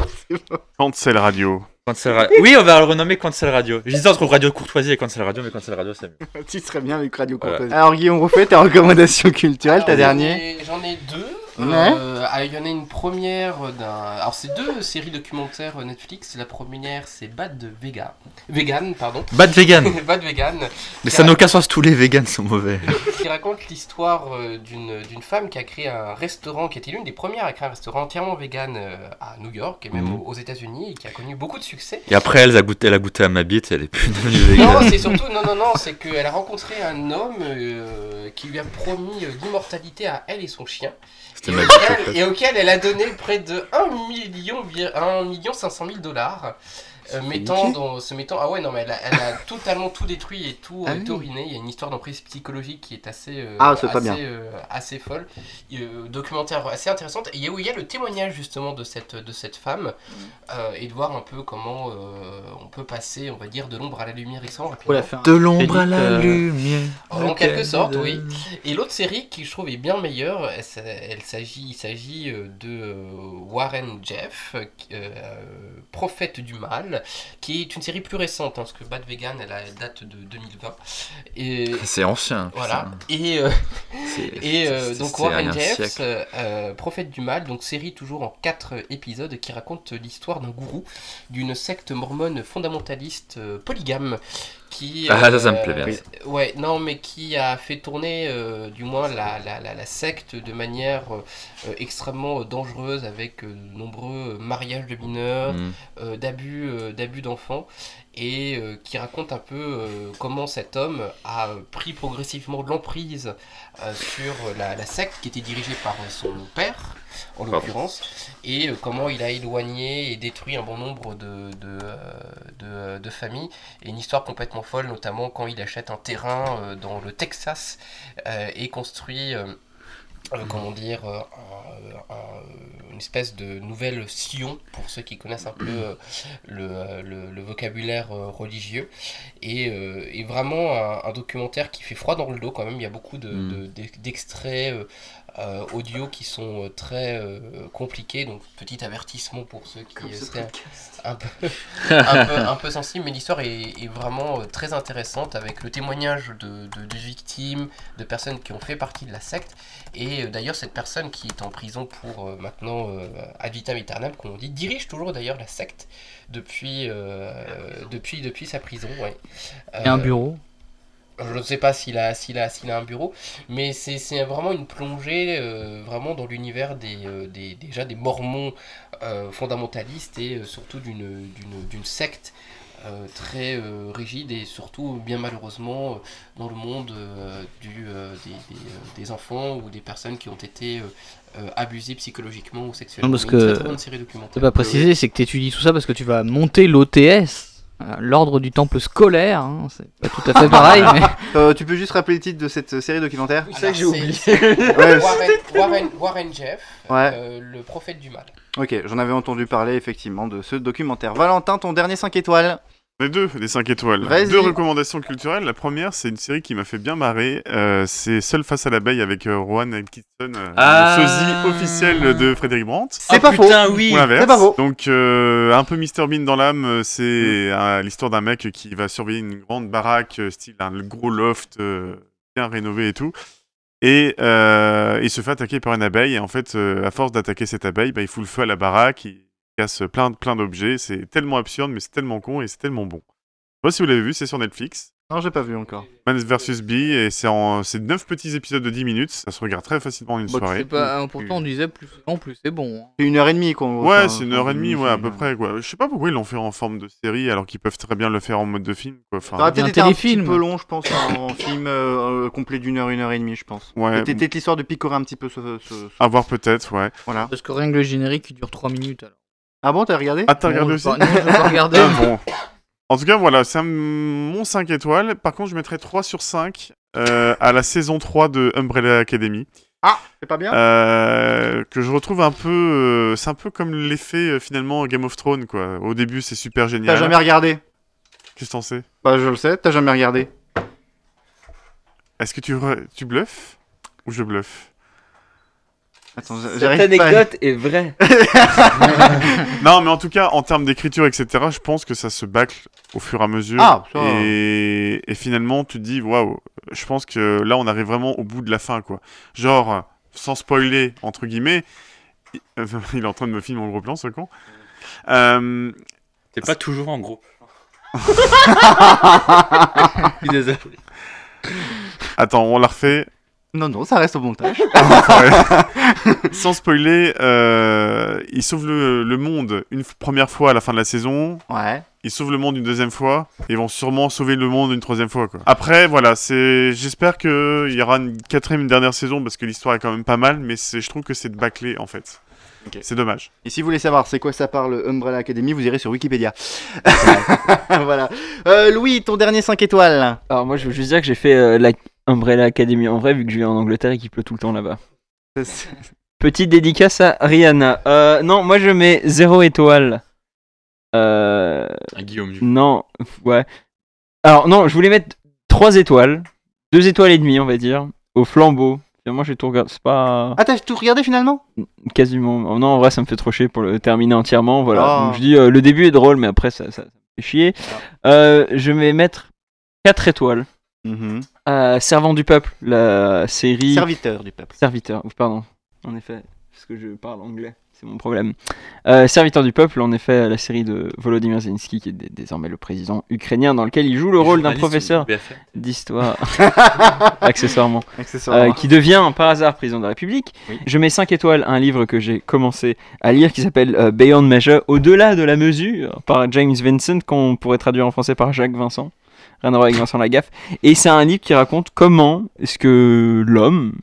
[SPEAKER 8] Cancel Radio.
[SPEAKER 4] Cancel Radio. Oui, on va le renommer Cancel Radio. Je disais entre Radio Courtoisie et Cancel Radio, mais Cancel Radio c'est mieux.
[SPEAKER 1] Tu serais bien avec Radio Ah
[SPEAKER 4] Voilà.
[SPEAKER 1] Courtoisie. Alors Guillaume refait ta recommandation culturelle, ta
[SPEAKER 10] Alors,
[SPEAKER 1] dernière.
[SPEAKER 10] J'en ai j'en ai deux.
[SPEAKER 1] Ouais.
[SPEAKER 10] Euh, ah, Il y en a une première d'un. Alors, c'est deux séries documentaires euh, Netflix. La première, c'est Bad de Vega. Vegan, pardon.
[SPEAKER 4] Bad Vegan.
[SPEAKER 10] Bad Vegan.
[SPEAKER 4] Mais
[SPEAKER 10] Qui
[SPEAKER 4] ça
[SPEAKER 10] a-
[SPEAKER 4] nous casse tous les vegans sont mauvais.
[SPEAKER 10] qui raconte l'histoire euh, d'une d'une femme qui a créé un restaurant, qui était l'une des premières à créer un restaurant entièrement vegan euh, à New York et même
[SPEAKER 4] Mhm.
[SPEAKER 10] aux- aux États-Unis et qui a connu beaucoup de succès.
[SPEAKER 4] Et après, elle a goûté, elle a goûté à ma bite, elle est plus devenue végane.
[SPEAKER 10] Non, c'est surtout, non, non, non, c'est qu'elle a rencontré un homme euh, qui lui a promis euh, l'immortalité à elle et son chien.
[SPEAKER 4] C'était
[SPEAKER 10] Et
[SPEAKER 4] ma
[SPEAKER 10] auquel,
[SPEAKER 4] bite, en fait.
[SPEAKER 10] et auquel elle a donné près de 1 million, vi- 1 million 500 000 dollars. euh, mettant dans, se mettant ah ouais non mais elle a, elle a totalement tout détruit et tout,
[SPEAKER 1] Ah
[SPEAKER 10] et
[SPEAKER 1] oui.
[SPEAKER 10] tout ruiné il y a une histoire d'emprise psychologique qui est assez euh,
[SPEAKER 1] Ah, c'est pas
[SPEAKER 10] assez,
[SPEAKER 1] bien.
[SPEAKER 10] euh, assez folle Euh, documentaire assez intéressante et où il y a le témoignage justement de cette de cette femme euh, et de voir un peu comment euh, on peut passer on va dire de l'ombre à la lumière extrêmement
[SPEAKER 5] Faut la
[SPEAKER 10] rapidement.
[SPEAKER 5] faire. De l'ombre à la
[SPEAKER 1] Euh,
[SPEAKER 5] lumière.
[SPEAKER 10] en
[SPEAKER 5] Ok.
[SPEAKER 10] quelque sorte oui et l'autre série qui je trouve est bien meilleure, elle, s'a- elle s'agit, il s'agit euh, de euh, Warren Jeff, euh, qui- euh, prophète du mal, qui est une série plus récente, hein, parce que Bad Vegan, elle, a- elle date de 2020. Et
[SPEAKER 4] C'est ancien,
[SPEAKER 10] Voilà.
[SPEAKER 4] putain.
[SPEAKER 10] Et, euh,
[SPEAKER 4] C'est-
[SPEAKER 10] et euh,
[SPEAKER 4] c'est-
[SPEAKER 10] donc
[SPEAKER 4] c'est
[SPEAKER 10] Warren
[SPEAKER 4] un
[SPEAKER 10] Jeffs,
[SPEAKER 4] siècle.
[SPEAKER 10] euh, euh, prophète du mal, donc série toujours en quatre épisodes qui raconte l'histoire d'un gourou d'une secte mormone fondamentaliste euh, polygame qui euh,
[SPEAKER 4] Ah, ça, ça me plaît bien, ça.
[SPEAKER 10] Ouais, non, mais qui a fait tourner, euh, du moins, la, la, la, la secte de manière euh, euh, extrêmement euh, dangereuse avec euh, de nombreux euh, mariages de mineurs,
[SPEAKER 4] Mm.
[SPEAKER 10] euh, d'abus euh, d'abus d'enfants, et euh, qui raconte un peu euh, comment cet homme a euh, pris progressivement de l'emprise euh, sur euh, la, la secte qui était dirigée par euh, son père, en l'occurrence, et euh, comment il a éloigné et détruit un bon nombre de, de, euh, de, de familles. Et une histoire complètement folle, notamment quand il achète un terrain euh, dans le Texas euh, et construit. euh, euh, comment dire, euh, un- un- une espèce de nouvelle Sion, pour ceux qui connaissent un peu euh, le, euh, le- le vocabulaire euh, religieux. Et, euh, et vraiment un, un documentaire qui fait froid dans le dos quand même. Il y a beaucoup de-
[SPEAKER 4] Mm.
[SPEAKER 10] de- d'ex- d'extraits euh, euh, audio qui sont euh, très euh, compliqués. Donc petit avertissement pour ceux qui
[SPEAKER 16] Comme ce
[SPEAKER 10] seraient
[SPEAKER 16] podcast.
[SPEAKER 10] un peu, un peu, un peu sensibles. Mais l'histoire est, est vraiment euh, très intéressante avec le témoignage de, de- de victimes, de personnes qui ont fait partie de la secte. Et euh, d'ailleurs, cette personne qui est en prison pour euh, maintenant euh, ad vitam aeternam, comme on dit, dirige toujours d'ailleurs la secte depuis, euh, depuis, depuis sa prison. ouais.
[SPEAKER 5] Et un
[SPEAKER 10] Euh,
[SPEAKER 5] bureau.
[SPEAKER 10] je ne sais pas s'il a, s'il a, s'il a un bureau, mais c'est c'est vraiment une plongée euh, vraiment dans l'univers des, euh, des, déjà des mormons euh, fondamentalistes et euh, surtout d'une d'une- d'une secte euh, très euh, rigide et surtout bien malheureusement euh, dans le monde euh, du, euh, des, des, euh, des enfants ou des personnes qui ont été euh, euh, abusées psychologiquement ou sexuellement.
[SPEAKER 5] Non, parce
[SPEAKER 10] Mais une
[SPEAKER 5] que
[SPEAKER 10] très, très bonne série documentaire.
[SPEAKER 5] t'as pas précisé, c'est que t'étudies tout ça parce que tu vas monter l'OTS, euh, l'ordre du temple scolaire. hein, C'est pas tout à fait pareil, mais
[SPEAKER 1] Euh, tu peux juste rappeler le titre de cette euh, série documentaire
[SPEAKER 10] Alors, c'est- c'est
[SPEAKER 1] Ouais,
[SPEAKER 10] Warren, Warren, Warren Jeff,
[SPEAKER 1] Ouais.
[SPEAKER 10] euh, le prophète du mal.
[SPEAKER 1] Ok, j'en avais entendu parler effectivement de ce documentaire. Valentin, ton dernier 5 étoiles
[SPEAKER 8] Les deux, les 5 étoiles.
[SPEAKER 1] Vas-y.
[SPEAKER 8] Deux recommandations culturelles. La première, c'est une série qui m'a fait bien marrer. euh, c'est Seul face à l'abeille avec euh, Rowan Atkinson, euh,
[SPEAKER 1] Ah.
[SPEAKER 8] le sosie officiel de Frédéric Brandt.
[SPEAKER 1] C'est Ah, pas faux. putain, oui.
[SPEAKER 8] Ou l'inverse.
[SPEAKER 1] C'est pas faux.
[SPEAKER 8] Donc, euh, un peu Mr Bean dans l'âme, euh, c'est euh, l'histoire d'un mec qui va surveiller une grande baraque, euh, style un gros loft euh, bien rénové et tout. Et euh, il se fait attaquer par une abeille. Et en fait, euh, à force d'attaquer cette abeille, bah, il fout le feu à la baraque, il casse plein, plein d'objets. C'est tellement absurde, mais c'est tellement con et c'est tellement bon. Je sais pas si vous l'avez vu, c'est sur Netflix.
[SPEAKER 1] Non, j'ai pas vu encore.
[SPEAKER 8] Man vs. Bee, et c'est en c'est 9 petits épisodes de 10 minutes, ça se regarde très facilement en une
[SPEAKER 5] Bah, tu sais
[SPEAKER 8] soirée.
[SPEAKER 5] pas, hein, pourtant on disait plus souvent, plus c'est bon. hein.
[SPEAKER 1] C'est une heure et demie, quoi. en gros.
[SPEAKER 8] Ouais,
[SPEAKER 1] Enfin,
[SPEAKER 8] c'est une heure et demie,
[SPEAKER 1] une
[SPEAKER 8] ouais, à peu près, quoi. Je sais pas pourquoi ils l'ont fait en forme de série, alors qu'ils peuvent très bien le faire en mode de film, quoi. Enfin,
[SPEAKER 1] Ça aurait peut-être été un petit peu long, je pense, en film euh, euh, complet d'une heure, une heure et demie, je pense.
[SPEAKER 8] Ouais. Ah.
[SPEAKER 1] C'était peut-être l'histoire de picorer un petit peu ce. ce- ce-
[SPEAKER 8] À voir peut-être, ouais.
[SPEAKER 1] Voilà.
[SPEAKER 5] Parce que rien que le générique il dure 3 minutes alors.
[SPEAKER 1] Ah bon, t'as regardé
[SPEAKER 8] Ah, t'as
[SPEAKER 5] Non,
[SPEAKER 8] regardé
[SPEAKER 5] j'ai
[SPEAKER 8] aussi
[SPEAKER 5] pas- non, j'ai pas regardé.
[SPEAKER 8] Ah, bon. En tout cas, voilà, c'est un- mon 5 étoiles. Par contre, je mettrais 3 sur 5 euh, à la saison 3 de Umbrella Academy.
[SPEAKER 1] Ah, c'est pas bien
[SPEAKER 8] Euh, que je retrouve un peu. euh, c'est un peu comme l'effet euh, finalement Game of Thrones, quoi. Au début, c'est super génial.
[SPEAKER 1] T'as jamais regardé
[SPEAKER 8] Qu'est-ce que t'en sais
[SPEAKER 1] Bah, je le sais, t'as jamais regardé.
[SPEAKER 8] Est-ce que tu, re- tu bluffes Ou je bluffe
[SPEAKER 1] Attends,
[SPEAKER 17] Cette anecdote est vraie.
[SPEAKER 8] non, mais en tout cas, en termes d'écriture, etc., je pense que ça se bâcle au fur et à mesure.
[SPEAKER 1] Ah, ça.
[SPEAKER 8] et... et finalement, tu te dis, waouh, je pense que là, on arrive vraiment au bout de la fin, quoi. Genre, euh, sans spoiler, entre guillemets, il- il est en train de me filmer en gros plan, ce con. Euh,
[SPEAKER 10] T'es pas toujours en gros.
[SPEAKER 8] Je suis désolé. Attends, on la refait.
[SPEAKER 1] Non, non, ça reste au montage.
[SPEAKER 8] Sans spoiler, euh, il sauve le, le monde une f- première fois à la fin de la saison.
[SPEAKER 1] Ouais.
[SPEAKER 8] Il sauve le monde une deuxième fois. Et ils vont sûrement sauver le monde une troisième fois. Quoi. Après, voilà, c'est. J'espère qu'il y aura une quatrième, une dernière saison parce que l'histoire est quand même pas mal. Mais c'est- je trouve que c'est de bâclé en fait. C'est dommage.
[SPEAKER 1] Et si vous voulez savoir c'est quoi ça parle Umbrella Academy, vous irez sur Wikipédia. voilà. Euh, Louis, ton dernier 5 étoiles.
[SPEAKER 7] Alors moi je veux juste dire que j'ai fait euh, la Umbrella Academy en vrai vu que je vis en Angleterre et qu'il pleut tout le temps là-bas. Petite dédicace à Rihanna. Euh, non, moi je mets 0 étoile. Euh...
[SPEAKER 10] Guillaume, du coup.
[SPEAKER 7] Non, ouais. Alors non, je voulais mettre 3 étoiles. 2 étoiles et demie on va dire. Au flambeau. Finalement j'ai tout regardé. C'est pas...
[SPEAKER 1] Ah, t'as tout regardé finalement
[SPEAKER 7] Quasiment. oh Non, en vrai, ça me fait trop chier pour le terminer entièrement. Voilà.
[SPEAKER 1] Ah.
[SPEAKER 7] Donc, je dis, euh, le début est drôle, mais après, ça, ça, ça me fait chier. Euh, je vais mettre 4 étoiles.
[SPEAKER 1] Mhm.
[SPEAKER 7] à Euh, Servant du peuple, la série.
[SPEAKER 1] Serviteur du peuple.
[SPEAKER 7] Serviteur, ou pardon. En effet, parce que je parle anglais, c'est mon problème. Euh, Serviteur du peuple, en effet, la série de Volodymyr Zelensky, qui est dé- désormais le président ukrainien, dans lequel il joue le rôle d'un
[SPEAKER 10] journaliste
[SPEAKER 7] professeur
[SPEAKER 10] du BFM.
[SPEAKER 7] d'histoire, accessoirement,
[SPEAKER 1] Accessoirement.
[SPEAKER 7] Euh, qui devient par hasard président de la République.
[SPEAKER 1] Oui.
[SPEAKER 7] Je mets 5 étoiles à un livre que j'ai commencé à lire qui s'appelle euh, Beyond Measure, au-delà de la mesure, par James Vincent, qu'on pourrait traduire en français par Jacques Vincent. Rien à voir avec Vincent Lagaffe. Et c'est un livre qui raconte comment est-ce que l'homme,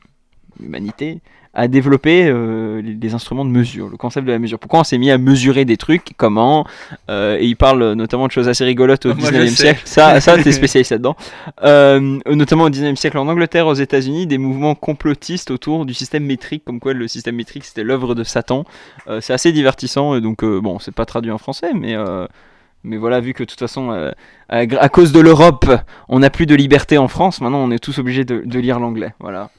[SPEAKER 7] l'humanité, a développé euh, les, les instruments de mesure, le concept de la mesure. Pourquoi on s'est mis à mesurer des trucs, comment euh, Et il parle notamment de choses assez rigolotes au
[SPEAKER 17] Moi, je
[SPEAKER 7] 19e
[SPEAKER 17] sais.
[SPEAKER 7] siècle. Ça, ça t'es spécialiste là-dedans. Euh, notamment au 19e siècle en Angleterre, aux États-Unis, des mouvements complotistes autour du système métrique, comme quoi le système métrique c'était l'œuvre de Satan. Euh, c'est assez divertissant, et donc euh, bon, c'est pas traduit en français, mais. euh, mais voilà, vu que de toute façon, euh, à, gra- à cause de l'Europe, on n'a plus de liberté en France, maintenant on est tous obligés de, de lire l'anglais. Voilà.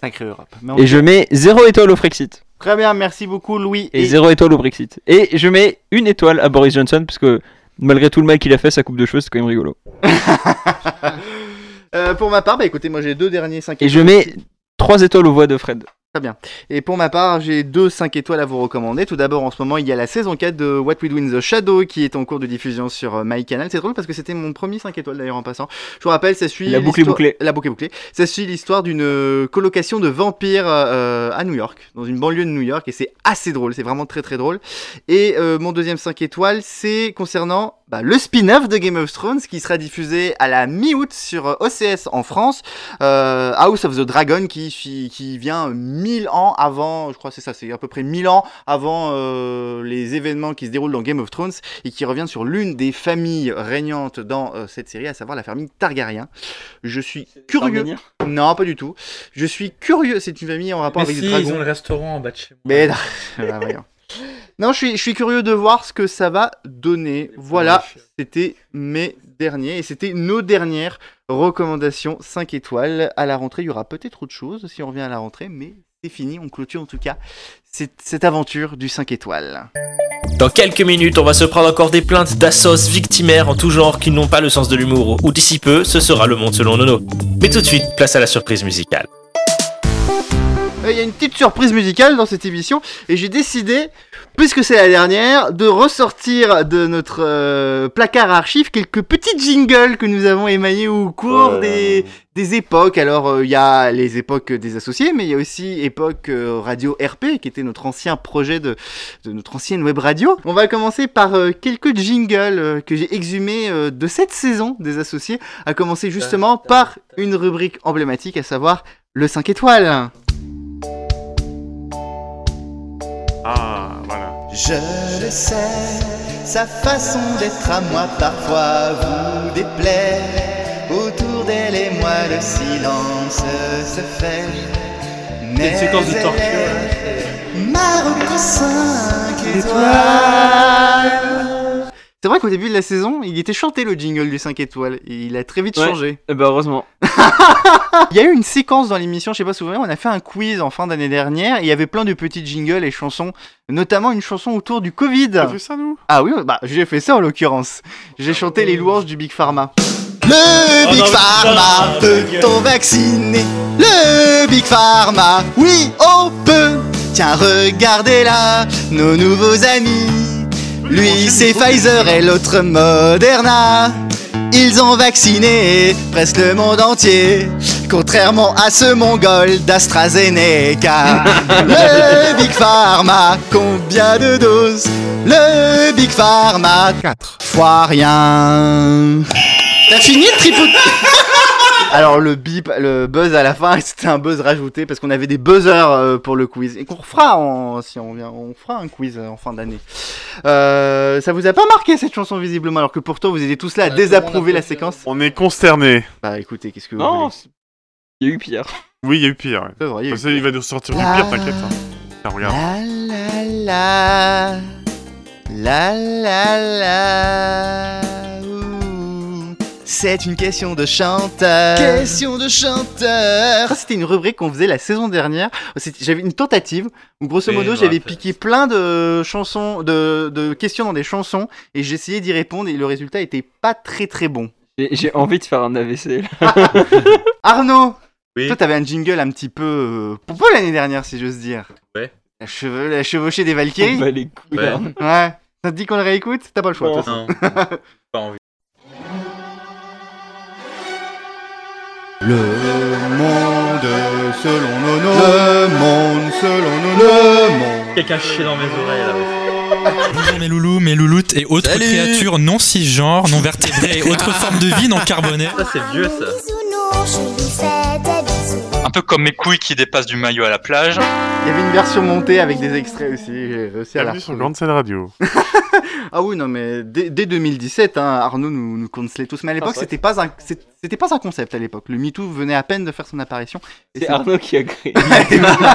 [SPEAKER 1] Sacré Europe. Mais on-
[SPEAKER 7] Et je mets 0 étoile au Frexit.
[SPEAKER 1] Très bien, merci beaucoup Louis.
[SPEAKER 7] Et 0 étoile au Brexit. Et je mets une étoile à Boris Johnson, parce que malgré tout le mal qu'il a fait, sa coupe de cheveux, c'est quand même rigolo.
[SPEAKER 1] Euh, pour ma part, bah écoutez, moi j'ai deux derniers 5
[SPEAKER 7] Et je mets 3 étoiles aux voix de Fred.
[SPEAKER 1] Très bien. Et pour ma part, j'ai deux 5 étoiles à vous recommander. Tout d'abord, en ce moment, il y a la saison 4 de What We Do in the Shadow qui est en cours de diffusion sur euh, MyCanal. C'est drôle parce que c'était mon premier 5 étoiles d'ailleurs en passant. Je vous rappelle, ça suit.
[SPEAKER 7] La boucle est
[SPEAKER 1] l'histoire-
[SPEAKER 7] bouclée.
[SPEAKER 1] La boucle est bouclée. Ça suit l'histoire d'une euh, colocation de vampires euh, à New York, dans une banlieue de New York. Et c'est assez drôle. C'est vraiment très très drôle. Et euh, mon deuxième 5 étoiles, c'est concernant bah, le spin-off de Game of Thrones qui sera diffusé à la mi-août sur euh, OCS en France. Euh, House of the Dragon qui, fi- qui vient 1000 ans avant, je crois que c'est ça, c'est à peu près 1000 ans avant euh, les événements qui se déroulent dans Game of Thrones et qui revient sur l'une des familles régnantes dans euh, cette série, à savoir la famille Targaryen. Je suis curieux.
[SPEAKER 10] Arméniens
[SPEAKER 1] Non, pas du tout. Je suis curieux. C'est une famille en rapport
[SPEAKER 10] Mais
[SPEAKER 1] avec
[SPEAKER 10] si,
[SPEAKER 1] des dragons.
[SPEAKER 10] ils ont le restaurant en bas de chez moi.
[SPEAKER 1] Mais non. Ah, voyons. Non, je suis, je suis curieux de voir ce que ça va donner. Voilà, c'était mes derniers et c'était nos dernières recommandations 5 étoiles. À la rentrée, il y aura peut-être autre chose si on revient à la rentrée, mais c'est fini. On clôture en tout cas cette, cette aventure du 5 étoiles.
[SPEAKER 6] Dans quelques minutes, on va se prendre encore des plaintes d'assos victimaires en tout genre qui n'ont pas le sens de l'humour, ou d'ici peu, ce sera le monde selon Nono. Mais tout de suite, place à la surprise musicale.
[SPEAKER 1] Euh, Il y a une petite surprise musicale dans cette émission et j'ai décidé, puisque c'est la dernière, de ressortir de notre euh, placard à archives quelques petits jingles que nous avons émaillés au cours des, des époques. Alors euh, il y a les époques des associés, mais il y a aussi époque euh, radio RP qui était notre ancien projet de, de notre ancienne web radio. On va commencer par euh, quelques jingles euh, que j'ai exhumés euh, de cette saison des associés, à commencer justement par une rubrique emblématique, à savoir le 5 étoiles.
[SPEAKER 8] Ah, voilà.
[SPEAKER 14] Je le sais, sa façon d'être à moi parfois vous déplaît. Autour d'elle et moi, le silence se fait.
[SPEAKER 13] C'est une séquence de torture.
[SPEAKER 14] Maroc 5 étoiles.
[SPEAKER 1] C'est vrai qu'au début de la saison, il était chanté le jingle du 5 étoiles. et Il a très vite
[SPEAKER 7] Ouais.
[SPEAKER 1] changé.
[SPEAKER 7] Eh ben, heureusement.
[SPEAKER 1] Il y a eu une séquence dans l'émission, je sais pas si vous vous souvenez, on a fait un quiz en fin d'année dernière. et Il y avait plein de petits jingles et chansons, notamment une chanson autour du Covid.
[SPEAKER 8] On a fait ça, nous
[SPEAKER 1] Ah oui, bah j'ai fait ça en l'occurrence. J'ai chanté les louanges du Big Pharma.
[SPEAKER 14] Le Big Pharma peut on vacciner Le Big Pharma, oui on peut Tiens regardez là, nos nouveaux amis Lui c'est Pfizer et l'autre Moderna Ils ont vacciné presque le monde entier Contrairement à ce mongol d'AstraZeneca Le Big Pharma, combien de doses Le Big Pharma, 4 fois rien T'as fini de
[SPEAKER 1] Alors le bip, le buzz à la fin, c'était un buzz rajouté parce qu'on avait des buzzers euh, pour le quiz et qu'on refera en- si on vient, on fera un quiz euh, en fin d'année. Euh, ça vous a pas marqué cette chanson visiblement alors que pourtant vous étiez tous
[SPEAKER 8] Euh,
[SPEAKER 1] là à désapprouver la séquence.
[SPEAKER 8] On est consterné.
[SPEAKER 1] Bah écoutez, qu'est-ce que vous
[SPEAKER 8] Non,
[SPEAKER 1] voulez Bah,
[SPEAKER 8] Il y a eu pire. Oui, il y a eu pire. ouais.
[SPEAKER 1] C'est vrai, il y a eu
[SPEAKER 8] Parce que il va nous sortir du
[SPEAKER 1] Ah.
[SPEAKER 8] pire, t'inquiète. hein. Tiens, regarde.
[SPEAKER 1] La la la la ouh. C'est une question de chanteur.
[SPEAKER 14] Question de chanteur
[SPEAKER 1] Ça, c'était une rubrique qu'on faisait la saison dernière. C'était- J'avais une tentative où, grosso
[SPEAKER 14] Oui,
[SPEAKER 1] modo,
[SPEAKER 14] je me
[SPEAKER 1] j'avais
[SPEAKER 14] rappelle.
[SPEAKER 1] piqué plein de chansons, de, de questions dans des chansons et j'essayais d'y répondre et le résultat était pas très très bon.
[SPEAKER 9] J'ai- J'ai envie de faire un AVC. là.
[SPEAKER 1] Arnaud Toi, t'avais un jingle un petit peu. euh, pour l'année dernière, si j'ose dire.
[SPEAKER 4] Ouais.
[SPEAKER 1] La, cheveu- la chevauchée des Valkyries.
[SPEAKER 4] On bat les couilles,
[SPEAKER 1] Ouais.
[SPEAKER 4] hein.
[SPEAKER 1] Ouais. Ça te dit qu'on le réécoute T'as pas le choix. de toute façon.
[SPEAKER 4] Non, pas envie.
[SPEAKER 14] Le monde selon Nono.
[SPEAKER 1] Le monde selon
[SPEAKER 14] Nono. Le monde.
[SPEAKER 13] Quelqu'un chie dans mes oreilles
[SPEAKER 18] Bonjour mes loulous, mes louloutes et autres
[SPEAKER 13] Salut. Ah,
[SPEAKER 18] créatures non cisgenres, non vertébrées et autres formes de vie non carbonées.
[SPEAKER 13] Ça, c'est vieux ça.
[SPEAKER 18] Un peu comme mes couilles qui dépassent du maillot à la plage.
[SPEAKER 1] Il y avait une version montée avec des extraits aussi. J'ai réussi à la
[SPEAKER 8] Bienvenue sur
[SPEAKER 1] retrouver.
[SPEAKER 8] Grande Salle Radio.
[SPEAKER 1] Ah oui, non, mais dès, dès 2017, hein, Arnaud nous, nous cancelait tous. Mais à l'époque,
[SPEAKER 9] c'est vrai.
[SPEAKER 1] c'était pas un, c'est- c'était pas un concept à l'époque. Le MeToo venait à peine de faire son apparition. Et
[SPEAKER 9] C'est Arnaud qui a créé.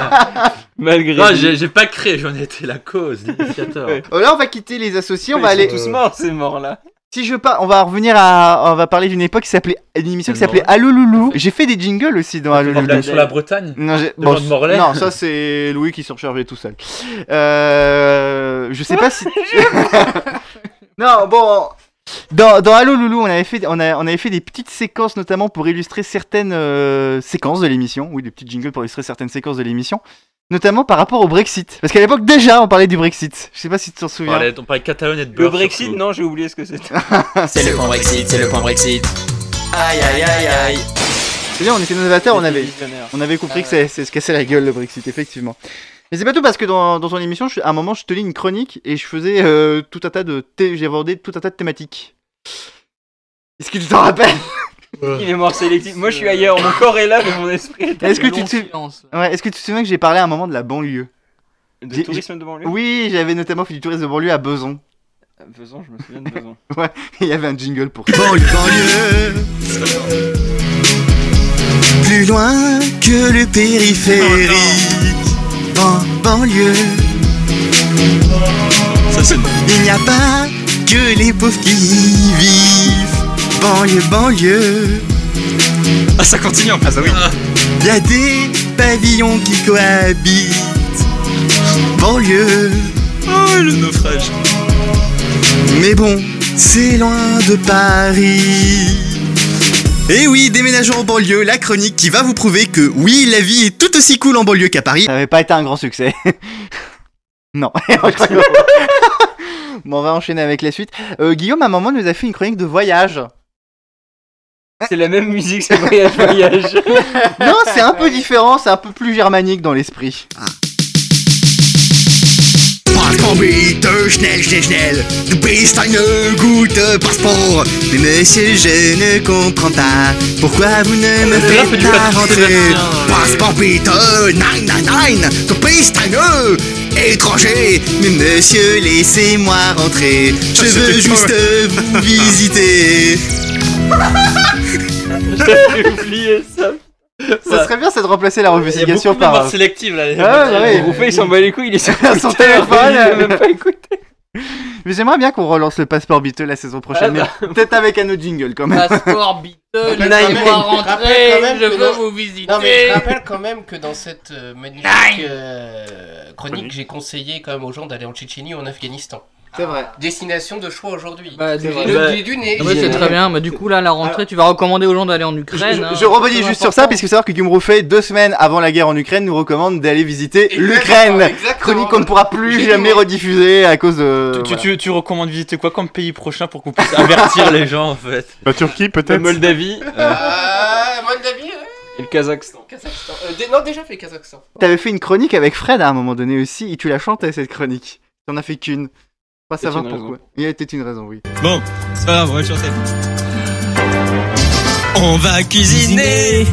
[SPEAKER 1] Malgré.
[SPEAKER 13] Non, j'ai j'ai pas créé, j'en étais la cause, l'initiateur.
[SPEAKER 1] Oh, là, on va quitter les associés. On
[SPEAKER 13] Mais
[SPEAKER 1] va
[SPEAKER 13] ils
[SPEAKER 1] aller.
[SPEAKER 13] sont tous
[SPEAKER 9] morts, ces morts-là.
[SPEAKER 1] Si je pas, on va revenir à, on va parler d'une époque qui s'appelait, une émission qui s'appelait Allo Loulou. J'ai fait des jingles aussi dans Allo Loulou.
[SPEAKER 13] Sur la Bretagne
[SPEAKER 1] Non, j'ai-
[SPEAKER 13] Demande
[SPEAKER 1] c-
[SPEAKER 13] Morlaix.
[SPEAKER 1] non, ça c'est Louis qui s'en chargeait tout seul. Euh, je sais pas si. non, bon. Dans, dans Allo Loulou, on avait, fait, on, a- on avait fait des petites séquences, notamment pour illustrer certaines euh, séquences de l'émission. Oui, des petits jingles pour illustrer certaines séquences de l'émission. Notamment par rapport au Brexit. Parce qu'à l'époque, déjà, on parlait du Brexit. Je sais pas si tu t'en
[SPEAKER 13] On
[SPEAKER 1] souviens.
[SPEAKER 13] parlait, on parlait de Catalogne et de
[SPEAKER 1] Le
[SPEAKER 13] beurre.
[SPEAKER 1] Brexit,
[SPEAKER 13] surtout.
[SPEAKER 9] Non, j'ai oublié ce que c'était.
[SPEAKER 1] c'est le point Brexit, c'est le point Brexit.
[SPEAKER 9] Aïe aïe aïe aïe.
[SPEAKER 1] C'est-à-dire, on était Ah novateurs, on avait,
[SPEAKER 9] visionnaire.
[SPEAKER 1] on avait compris que c'est c'est se casser la gueule le Brexit, effectivement. Mais c'est pas tout parce que dans, dans ton émission, je- à un moment, je te lis une chronique et je faisais euh, tout un tas de thé- j'ai abordé tout un tas de thématiques. Est-ce que tu t'en rappelles
[SPEAKER 9] Il est mort sélectif. Moi je suis ailleurs, mon corps est là, mais mon esprit est
[SPEAKER 1] Est-ce que tu te souviens ouais, Est-ce que tu te souviens que j'ai parlé à un moment de la banlieue
[SPEAKER 9] De
[SPEAKER 1] J'ai- Ah,
[SPEAKER 9] tourisme
[SPEAKER 1] j'ai-
[SPEAKER 9] de banlieue
[SPEAKER 1] Oui, j'avais notamment fait du tourisme de banlieue à Besançon.
[SPEAKER 9] Besançon, je me souviens de Besançon.
[SPEAKER 1] Ouais, il y avait un jingle pour ça.
[SPEAKER 14] Plus loin que le périphérique. En banlieue.
[SPEAKER 19] Il n'y a pas que les pauvres qui vivent banlieue, banlieue.
[SPEAKER 20] Ah, ça continue en fait, oui.
[SPEAKER 19] Il y a des pavillons qui cohabitent banlieue.
[SPEAKER 20] Oh, le naufrage.
[SPEAKER 19] Mais bon, c'est loin de Paris. Et oui, déménageons en banlieue, la chronique qui va vous prouver que oui, la vie est tout aussi cool en banlieue qu'à Paris.
[SPEAKER 1] Ça n'avait pas été un grand succès. non. bon, on va enchaîner avec la suite. Euh, Guillaume, à un moment, nous a fait une chronique de voyage.
[SPEAKER 7] C'est la même musique, c'est voyage, voyage.
[SPEAKER 1] non, c'est un peu différent, c'est un peu plus germanique dans l'esprit.
[SPEAKER 19] Pas Bitte schnell, schnell, schnell, du bist eine gute Passeport. Mais monsieur, je ne comprends pas pourquoi vous ne me
[SPEAKER 5] là, c'est
[SPEAKER 19] faites
[SPEAKER 5] du
[SPEAKER 19] pas
[SPEAKER 5] Patrick
[SPEAKER 19] rentrer.
[SPEAKER 5] Sébastien, euh.
[SPEAKER 19] Passeport bitte, nein, nein, nein, du bist eine étranger. Mais monsieur, laissez-moi rentrer, je
[SPEAKER 5] Ça,
[SPEAKER 19] veux
[SPEAKER 5] Ah, c'était
[SPEAKER 19] juste vous visiter.
[SPEAKER 7] J'avais oublié ça.
[SPEAKER 1] Ça serait bien, c'est de remplacer la revendication par.
[SPEAKER 7] mémoire sélective, là, les gens.
[SPEAKER 1] Ah, ouais, ouais.
[SPEAKER 7] Rouffet, il s'en bat les couilles, il est sur
[SPEAKER 1] son
[SPEAKER 7] Twitter,
[SPEAKER 1] téléphone.
[SPEAKER 7] il a même pas
[SPEAKER 1] Mais j'aimerais bien qu'on relance le passeport biteux la saison prochaine.
[SPEAKER 7] Ah,
[SPEAKER 1] mais Peut-être avec un autre jingle quand même.
[SPEAKER 21] Passeport biteux,
[SPEAKER 1] Rappelle
[SPEAKER 21] laissez-moi
[SPEAKER 1] quand même-
[SPEAKER 21] rentrer,
[SPEAKER 1] rappelle quand même
[SPEAKER 21] je
[SPEAKER 1] que
[SPEAKER 21] veux
[SPEAKER 1] dans-
[SPEAKER 21] vous visiter.
[SPEAKER 5] Non, mais je rappelle quand même que dans cette euh, magnifique euh, chronique, j'ai conseillé quand même aux gens d'aller en Tchétchénie ou en Afghanistan.
[SPEAKER 1] C'est vrai.
[SPEAKER 21] Destination de choix aujourd'hui.
[SPEAKER 5] Bah,
[SPEAKER 21] J'ai
[SPEAKER 5] déjà-
[SPEAKER 21] le
[SPEAKER 5] Bah,
[SPEAKER 21] j'ai du nez.
[SPEAKER 5] ouais, c'est très bien. Bah, du coup, là, à la rentrée, tu vas recommander aux gens d'aller en
[SPEAKER 1] Ah. Je,
[SPEAKER 5] Ukraine. hein.
[SPEAKER 1] je- je rebondis juste sur ça, puisque savoir que Guillaume Rouffet, deux semaines avant la guerre en Ukraine, nous recommande d'aller visiter l'Ukraine. Chronique qu'on ne pourra plus jamais rediffuser à cause
[SPEAKER 7] Euh,
[SPEAKER 1] de.
[SPEAKER 10] Tu,
[SPEAKER 1] voilà.
[SPEAKER 10] tu, tu recommandes visiter quoi comme pays prochain pour qu'on puisse avertir les gens en fait
[SPEAKER 8] La Bah, Turquie
[SPEAKER 10] La
[SPEAKER 8] peut-être
[SPEAKER 10] Moldavie. euh,
[SPEAKER 5] Euh,
[SPEAKER 21] Ah, Moldavie, ouais,
[SPEAKER 10] Et le Kazakhstan.
[SPEAKER 21] Kazakhstan. Euh, dé- non, déjà fait Kazakhstan.
[SPEAKER 1] T'avais fait une chronique avec Fred à un moment donné aussi, et tu la chantais cette chronique. T'en as fait qu'une. Pas
[SPEAKER 22] C'était
[SPEAKER 1] savoir
[SPEAKER 22] une
[SPEAKER 1] pourquoi.
[SPEAKER 22] raison.
[SPEAKER 1] Il y a peut-être une raison, oui.
[SPEAKER 22] Bon, c'est pas grave, on va chanter. On va cuisiner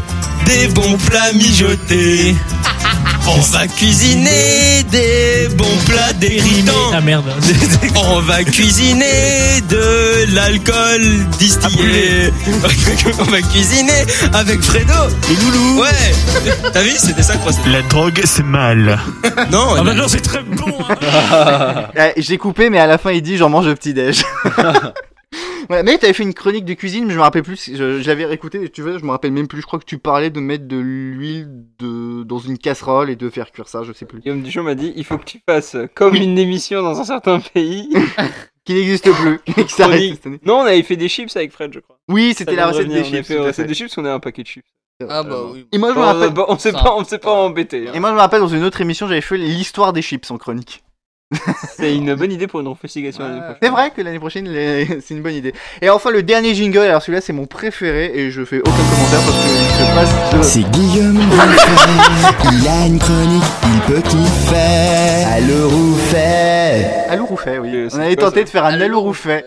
[SPEAKER 22] des bons plats mijotés. On va cuisiner des bons plats dérivants. Ah merde. On va cuisiner de l'alcool distillé. On va cuisiner avec Fredo. Et Loulou. Ouais. T'as vu, c'était ça quoi.
[SPEAKER 23] La drogue, c'est mal.
[SPEAKER 22] Non.
[SPEAKER 23] Ah bah non,
[SPEAKER 22] c'est très bon. hein.
[SPEAKER 1] Ouais, Euh, J'ai coupé, mais à la fin, il dit j'en mange au petit-déj. Ouais, mais t'avais fait une chronique de cuisine, mais je me rappelle plus. Je, je l'avais réécouté, mais tu veux, je me rappelle même plus. Je crois que tu parlais de mettre de l'huile de, dans une casserole et de faire cuire ça, je sais plus.
[SPEAKER 7] Guillaume Duchon m'a dit il faut que tu fasses euh, comme une émission dans un certain pays.
[SPEAKER 1] qui n'existe plus. et qui s'arrête
[SPEAKER 7] Chronique.
[SPEAKER 1] cette année.
[SPEAKER 7] Non, on avait fait des chips avec Fred, je crois.
[SPEAKER 1] Oui, c'était
[SPEAKER 7] Ça
[SPEAKER 1] la
[SPEAKER 7] doit
[SPEAKER 1] recette
[SPEAKER 7] revenir,
[SPEAKER 1] des
[SPEAKER 7] On a
[SPEAKER 1] chips,
[SPEAKER 7] fait
[SPEAKER 1] tout à
[SPEAKER 7] la recette
[SPEAKER 1] fait.
[SPEAKER 7] des Oh, chips, on a un paquet de chips.
[SPEAKER 21] Ah bah oui.
[SPEAKER 1] Et moi, je me
[SPEAKER 7] Bon, on a
[SPEAKER 1] rappelle-
[SPEAKER 7] pas- On s'est
[SPEAKER 1] Ça.
[SPEAKER 7] pas, on s'est pas embêté. hein.
[SPEAKER 1] Et moi, je me rappelle dans une autre émission, j'avais fait l'histoire des chips en chronique.
[SPEAKER 7] C'est une bonne idée pour une investigation l'année prochaine.
[SPEAKER 1] C'est vrai que l'année prochaine, les- c'est une bonne idée. Et enfin, le dernier jingle, alors celui-là, c'est mon préféré et je fais aucun commentaire parce que je passe. de-
[SPEAKER 19] C'est Guillaume Rouffet, il a une chronique, il peut tout faire. Allô Rouffet
[SPEAKER 1] Allô Rouffet, oui.
[SPEAKER 19] c'est
[SPEAKER 1] On avait
[SPEAKER 19] quoi,
[SPEAKER 1] tenté
[SPEAKER 19] ça
[SPEAKER 1] de faire un Allô Rouffet.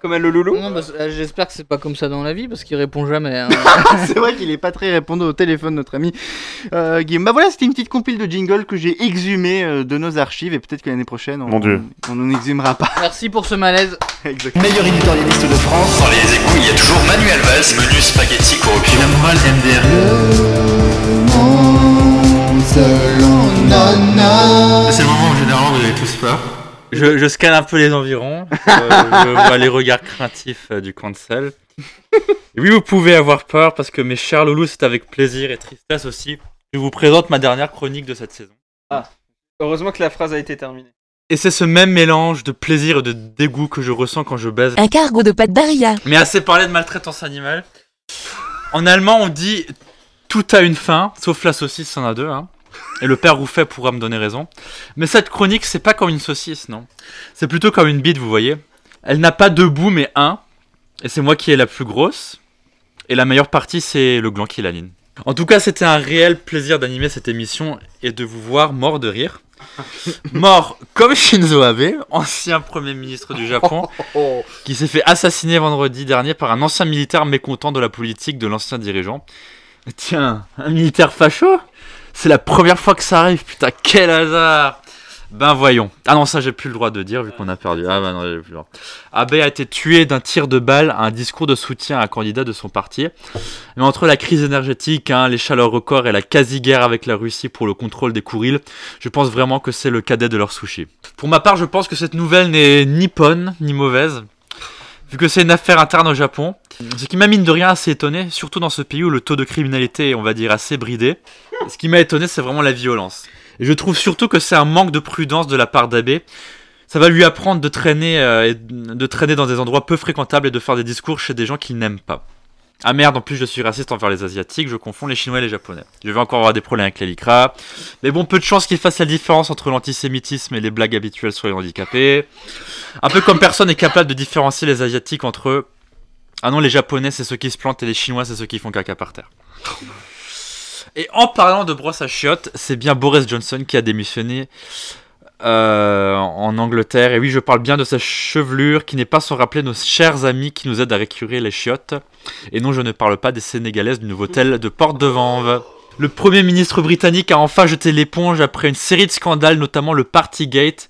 [SPEAKER 7] Comme un louloulou
[SPEAKER 5] Non, bah, euh, j'espère que c'est pas comme ça dans la vie parce qu'il répond jamais. hein.
[SPEAKER 1] c'est vrai qu'il est pas très répondant au téléphone, notre ami euh, Guillaume. Bah voilà, c'était une petite compile de jingle que j'ai exhumé euh, de nos archives et peut-être que l'année prochaine, on
[SPEAKER 8] Mon Dieu.
[SPEAKER 1] on n'en exhumera pas.
[SPEAKER 5] Merci pour ce malaise.
[SPEAKER 1] Meilleur éditorialiste de France.
[SPEAKER 6] Dans les égouts, il y a toujours Manuel Valls, menu spaghetti corruption. La morale,
[SPEAKER 10] C'est le moment où généralement vous avez tous peur. Je, je scanne un peu les environs, euh, je vois les regards craintifs euh, du cancel. Et oui, vous pouvez avoir peur parce que mes chers loulous, c'est avec plaisir et tristesse aussi que je vous présente ma dernière chronique de cette saison.
[SPEAKER 7] Ah, heureusement que la phrase a été terminée.
[SPEAKER 10] Et c'est ce même mélange de plaisir et de dégoût que je ressens quand je baise.
[SPEAKER 24] Un cargo de pâte d'aria.
[SPEAKER 10] Mais assez parlé de maltraitance animale. En allemand, on dit tout a une fin, sauf la saucisse, en a deux. hein. Et le père Rouffet pourra me donner raison. Mais cette chronique, c'est pas comme une saucisse, non. C'est plutôt comme une bite, vous voyez. Elle n'a pas deux bouts, mais un. Et c'est moi qui ai la plus grosse. Et la meilleure partie, c'est le gland qui l'anime. En tout cas, c'était un réel plaisir d'animer cette émission et de vous voir mort de rire. Mort comme Shinzo Abe, ancien Premier ministre du Japon, qui s'est fait assassiner vendredi dernier par un ancien militaire mécontent de la politique de l'ancien dirigeant. Tiens, un militaire facho C'est la première fois que ça arrive, putain, quel hasard Ben voyons. Ah non, ça j'ai plus le droit de dire vu qu'on a perdu. Ah ben non, j'ai plus le droit. Abe a été tué d'un tir de balle à un discours de soutien à un candidat de son parti. Mais entre la crise énergétique, hein, les chaleurs records et la quasi-guerre avec la Russie pour le contrôle des Kourils, je pense vraiment que c'est le cadet de leur sushi. Pour ma part, je pense que cette nouvelle n'est ni bonne ni mauvaise. Vu que c'est une affaire interne au Japon, ce qui m'a mine de rien assez étonné, surtout dans ce pays où le taux de criminalité est, on va dire, assez bridé, ce qui m'a étonné, c'est vraiment la violence. Et je trouve surtout que c'est un manque de prudence de la part d'Abbé. Ça va lui apprendre de traîner, euh, et de traîner dans des endroits peu fréquentables et de faire des discours chez des gens qu'il n'aime pas. Ah merde, en plus je suis raciste envers les Asiatiques, je confonds les Chinois et les Japonais. Je vais encore avoir des problèmes avec les licras. Mais bon, peu de chance qu'il fasse la différence entre l'antisémitisme et les blagues habituelles sur les handicapés. Un peu comme personne n'est capable de différencier les Asiatiques entre eux. Ah non, les Japonais c'est ceux qui se plantent et les Chinois c'est ceux qui font caca par terre. Et en parlant de brosse à chiottes, c'est bien Boris Johnson qui a démissionné euh, en Angleterre. Et oui, je parle bien de sa chevelure qui n'est pas sans rappeler nos chers amis qui nous aident à récurer les chiottes. Et non, je ne parle pas des Sénégalaises du nouveau hôtel de Porte de Vanves. Le Premier ministre britannique a enfin jeté l'éponge après une série de scandales, notamment le Partygate,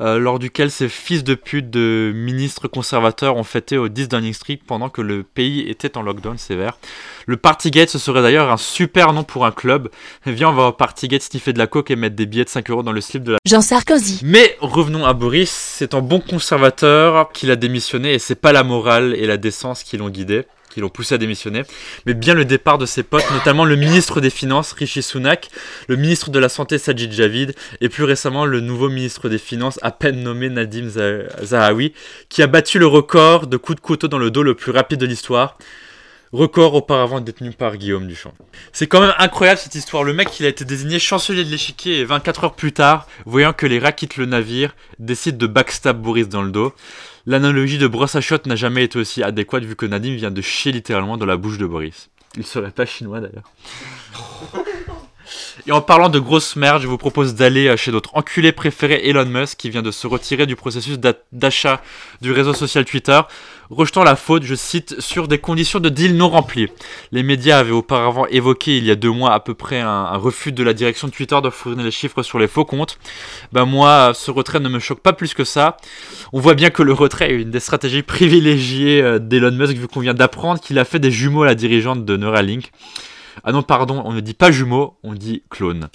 [SPEAKER 10] euh, lors duquel ces fils de pute de ministres conservateurs ont fêté au 10 Downing Street pendant que le pays était en lockdown sévère. Le Partygate, ce serait d'ailleurs un super nom pour un club. Viens, on va au Partygate sniffer de la coke et mettre des billets de 5 euros dans le slip de la...
[SPEAKER 25] Jean Sarkozy.
[SPEAKER 10] Mais revenons à Boris, c'est en bon conservateur qu'il a démissionné et c'est pas la morale et la décence qui l'ont guidé qui l'ont poussé à démissionner, mais bien le départ de ses potes, notamment le ministre des Finances Rishi Sunak, le ministre de la Santé Sajid Javid, et plus récemment le nouveau ministre des Finances à peine nommé Nadim Za- Zahawi, qui a battu le record de coups de couteau dans le dos le plus rapide de l'histoire. Record auparavant détenu par Guillaume Duchamp. C'est quand même incroyable cette histoire. Le mec, il a été désigné chancelier de l'échiquier et 24 heures plus tard, voyant que les rats quittent le navire, décide de backstab Boris dans le dos. L'analogie de brosse à chiottes n'a jamais été aussi adéquate vu que Nadim vient de chier littéralement dans la bouche de Boris. Il serait pas chinois d'ailleurs. Et en parlant de grosse merde, je vous propose d'aller euh, chez notre enculé préféré Elon Musk qui vient de se retirer du processus d'a- d'achat du réseau social Twitter, rejetant la faute, je cite, sur des conditions de deal non remplies. Les médias avaient auparavant évoqué il y a deux mois à peu près un, un refus de la direction de Twitter de fournir les chiffres sur les faux comptes. Ben moi, euh, ce retrait ne me choque pas plus que ça. On voit bien que le retrait est une des stratégies privilégiées euh, d'Elon Musk vu qu'on vient d'apprendre qu'il a fait des jumeaux à la dirigeante de Neuralink. Ah non, pardon, on ne dit pas jumeaux, on dit clone.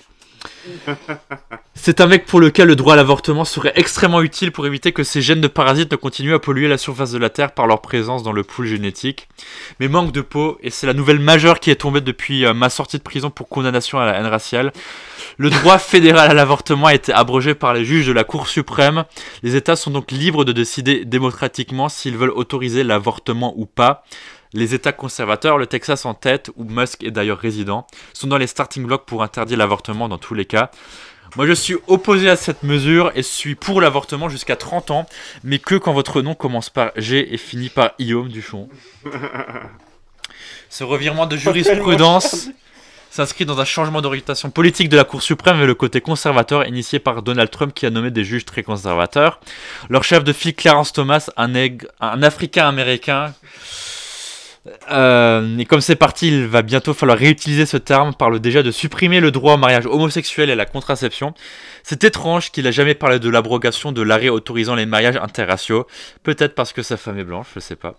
[SPEAKER 10] C'est un mec pour lequel le droit à l'avortement serait extrêmement utile pour éviter que ces gènes de parasites ne continuent à polluer la surface de la Terre par leur présence dans le pool génétique. Mais manque de peau, et c'est la nouvelle majeure qui est tombée depuis euh, ma sortie de prison pour condamnation à la haine raciale. Le droit fédéral à l'avortement a été abrogé par les juges de la Cour suprême. Les États sont donc libres de décider démocratiquement s'ils veulent autoriser l'avortement ou pas. Les États conservateurs, le Texas en tête, où Musk est d'ailleurs résident, sont dans les starting blocks pour interdire l'avortement dans tous les cas. Moi je suis opposé à cette mesure et suis pour l'avortement jusqu'à 30 ans, mais que quand votre nom commence par G et finit par Guillaume Duchon. Ce revirement de jurisprudence s'inscrit dans un changement d'orientation politique de la Cour suprême et le côté conservateur initié par Donald Trump qui a nommé des juges très conservateurs. Leur chef de file Clarence Thomas, un, nègre- un Africain-Américain euh, et comme c'est parti, il va bientôt falloir réutiliser ce terme, parle déjà de supprimer le droit au mariage homosexuel et à la contraception. C'est étrange qu'il a jamais parlé de l'abrogation de l'arrêt autorisant les mariages interraciaux, peut-être parce que sa femme est blanche, je sais pas.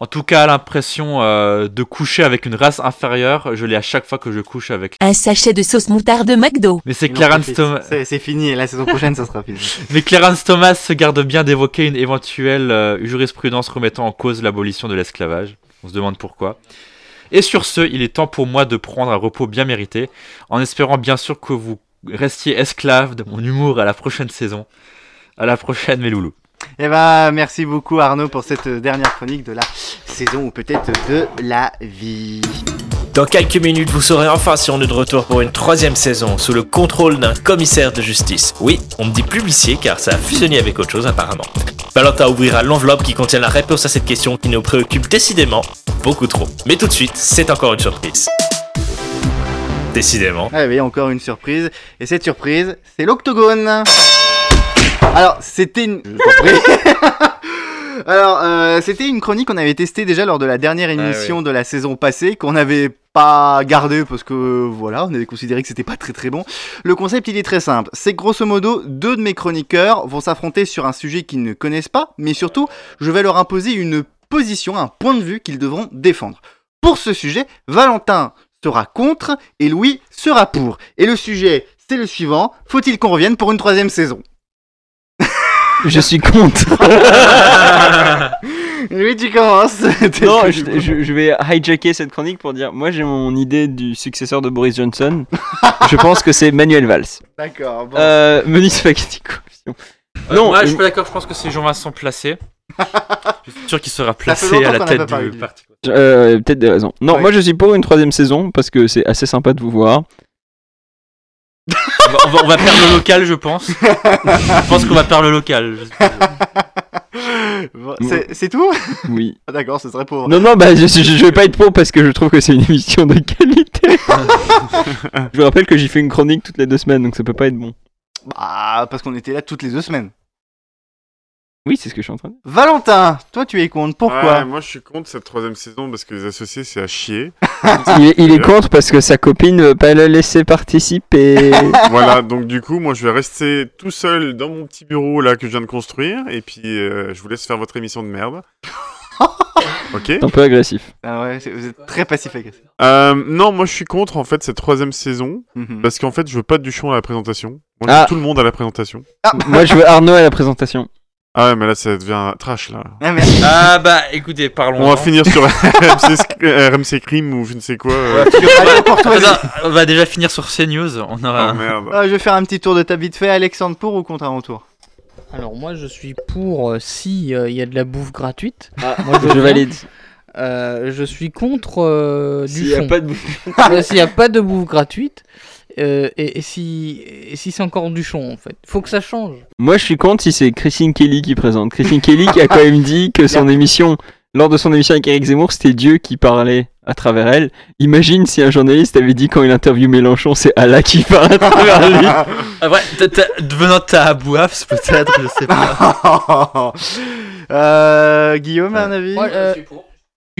[SPEAKER 10] En tout cas, l'impression euh, de coucher avec une race inférieure, je l'ai à chaque fois que je couche avec
[SPEAKER 25] Un sachet de sauce moutarde McDo.
[SPEAKER 10] mais c'est Clarence Thomas.
[SPEAKER 1] C'est c'est fini, la saison prochaine, ça sera fini.
[SPEAKER 10] Mais Clarence Thomas se garde bien d'évoquer une éventuelle euh, jurisprudence remettant en cause l'abolition de l'esclavage. On se demande pourquoi. Et sur ce, il est temps pour moi de prendre un repos bien mérité, en espérant bien sûr que vous restiez esclaves de mon humour à la prochaine saison. À la prochaine, mes loulous.
[SPEAKER 1] Eh ben, merci beaucoup Arnaud pour cette euh, dernière chronique de la saison ou peut-être de la vie.
[SPEAKER 6] Dans quelques minutes, vous saurez enfin si on est de retour pour une troisième saison sous le contrôle d'un commissaire de justice. Oui, on me dit publicier car ça a fusionné avec autre chose apparemment. Valentin ouvrira l'enveloppe qui contient la réponse à cette question qui nous préoccupe décidément beaucoup trop. Mais tout de suite, c'est encore une surprise. Décidément.
[SPEAKER 1] Ah oui, encore une surprise. Et cette surprise, c'est l'octogone. Alors, c'était une... Je t'en Ah prie. Alors, euh, c'était une chronique qu'on avait testée déjà lors de la dernière émission de la saison passée, qu'on avait pas gardé parce que voilà, on avait considéré que c'était pas très très bon. Le concept il est très simple, c'est que grosso modo deux de mes chroniqueurs vont s'affronter sur un sujet qu'ils ne connaissent pas, mais surtout je vais leur imposer une position, un point de vue qu'ils devront défendre. Pour ce sujet, Valentin sera contre et Louis sera pour. Et le sujet c'est le suivant, faut-il qu'on revienne pour une troisième saison
[SPEAKER 7] Je suis contre.
[SPEAKER 1] Louis, tu commences.
[SPEAKER 7] non, je, je- je vais hijacker cette chronique pour dire moi j'ai mon idée du successeur de Boris Johnson. je pense que c'est Manuel Valls.
[SPEAKER 1] D'accord, bon.
[SPEAKER 7] Euh, menu spaghetti corruption.
[SPEAKER 10] non,
[SPEAKER 7] non,
[SPEAKER 10] je
[SPEAKER 7] euh,
[SPEAKER 10] suis pas d'accord, je pense que c'est Jean-Vincent Placé. je suis sûr qu'il sera
[SPEAKER 1] Ça fait
[SPEAKER 10] placé
[SPEAKER 1] longtemps
[SPEAKER 10] à la
[SPEAKER 1] qu'on a pas
[SPEAKER 10] tête
[SPEAKER 1] parlé
[SPEAKER 10] du
[SPEAKER 1] de lui.
[SPEAKER 10] parti.
[SPEAKER 7] euh, peut-être des raisons. Non, moi je suis pour une troisième saison parce que c'est assez sympa de vous voir.
[SPEAKER 10] On va, on va- on va perdre le local, je pense. je pense qu'on va perdre le local.
[SPEAKER 1] Bon, c'est- c'est tout
[SPEAKER 7] Oui.
[SPEAKER 1] Ah, D'accord, ce serait pour.
[SPEAKER 7] Non, non, bah je, je- je vais pas être pour parce que je trouve que c'est une émission de qualité. je vous rappelle que j'y fais une chronique toutes les deux semaines donc ça peut pas être bon.
[SPEAKER 1] Bah, parce qu'on était là toutes les deux semaines.
[SPEAKER 7] Oui, c'est ce que je suis en train de dire.
[SPEAKER 1] Valentin, toi tu es contre, pourquoi
[SPEAKER 8] Ouais, Moi je suis contre cette troisième saison parce que les associés c'est à chier.
[SPEAKER 7] Il est, il est contre parce que sa copine veut pas le laisser participer.
[SPEAKER 8] voilà, donc du coup, moi je vais rester tout seul dans mon petit bureau là que je viens de construire et puis euh, je vous laisse faire votre émission de merde. ok
[SPEAKER 7] C'est un peu agressif.
[SPEAKER 1] Ah ouais, c'est- vous êtes très passif agressif.
[SPEAKER 8] Euh, non, moi je suis contre en fait cette troisième saison
[SPEAKER 1] Mhm.
[SPEAKER 8] parce qu'en fait je veux pas de Duchon à la présentation. Moi je
[SPEAKER 7] Ah.
[SPEAKER 8] veux tout le monde à la présentation.
[SPEAKER 7] Moi je veux Arnaud à la présentation.
[SPEAKER 8] Ah ouais, mais là ça devient trash là.
[SPEAKER 10] Ah bah écoutez, parlons.
[SPEAKER 8] On va finir sur RMC, sc- euh, RMC Crime ou je ne sais quoi. euh.
[SPEAKER 10] on va déjà finir sur CNews. On aura.
[SPEAKER 8] Oh, merde.
[SPEAKER 1] Ah, je vais faire un petit tour de table vite fait. Alexandre, pour ou contre à mon tour
[SPEAKER 5] Alors moi je suis pour euh, si euh, il y a de la bouffe gratuite.
[SPEAKER 7] Ah,
[SPEAKER 5] moi,
[SPEAKER 7] je
[SPEAKER 5] veux bien.
[SPEAKER 7] valide.
[SPEAKER 5] Euh, je suis contre euh, du
[SPEAKER 7] S'il y a
[SPEAKER 5] fond.
[SPEAKER 7] pas de bouffe-
[SPEAKER 5] Ouais, S'il n'y a pas de bouffe gratuite euh, et, et si, et si c'est encore du chon en fait. Faut que ça change.
[SPEAKER 7] Moi, je suis contre si c'est Christine Kelly qui présente. Christine Kelly qui a quand même dit que son émission, lors de son émission avec Eric Zemmour, c'était Dieu qui parlait à travers elle. Imagine si un journaliste avait dit quand il interviewe Mélenchon, c'est Allah qui parle à travers lui.
[SPEAKER 10] Ah ouais, t'as- t'as- devenant ta Abouafs peut-être, je sais
[SPEAKER 1] pas. euh, Guillaume, un avis
[SPEAKER 5] Moi, euh, je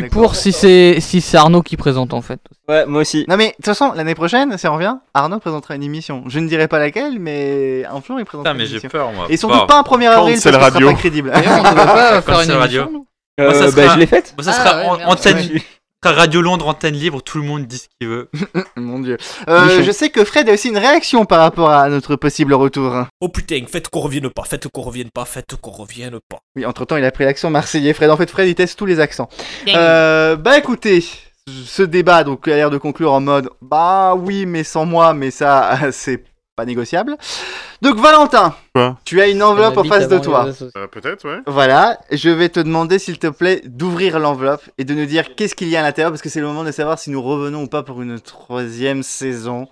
[SPEAKER 5] suis
[SPEAKER 26] pour.
[SPEAKER 5] si c'est si c'est Arnaud qui présente en fait.
[SPEAKER 7] Ouais, moi aussi.
[SPEAKER 1] Non, mais de toute façon, l'année prochaine, si on revient, Arnaud présentera une émission. Je ne dirai pas laquelle, mais un jour il présentera
[SPEAKER 10] Putain, mais
[SPEAKER 1] une
[SPEAKER 10] j'ai
[SPEAKER 1] émission.
[SPEAKER 10] peur, moi.
[SPEAKER 1] Et sans
[SPEAKER 10] Bon.
[SPEAKER 1] doute pas un 1er avril,
[SPEAKER 10] Cancel
[SPEAKER 1] parce que ce sera
[SPEAKER 10] radio.
[SPEAKER 1] pas crédible.
[SPEAKER 10] D'ailleurs, on devrait pas faire une émission, nous Moi, ça
[SPEAKER 7] Euh,
[SPEAKER 10] sera-
[SPEAKER 7] bah, je l'ai faite.
[SPEAKER 10] moi, ça
[SPEAKER 1] Ah,
[SPEAKER 10] sera
[SPEAKER 1] ouais,
[SPEAKER 10] en-
[SPEAKER 1] merde.
[SPEAKER 10] antenne-
[SPEAKER 1] Ouais.
[SPEAKER 10] sera Radio Londres, antenne libre, tout le monde dit ce qu'il veut.
[SPEAKER 1] Eh, Mon dieu. Euh, je sais que Fred a aussi une réaction par rapport à notre possible retour.
[SPEAKER 27] Oh putain, faites qu'on revienne pas, faites qu'on revienne pas, faites qu'on revienne pas.
[SPEAKER 1] Oui, entre temps, il a pris l'accent marseillais. Fred, en fait, Fred, il teste tous les accents. Euh, bah écoutez, ce débat donc a l'air de conclure en mode bah oui, mais sans moi, mais ça, c'est pas négociable. Donc, Valentin,
[SPEAKER 8] Quoi
[SPEAKER 1] tu as une enveloppe en face de toi.
[SPEAKER 8] Euh, Peut-être, ouais.
[SPEAKER 1] Voilà, je vais te demander, s'il te plaît, d'ouvrir l'enveloppe et de nous dire qu'est-ce qu'il y a à l'intérieur, parce que c'est le moment de savoir si nous revenons ou pas pour une troisième saison.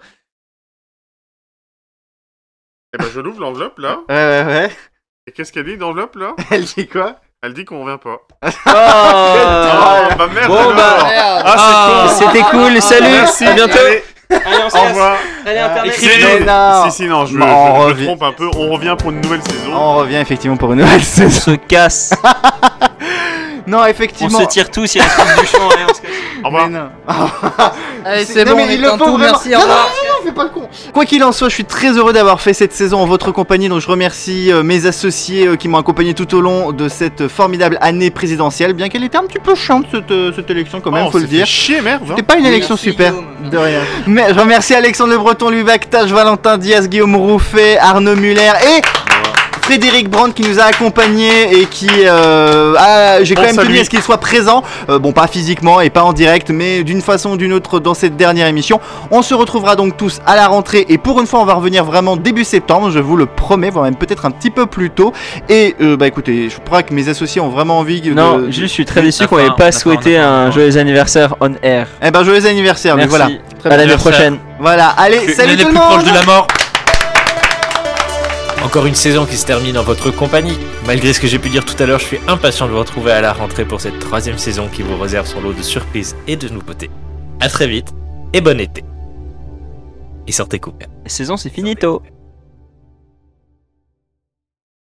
[SPEAKER 8] Eh ben je l'ouvre l'enveloppe là.
[SPEAKER 1] Ouais, ouais, ouais.
[SPEAKER 8] Et qu'est-ce qu'elle dit l'enveloppe là
[SPEAKER 1] Elle dit quoi
[SPEAKER 8] Elle dit qu'on revient pas.
[SPEAKER 1] Ah,
[SPEAKER 7] Oh
[SPEAKER 8] Ah, bah merde
[SPEAKER 1] bon,
[SPEAKER 8] alors.
[SPEAKER 1] bah,
[SPEAKER 8] ah, c'est con.
[SPEAKER 7] C'était cool, salut,
[SPEAKER 8] Merci,
[SPEAKER 7] à bientôt.
[SPEAKER 8] allez.
[SPEAKER 7] Allez, on se
[SPEAKER 8] Au
[SPEAKER 7] casse.
[SPEAKER 8] revoir.
[SPEAKER 7] Allez,
[SPEAKER 1] Euh,
[SPEAKER 7] Internet.
[SPEAKER 8] Écrivez-nous.
[SPEAKER 1] Mais non.
[SPEAKER 8] Si, si, non, je,
[SPEAKER 1] Bah,
[SPEAKER 8] je-
[SPEAKER 1] on
[SPEAKER 8] je me
[SPEAKER 1] revient. Oh,
[SPEAKER 8] trompe un peu. On revient pour une nouvelle saison.
[SPEAKER 1] On revient effectivement pour une nouvelle saison.
[SPEAKER 7] se casse.
[SPEAKER 1] non, effectivement.
[SPEAKER 7] On se tire tous, il y a la coupe du champ, hein, allez, on se casse.
[SPEAKER 8] Au revoir.
[SPEAKER 5] Allez, c'est
[SPEAKER 1] non,
[SPEAKER 5] bon,
[SPEAKER 1] mais
[SPEAKER 5] on
[SPEAKER 1] ils
[SPEAKER 5] éteint
[SPEAKER 1] le font
[SPEAKER 5] tout,
[SPEAKER 1] vraiment.
[SPEAKER 5] merci, au
[SPEAKER 1] Non, non,
[SPEAKER 5] revoir.
[SPEAKER 1] non, non, fais pas le con. Quoi qu'il en soit, je suis très heureux d'avoir fait cette saison en votre compagnie. Donc je remercie euh, mes associés euh, qui m'ont accompagné tout au long de cette formidable année présidentielle, bien qu'elle était un petit peu chiante cette, euh, cette élection quand même,
[SPEAKER 8] Oh,
[SPEAKER 1] faut le
[SPEAKER 8] on s'est
[SPEAKER 1] dire.
[SPEAKER 8] fait chier, merde. hein.
[SPEAKER 1] C'était pas une élection super. De rien. Mais je remercie Alexandre Le Breton, Lubac, Tache, Valentin Diaz, Guillaume Rouffet, Arnaud Muller et Frédéric Brand qui nous a accompagnés et qui euh, a- j'ai quand
[SPEAKER 8] On
[SPEAKER 1] même tenu
[SPEAKER 8] salue.
[SPEAKER 1] à ce qu'il soit présent, Euh, bon pas physiquement et pas en direct, mais d'une façon ou d'une autre dans cette dernière émission. On se retrouvera donc tous à la rentrée et pour une fois on va revenir vraiment début septembre, je vous le promets, voire même peut-être un petit peu plus tôt. Et euh, bah écoutez, je crois que mes associés ont vraiment envie de...
[SPEAKER 7] Non, juste, je suis très déçu qu'on
[SPEAKER 1] D'accord,
[SPEAKER 7] n'ait pas souhaité un joyeux anniversaire on air.
[SPEAKER 1] Eh ben joyeux anniversaire, mais
[SPEAKER 7] Merci.
[SPEAKER 1] voilà.
[SPEAKER 7] À l'année prochaine.
[SPEAKER 1] Voilà, allez,
[SPEAKER 7] Une
[SPEAKER 1] salut
[SPEAKER 7] année
[SPEAKER 1] tout le
[SPEAKER 7] plus
[SPEAKER 1] monde
[SPEAKER 7] proche de la
[SPEAKER 10] mort.
[SPEAKER 6] Encore une saison qui se termine en votre compagnie. Malgré ce que j'ai pu dire tout à l'heure, je suis impatient de vous retrouver à la rentrée pour cette troisième saison qui vous réserve son lot de surprises et de nouveautés. À très vite et bon été. Et sortez couverts.
[SPEAKER 7] La saison, c'est finito.